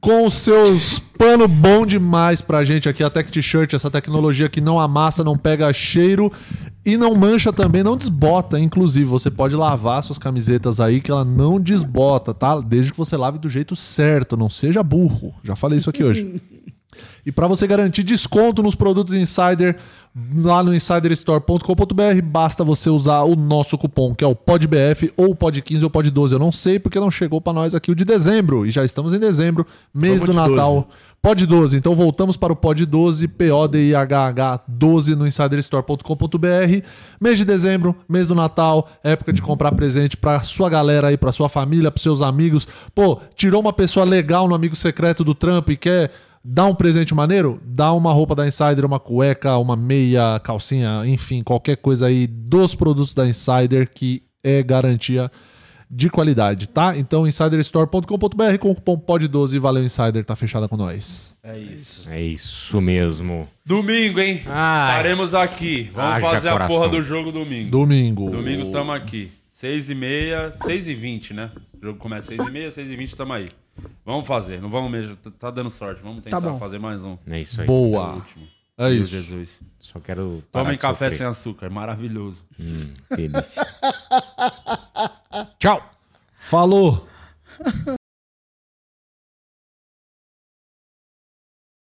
com os seus pano bom demais pra gente aqui, a Tech T-shirt, essa tecnologia que não amassa, não pega cheiro e não mancha também, não desbota, inclusive. Você pode lavar suas camisetas aí que ela não desbota, tá? Desde que você lave do jeito certo, não seja burro. Já falei isso aqui hoje. E para você garantir desconto nos produtos Insider, lá no insiderstore.com.br, basta você usar o nosso cupom, que é o PODBF, ou POD15 ou POD12. Eu não sei porque não chegou para nós aqui o de dezembro. E já estamos em dezembro, mês
Vamos
do
de
Natal. POD12. Então voltamos para o POD12, P-O-D-I-H-H-12 no insiderstore.com.br. Mês de dezembro, mês do Natal, época de comprar presente para sua galera aí, para sua família, para seus amigos. Pô, tirou uma pessoa legal no amigo secreto do trampo e quer Dá um presente maneiro? Dá uma roupa da Insider, uma cueca, uma meia, calcinha, enfim, qualquer coisa aí dos produtos da Insider que é garantia de qualidade, tá? Então, insiderstore.com.br com o cupom POD12. Valeu, Insider, tá fechada com nós.
É isso.
É isso mesmo.
Domingo, hein?
Ai.
Estaremos aqui. Vamos
Haja
fazer a
coração.
porra do jogo domingo.
Domingo.
Domingo tamo aqui. 6 e meia, 6 e 20, né? O jogo começa 6 e meia, 6 e 20 tamo aí. Vamos fazer, não vamos mesmo. Tá- Tá dando sorte, vamos tentar
bom.
fazer mais um.
É isso aí.
É o
Boa.
último.
É
Meu
isso.
Jesus.
Só quero. parar
Tomem
de
café sem
sofrer.
açúcar, é maravilhoso.
Delícia. Tchau.
Falou!